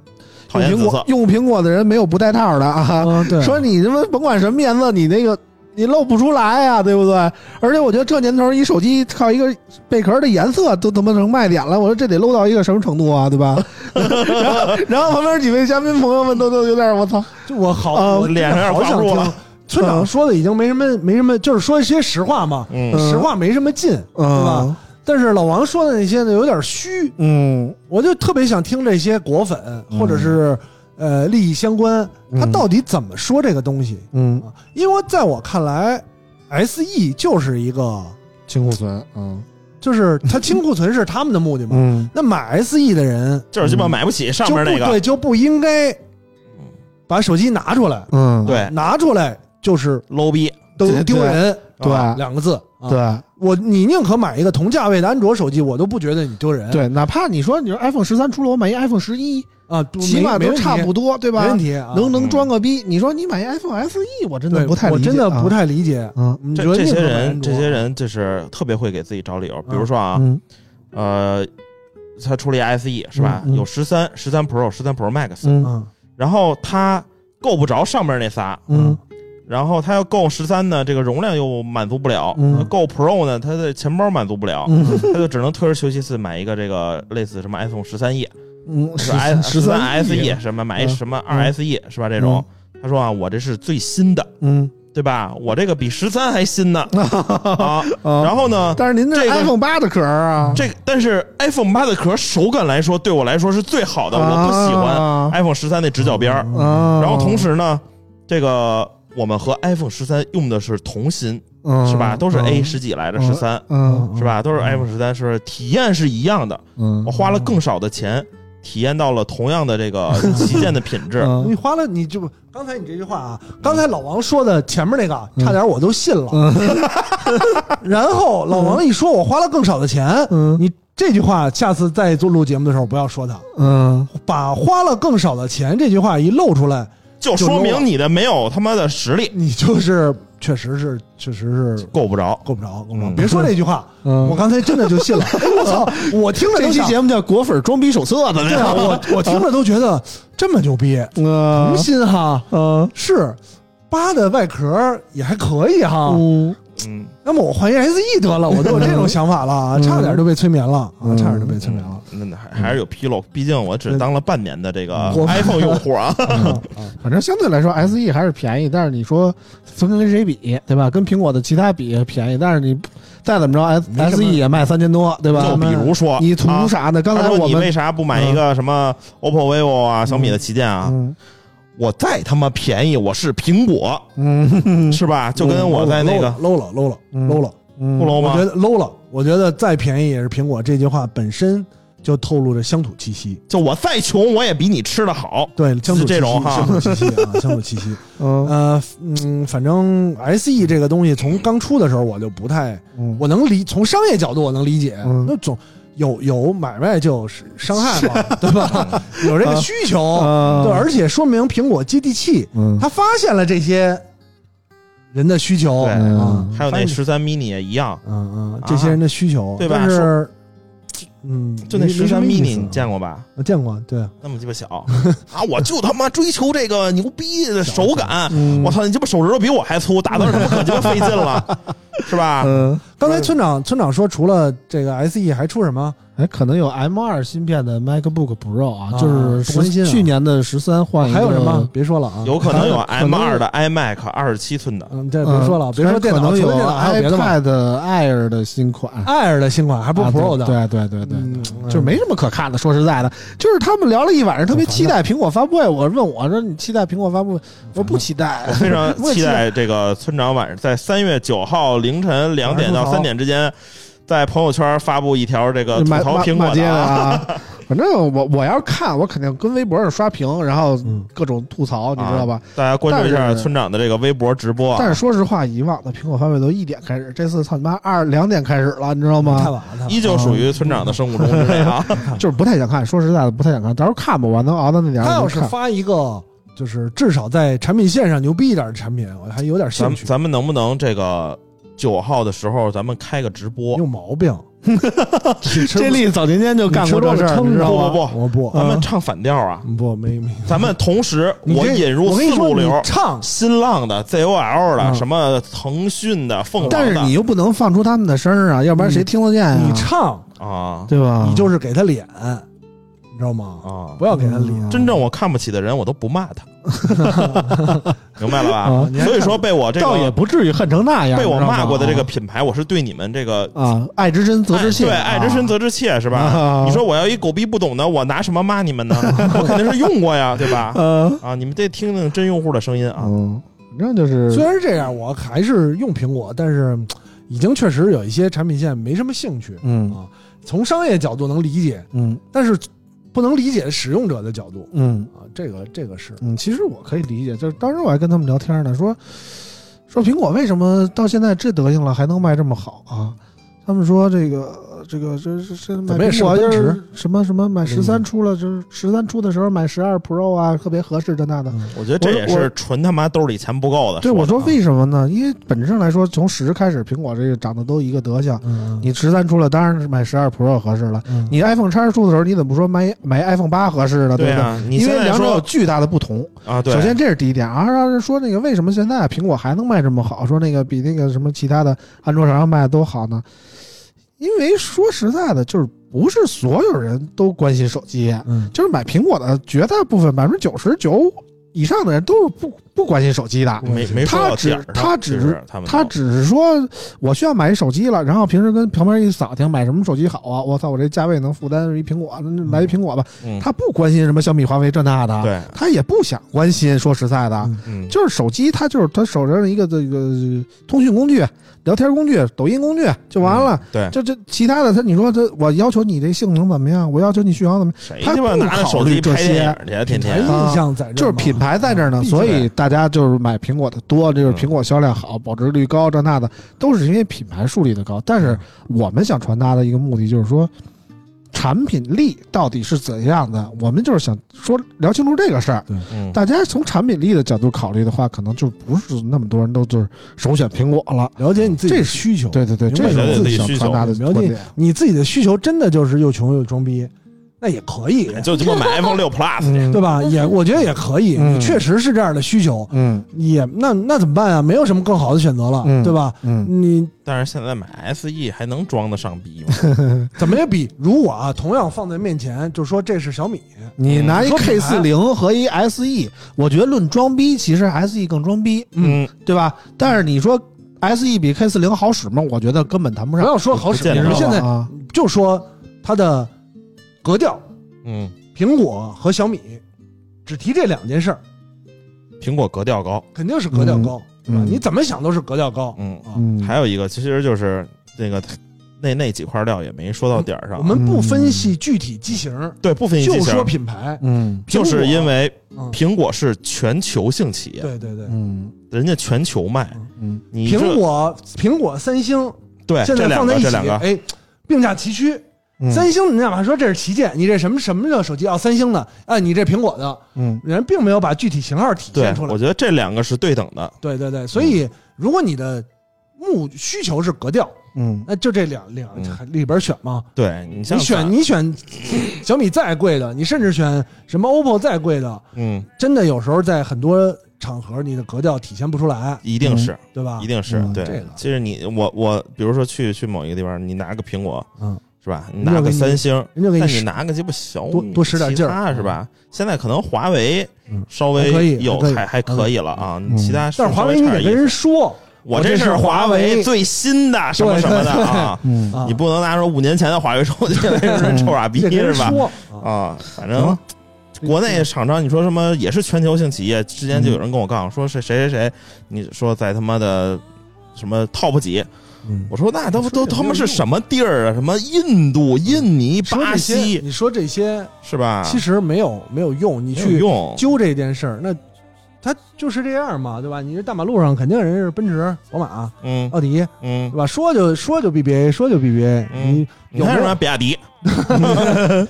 S4: 讨
S3: 用苹
S4: 厌紫
S3: 果
S4: 色。
S3: 用苹果的人没有不带套的啊。
S6: 啊，对
S3: 说你他妈甭管什么颜色，你那个你露不出来呀、对不对？而且我觉得这年头，一手机靠一个贝壳的颜色都他妈成卖点了，我说这得露到一个什么程度啊，对吧？ 然后然后旁边几位嘉宾朋友们都都有点我操，
S6: 就我好，
S3: 啊
S6: 我
S4: 脸上有点
S6: 好想
S4: 挂不住
S6: 听
S4: 了
S6: 村长说的已经没什么，没什么，就是说一些实话嘛，
S4: 嗯
S3: 嗯
S6: 实话没什么劲，对吧
S3: 嗯？
S6: 但是老王说的那些呢，有点虚，
S3: 嗯
S6: 我就特别想听这些果粉或者是呃利益相关，他
S3: 嗯
S6: 到底怎么说这个东西
S3: 嗯，
S6: 啊？因为在我看来，S E 就是一个，
S3: 清库存，嗯
S6: 就是它清库存是他们的目的嘛。
S3: 嗯
S6: 那买 S E 的人
S4: 就是鸡巴买不起上
S6: 就
S4: 面
S6: 不
S4: 那个，
S6: 对，就不应该把手机拿出来，
S3: 嗯，
S4: 对
S6: 拿出来就是
S4: ，low 逼，
S6: 都
S3: 对
S6: 丢人
S3: 对
S6: 啊两个字。啊，
S3: 嗯对
S6: 我你宁可买一个同价位的安卓手机，我都不觉得你丢人。
S3: 对，哪怕你说你说 iPhone 十三出了，我买一 iPhone 十一，
S6: 啊，都
S3: 起
S6: 没
S3: 码
S6: 没
S3: 都
S6: 问题
S3: 差不多，对
S6: 没
S3: 吧
S6: 问？题啊。
S3: 能能
S4: 嗯
S3: 装个逼？你说你买一 iPhone SE，我真
S6: 对
S3: 的不太理
S6: 我
S3: 解，
S6: 真的
S3: 啊
S6: 不太理解。
S3: 嗯
S6: 你
S4: 这
S6: 觉得
S4: 这
S6: 宁
S4: 些
S6: 可买
S4: 人，
S6: 安卓
S4: 这些人就是特别会给自己找理由。比如说啊，
S3: 啊嗯
S4: 呃，他出了一 SE 是吧？
S3: 嗯嗯
S4: 有十三、十三 Pro、十三 Pro Max，
S3: 嗯
S6: 嗯
S4: 然后他够不着上面那仨，
S3: 嗯
S4: 然后他要够十三呢，这个容量又满足不了；
S3: 嗯
S4: 够 Pro 呢，他的钱包满足不了，
S3: 嗯
S4: 他就只能退而求其次买一个这个类似什么 iPhone 十三 E，
S3: 嗯，
S4: 是 i
S3: 十
S4: 十
S3: 三
S4: 三
S3: E，
S4: SE 什么买一
S3: 嗯
S4: 什么二 SE 是吧？这种，他说啊，我这是最新的，
S3: 嗯
S4: 对吧？我这个比十三还新 呢啊。
S3: 啊
S4: 然后呢，
S3: 但是您这
S4: 这个
S3: iPhone 八的壳儿啊，
S4: 这个但是 iPhone 八的壳手感来说，对我来说是最好的，
S3: 啊
S4: 我不喜欢 iPhone 十三那直角边儿。
S3: 啊，
S4: 然后同时呢，这个我们和 iPhone 十三用的是同芯，
S3: 嗯
S4: 是吧？都是 A
S3: 嗯
S4: 十几来着，
S3: 嗯
S4: 十三
S3: 嗯
S4: 是吧？都是 iPhone 十三，是体验是一样的。
S3: 嗯
S4: 我花了更少的钱，体验到了同样的这 个旗舰的品质。
S6: 你
S3: 嗯
S6: 花了，你就刚才你这句话啊，刚才老王说的前面那个啊，
S3: 嗯
S6: 差点 我都信了。然后老王一说，我花了更少的钱，
S3: 嗯
S6: 你这句话下次再做录节目的时候不要说它，
S3: 嗯，
S6: 把花了更少的钱这句话一露出来，
S4: 就说明你的没有他妈的实力，
S6: 你就是确实是确实是
S4: 够不着。
S6: 够不着，够不着。
S4: 嗯
S6: 别说这句话，
S3: 嗯
S6: 我刚才真的 就信了。我操，我听着
S3: 这
S6: 都
S3: 期
S6: 想，
S3: 节目叫《果粉装逼手册》怎么
S6: 对
S3: 样？
S6: 啊，我我听着都觉得这么牛逼，
S3: 嗯
S6: 无心哈，
S3: 嗯
S6: 是八的外壳也还可以哈。
S3: 嗯
S4: 嗯，
S6: 那么我换一 SE 得了，我都有这种想法了啊，
S3: 嗯
S6: 差点就被催眠了啊，
S3: 嗯
S6: 差点就被催眠了。嗯
S4: 那那还还是有纰漏，毕竟我只当了半年的这个
S6: 我
S4: iPhone 用 户啊。
S3: 反正相对来说，SE 还是便宜，但是你说曾经跟谁比，对吧？跟苹果的其他比便宜，但是你再怎么着，S
S6: 没什么
S3: SE 也卖三千多，对吧？
S4: 就比如说，
S3: 你图
S4: 啊
S3: 啥呢？刚
S4: 他
S3: 才
S4: 说
S3: 我
S4: 你为
S3: 们
S4: 啥不买一
S6: 嗯
S4: 个什么 OPPO、vivo 啊、小米的旗舰啊？
S3: 嗯
S4: 我再他妈便宜，我是苹果，
S3: 嗯
S4: 是吧？就跟我在那个
S6: 搂了搂了
S3: 嗯
S6: 搂了，
S3: 嗯
S4: 不 low
S6: 我觉
S4: 吗？
S6: 得搂了，我觉得再便宜也是苹果这句话本身就透露着乡土气息。
S4: 就我再穷，我也比你吃的好。
S6: 对，乡土气息，
S4: 这种哈
S6: 乡土气息啊， 乡土气息。
S3: 嗯
S6: 呃，嗯，反正 SE 这个东西从刚出的时候我就不太，
S3: 嗯
S6: 我能理，从商业角度我能理解，
S3: 嗯
S6: 那总有有买卖就有伤害嘛，对吧？有这个需求，
S3: 啊
S6: 对，而且说明苹果接地气，
S3: 嗯
S6: 他发现了这些人的需求，
S4: 对嗯
S6: 啊，
S4: 还有
S6: 发
S4: 那
S6: 现
S4: 十三 mini 也一样，
S6: 嗯嗯，这些人的需求，
S4: 对吧
S6: 但是，嗯，
S4: 就那
S6: 没
S4: 十三
S6: 没什么
S4: mini
S6: 意思
S4: 你见过吧？
S6: 我见过，对，
S4: 那么鸡巴小啊！我就他妈追求这个牛逼的手感，
S3: 嗯
S4: 我操，你鸡巴手指头比我还粗，打字他妈可鸡巴费劲了，是吧？
S3: 嗯，
S6: 刚才村长村长说，除了这个 SE 还出什么？
S3: 哎，可能有 M 二芯片的 MacBook Pro 啊，
S6: 啊
S3: 就是
S6: 不关
S3: 十
S6: 心啊
S3: 去年的十三换一个
S6: 还有什么？别说了啊，
S4: 有可能有
S3: 嗯可能
S4: M 二的 iMac 二十七寸的，
S6: 嗯，这
S3: 嗯？
S6: 别说了，别说电脑，
S3: 可
S6: 除
S3: 能
S6: 了
S3: 有
S6: 电脑还有别的吗？
S3: iPad Air 的新款，
S6: Air 的新款还不是
S3: 啊
S6: Pro 的，
S3: 对对对对对。
S6: 嗯，
S3: 就是没什么可看的。说实在的，就是他们聊了一晚上，特别期待苹果发布会。我问我说：“你期待苹果发布会？”我说：“不期待。
S4: 我非常
S3: 我也
S4: 期
S3: 期待
S4: 待这个村长晚上在三月九号凌晨两点
S6: 晚
S4: 到
S6: 上吐槽
S4: 三点之间，在朋友圈发布一条这个
S6: 呃
S4: 吐
S3: 马
S4: 槽
S3: 马
S4: 苹
S3: 马
S4: 果
S3: 街
S4: 的
S3: 的
S4: 啊。
S3: 啊，反正我我要是看，我肯定跟微博上刷屏，然后
S6: 嗯
S3: 各种吐槽，你知道吧？
S4: 啊大家关注一
S3: 但
S4: 下
S3: 是
S4: 村长的这个微博直播啊。
S3: 但是说实话，以往的苹果发布会都一点开始，这次操你妈二两点开始了，你知道
S6: 太
S3: 吗？
S6: 晚了，
S4: 依旧属于村长的生物钟之内啊，
S3: 就是不太想看，说实在的不太想看。到时候看吧，我能熬到那点儿
S6: 他要
S3: 我
S6: 是
S3: 就看。
S6: 发一个，就是至少在产品线上牛逼一点的产品，我还有点
S4: 咱
S6: 兴
S4: 们
S6: 趣。
S4: 咱们能不能这个九号的时候咱们开个直播
S6: 你？有毛病，
S3: 这
S6: 力
S3: 力早年间就干过这事儿，你
S6: 撑
S3: 知
S6: 着
S3: 道吗？
S4: 不不
S6: 我不
S4: 咱们唱反调啊！
S6: 嗯不没没，
S4: 咱们同时
S6: 你这
S4: 我引入
S6: 我跟
S4: 四
S6: 你说
S4: 路
S6: 你
S4: 流，
S6: 唱
S4: 新浪的、ZOL 的、
S6: 嗯
S4: 什么腾讯的、凤凰的，
S3: 但是你又不能放出他们的声儿啊，要不然谁听得见呀？
S6: 你唱，
S4: 啊
S3: 对吧？
S6: 你就是给他脸，你知道吗？
S4: 啊
S6: 不，要给他脸
S3: 嗯，
S4: 真正我看不起的人，我都不骂 他，明白了
S3: 啊
S4: 吧？所以说被我这
S3: 倒也
S4: 个
S3: 不至于恨成那样。
S4: 被我
S3: 你知道吗
S4: 骂过的这个品牌，我是对你们这个
S3: 啊，爱之深则之切，
S4: 哎对爱之深则之切是吧？
S3: 啊
S4: 你说我要一狗逼不懂的，我拿什么骂你们呢？我肯定是用过呀，对 吧？
S3: 呃，
S4: 啊，你们得听听真用户的声音啊！
S3: 嗯，反正就是
S6: 虽然是这样，我还是用苹果，但是嗯已经确实有一些产品线没什么兴趣。
S3: 嗯
S6: 从商业角度能理解，
S3: 嗯
S6: 但是不能理解使用者的角度
S3: 嗯
S6: 啊，这个这个是
S3: 嗯，其实我可以理解，就是当时我还跟他们聊天呢，说说苹果为什么到现在这德行了还能卖这么好啊？他们说这个这个这这这买
S6: 怎么也
S3: 苹
S6: 是
S3: 果
S6: 个
S3: 就
S6: 奔驰
S3: 是什么什么买十
S6: 嗯
S3: 三出了，就是十三出的时候买十二 Pro 啊，特别合适这那的。
S4: 我觉得这也
S3: 我
S4: 是纯他妈兜里钱不够的。
S3: 对，
S4: 的
S3: 我说
S4: 啊
S3: 为什么呢？因为本质上来说，从十开始，苹果这个长得都一个德行。
S6: 嗯
S3: 你十三出了，当然是买十二 Pro 合适了。
S6: 嗯
S3: 你 iPhone 叉出的时候，你怎么不说买买 iPhone 八合适呢？不
S4: 对
S3: 对？
S4: 啊，你
S3: 因
S4: 现
S3: 为
S4: 在
S3: 两者有
S4: 说
S3: 巨大的不同。
S4: 啊，对，
S3: 首先，这是第一点啊。然后说那个为什么现在苹果还能卖这么好？说那个比那个什么其他的安卓厂商卖的都好呢？因为说实在的，就是不是所有人都关心手机，
S6: 嗯
S3: 就是买苹果的绝大部分百分之九十九以上的人都是不不关心手机的。
S4: 嗯没没
S3: 嗯他
S4: 说到
S3: 只
S4: 点儿上
S3: 他只
S4: 其实他们
S3: 他
S4: 都
S3: 只是说我需要买一手机了，然后平时跟旁边一扫听买什么手机好啊，我操，我这价位能负担一苹果，那来一苹果吧。
S4: 嗯
S3: 他不关心什么小米、华为这那的，
S4: 对，
S3: 他也不想关心。说实在的
S6: 嗯，
S4: 嗯，
S3: 啊就是手机，他就是他手上的一个这个通讯工具、聊天工具、抖音工具就完了。
S4: 对，
S3: 这这其他的，他你说这我要求你这性能怎么样？我要求你续航怎么样？
S4: 谁
S3: 他
S4: 鸡巴
S3: 不
S4: 拿着
S3: 考
S4: 手
S3: 虑
S4: 机
S3: 这
S4: 拍电
S3: 些
S4: 影去啊，天
S6: 品牌
S4: 天
S6: 印象在这儿
S3: 就是
S6: 嘛，
S3: 品牌在这儿呢，
S6: 毕竟
S3: 所以大家就是买苹果的多，就是
S4: 嗯
S3: 苹果销量好，保值率高，这那的都是因为品牌树立的高。但是我们想传达的一个目的就是说，
S6: 产品力到底是怎样的，我们就是想说聊清楚这个事儿。
S4: 嗯
S6: 大家从产品力的角度考虑的话，可能就不是那么多人都就是首选苹果了。
S3: 了解你自
S6: 己的
S3: 需求
S6: 对对对，
S4: 明
S6: 这
S4: 白
S6: 是
S4: 了
S6: 我自己
S4: 自己
S6: 想
S4: 需
S6: 传
S4: 求
S6: 达的
S3: 了
S6: 观
S3: 解
S6: 点。你自己的需求真的就是又穷又装逼，那也可以，
S4: 就就给我买 iPhone 六 Plus 去。
S6: 对吧？也我觉得也可以，
S3: 嗯
S6: 你确实是这样的需求，
S3: 嗯
S6: 也那那怎么办啊？没有什么更好的选择了，
S3: 嗯
S6: 对吧？
S3: 嗯
S6: 你
S4: 但是现在买 SE 还能装得上逼吗？
S6: 怎么也比如果啊，同样放在面前，就说这是小米，
S3: 你拿一
S6: 说
S3: K
S6: 品
S3: 四
S6: 牌
S3: 零和一
S6: E，
S3: SE，我觉得论装逼，其实 SE 更装逼，
S4: 嗯，
S3: 对吧？但是你说 SE 比 K 四零好使吗？我觉得根本谈不
S6: 不
S3: 上。
S6: 要说好
S4: 不
S6: 使，
S4: 见
S6: 你
S4: 得
S6: 说
S4: 吧
S6: 现在
S3: 啊，
S6: 就说它的格调，
S4: 嗯，
S6: 苹果和小米只提这两件事儿，
S4: 苹果格调高。
S6: 肯定是格调高，对吧？
S3: 嗯
S6: 你怎么想都是格调高。
S4: 嗯，
S6: 啊
S3: 嗯，
S4: 还有一个其实就是那个那那几块料也没说到点儿上。
S6: 我们不分析具体机型，
S4: 对不嗯分析
S6: 就
S4: 机型
S6: 说，品牌。
S3: 嗯
S4: 就是因为
S6: 嗯，
S4: 苹果是全球性企业，
S6: 对对对，
S3: 嗯
S4: 人家全球卖。
S3: 嗯
S4: 你这
S6: 苹果、苹果、三星
S4: 对
S6: 现
S4: 这
S6: 在
S4: 两
S6: 放在
S4: 个
S6: 一
S4: 这
S6: 起，
S4: 两个，
S6: 哎，并驾齐驱。
S3: 嗯
S6: 三星，你哪怕说这是旗舰，你这什么什么的手机啊，三星的，啊，你这苹果的，
S3: 嗯
S6: 人并没有把具体型号体
S4: 对
S6: 现出，来
S4: 我。觉得这两个是对等的。
S6: 对对对，所以如果你的目需求是格调，
S3: 嗯
S6: 那就这两两
S4: 嗯
S6: 里边选嘛。
S4: 对你像
S6: 你选
S4: 咱
S6: 你选小米再贵的，你甚至选什么 OPPO 再贵的，
S4: 嗯，
S6: 真的有时候在很多场合你的格调体现不出来，
S4: 一定是
S6: 对吧？
S4: 一定是
S3: 嗯
S4: 对
S6: 啊这个。
S4: 其实你我我比如说去去某一个地方，你拿个苹果，
S6: 嗯，
S4: 是吧？你
S6: 人家
S4: 拿
S6: 给
S4: 个
S6: 你
S4: 三星，
S6: 人家给
S4: 但
S6: 你
S4: 你
S6: 使
S4: 拿个鸡巴小米
S6: 多多使点劲儿
S4: 其他是吧？现在可能华为
S6: 嗯
S4: 稍
S6: 还可
S4: 微
S6: 以还
S4: 有
S6: 可以
S4: 还还可以了啊
S3: 嗯，
S4: 其他
S6: 但是华为
S4: 稍
S6: 你
S4: 微差
S6: 得跟
S4: 点意
S6: 人
S4: 思
S6: 说
S4: 我
S6: 我这
S4: 这
S6: 是
S4: 是
S6: 华
S4: 华
S6: 为
S4: 为最新的什么
S6: 对
S4: 什么的
S6: 对
S4: 啊，
S3: 嗯
S6: 啊，
S4: 你不能拿出五年前的华为手机 来说臭傻逼
S6: 你得跟
S4: 是
S6: 人
S4: 吧？
S6: 说啊，
S4: 啊，反
S3: 行
S4: 正
S3: 了
S4: 国内厂商，你说什么也是全球性企业，之前就有人跟我杠说是谁谁谁，你说在他妈的什么 top 几，
S6: 嗯
S4: 我说那都
S6: 说
S4: 都
S6: 这
S4: 他
S6: 没
S4: 妈
S6: 有
S4: 是
S6: 用
S4: 什么地儿啊？什么印度、印尼、
S6: 说
S4: 巴
S6: 这些
S4: 西
S6: 你说这些
S4: 是吧？
S6: 其实没有没有用，你
S4: 没
S6: 去
S4: 有用，
S6: 揪这件事儿，那他就是这样嘛，对吧？你这大马路上肯定人是奔驰、宝马、
S4: 嗯
S6: 奥迪，
S4: 嗯
S6: 对，吧？说就说就 BBA，说就 BBA，、
S4: 嗯
S6: 你
S4: 你看
S6: 有没
S4: 什
S6: 有
S4: 么比亚迪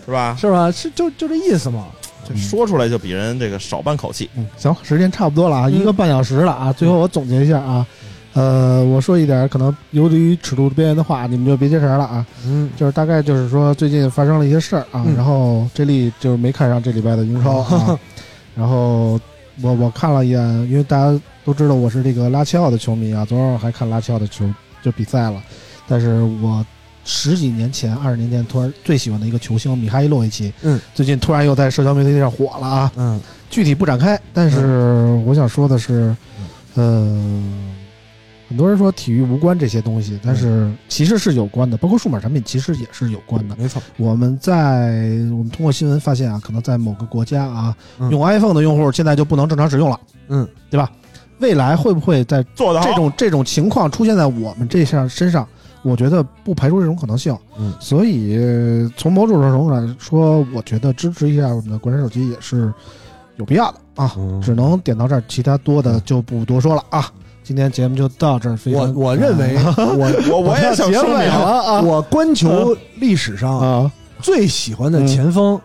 S4: 是吧？
S6: 是吧？是就就这意思嘛。
S4: 这说出来就比人这个少半口气。
S3: 嗯，行，时间差不多了啊，一个半小时了啊。最后我总结一下啊，呃，我说一点可能游离于尺度边缘的话，你们就别接茬了啊。
S6: 嗯，
S3: 就是大概就是说最近发生了一些事儿啊，
S6: 嗯
S3: 然后这里就是没看上这礼拜的英超啊， 然后我我看了一眼，因为大家都知道我是这个拉齐奥的球迷啊，昨晚我还看拉齐奥的球就比赛了，但是我十几年前、二十年前突然最喜欢的一个球星米哈伊洛维奇，
S6: 嗯，
S3: 最近突然又在社交媒体上火了啊，
S6: 嗯，
S3: 具体不展开，但是我想说的是，
S6: 嗯
S3: 呃，很多人说体育无关这些东西，但是
S6: 嗯
S3: 其实是有关的，包括数码产品其实也是有关的。
S6: 没错，
S3: 我们在我们通过新闻发现啊，可能在某个国家啊，
S6: 嗯
S3: 用 iPhone 的用户现在就不能正常使用了，
S6: 嗯，
S3: 对吧？未来会不会在
S4: 做
S6: 哦
S4: 得
S3: 这
S4: 好，
S3: 种这种情况出现在我们这项身上，我觉得不排除这种可能性。
S6: 嗯
S3: 所以呃从某种程度上来说，我觉得支持一下我们的国产手机也是有必要的啊。
S6: 嗯
S3: 只能点到这儿，其他多的就不多说了啊。今天节目就到这儿，非
S6: 我
S3: 常啊
S6: 我认为 我
S4: 我我也
S3: 要
S4: 想
S3: 结
S4: 说
S3: 尾
S4: 明，
S3: 了啊
S6: 我观球历史上
S3: 啊嗯
S6: 最喜欢的前锋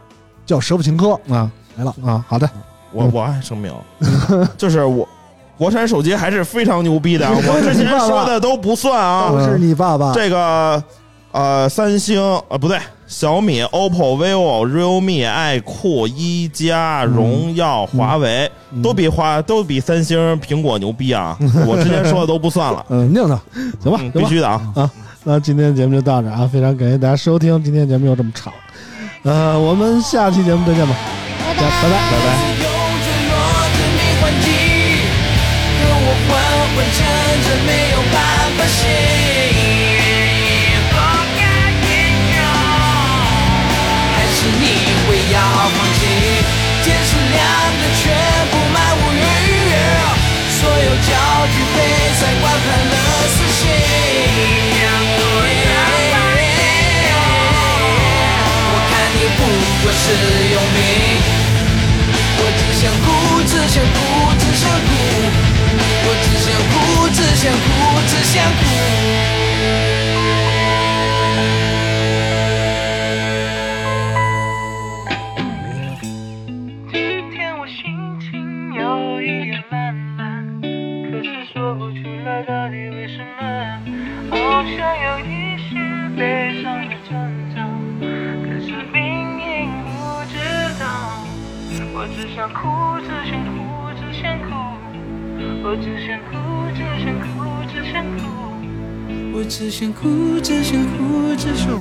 S6: 叫舍甫琴科，
S3: 啊
S6: 来了嗯
S3: 啊！好的，
S4: 我我还声明， 就是我国产手机还是非常 牛逼的，我之前说的都不算啊。
S3: 嗯
S6: 都是你爸爸。
S4: 这个呃，三星呃不对，小米、OPPO、vivo、realme、爱酷、一加、荣耀、华为
S3: 嗯
S4: 都比华都比三星、苹果牛 逼啊！我之前说的都不算了，
S6: 肯定的，
S3: 行吧
S4: 嗯，
S3: 行
S4: 必
S3: 吧。
S4: 须的啊！
S3: 那今天节目就到这儿啊，非常感谢大家收听，今天节目又这么长，呃，我们下期节目再见吧，拜拜拜拜。
S4: 拜拜。
S9: 是有着诺的迷幻剂，可我昏昏沉沉，没有办法醒。不该停留，还是你会要放弃？天是亮的，却布满乌云，所有焦距被才灌满了死心。我看你不过是佣兵。我只想哭，只想哭，只想哭。我只想哭，只想哭，只想哭。
S10: 说不出来到底为什么，好像有一些悲伤的征兆，可是明明不知道，我只想哭，只想哭，只想哭，我只想哭，只想哭，只想哭，我只想哭，只想哭，只想。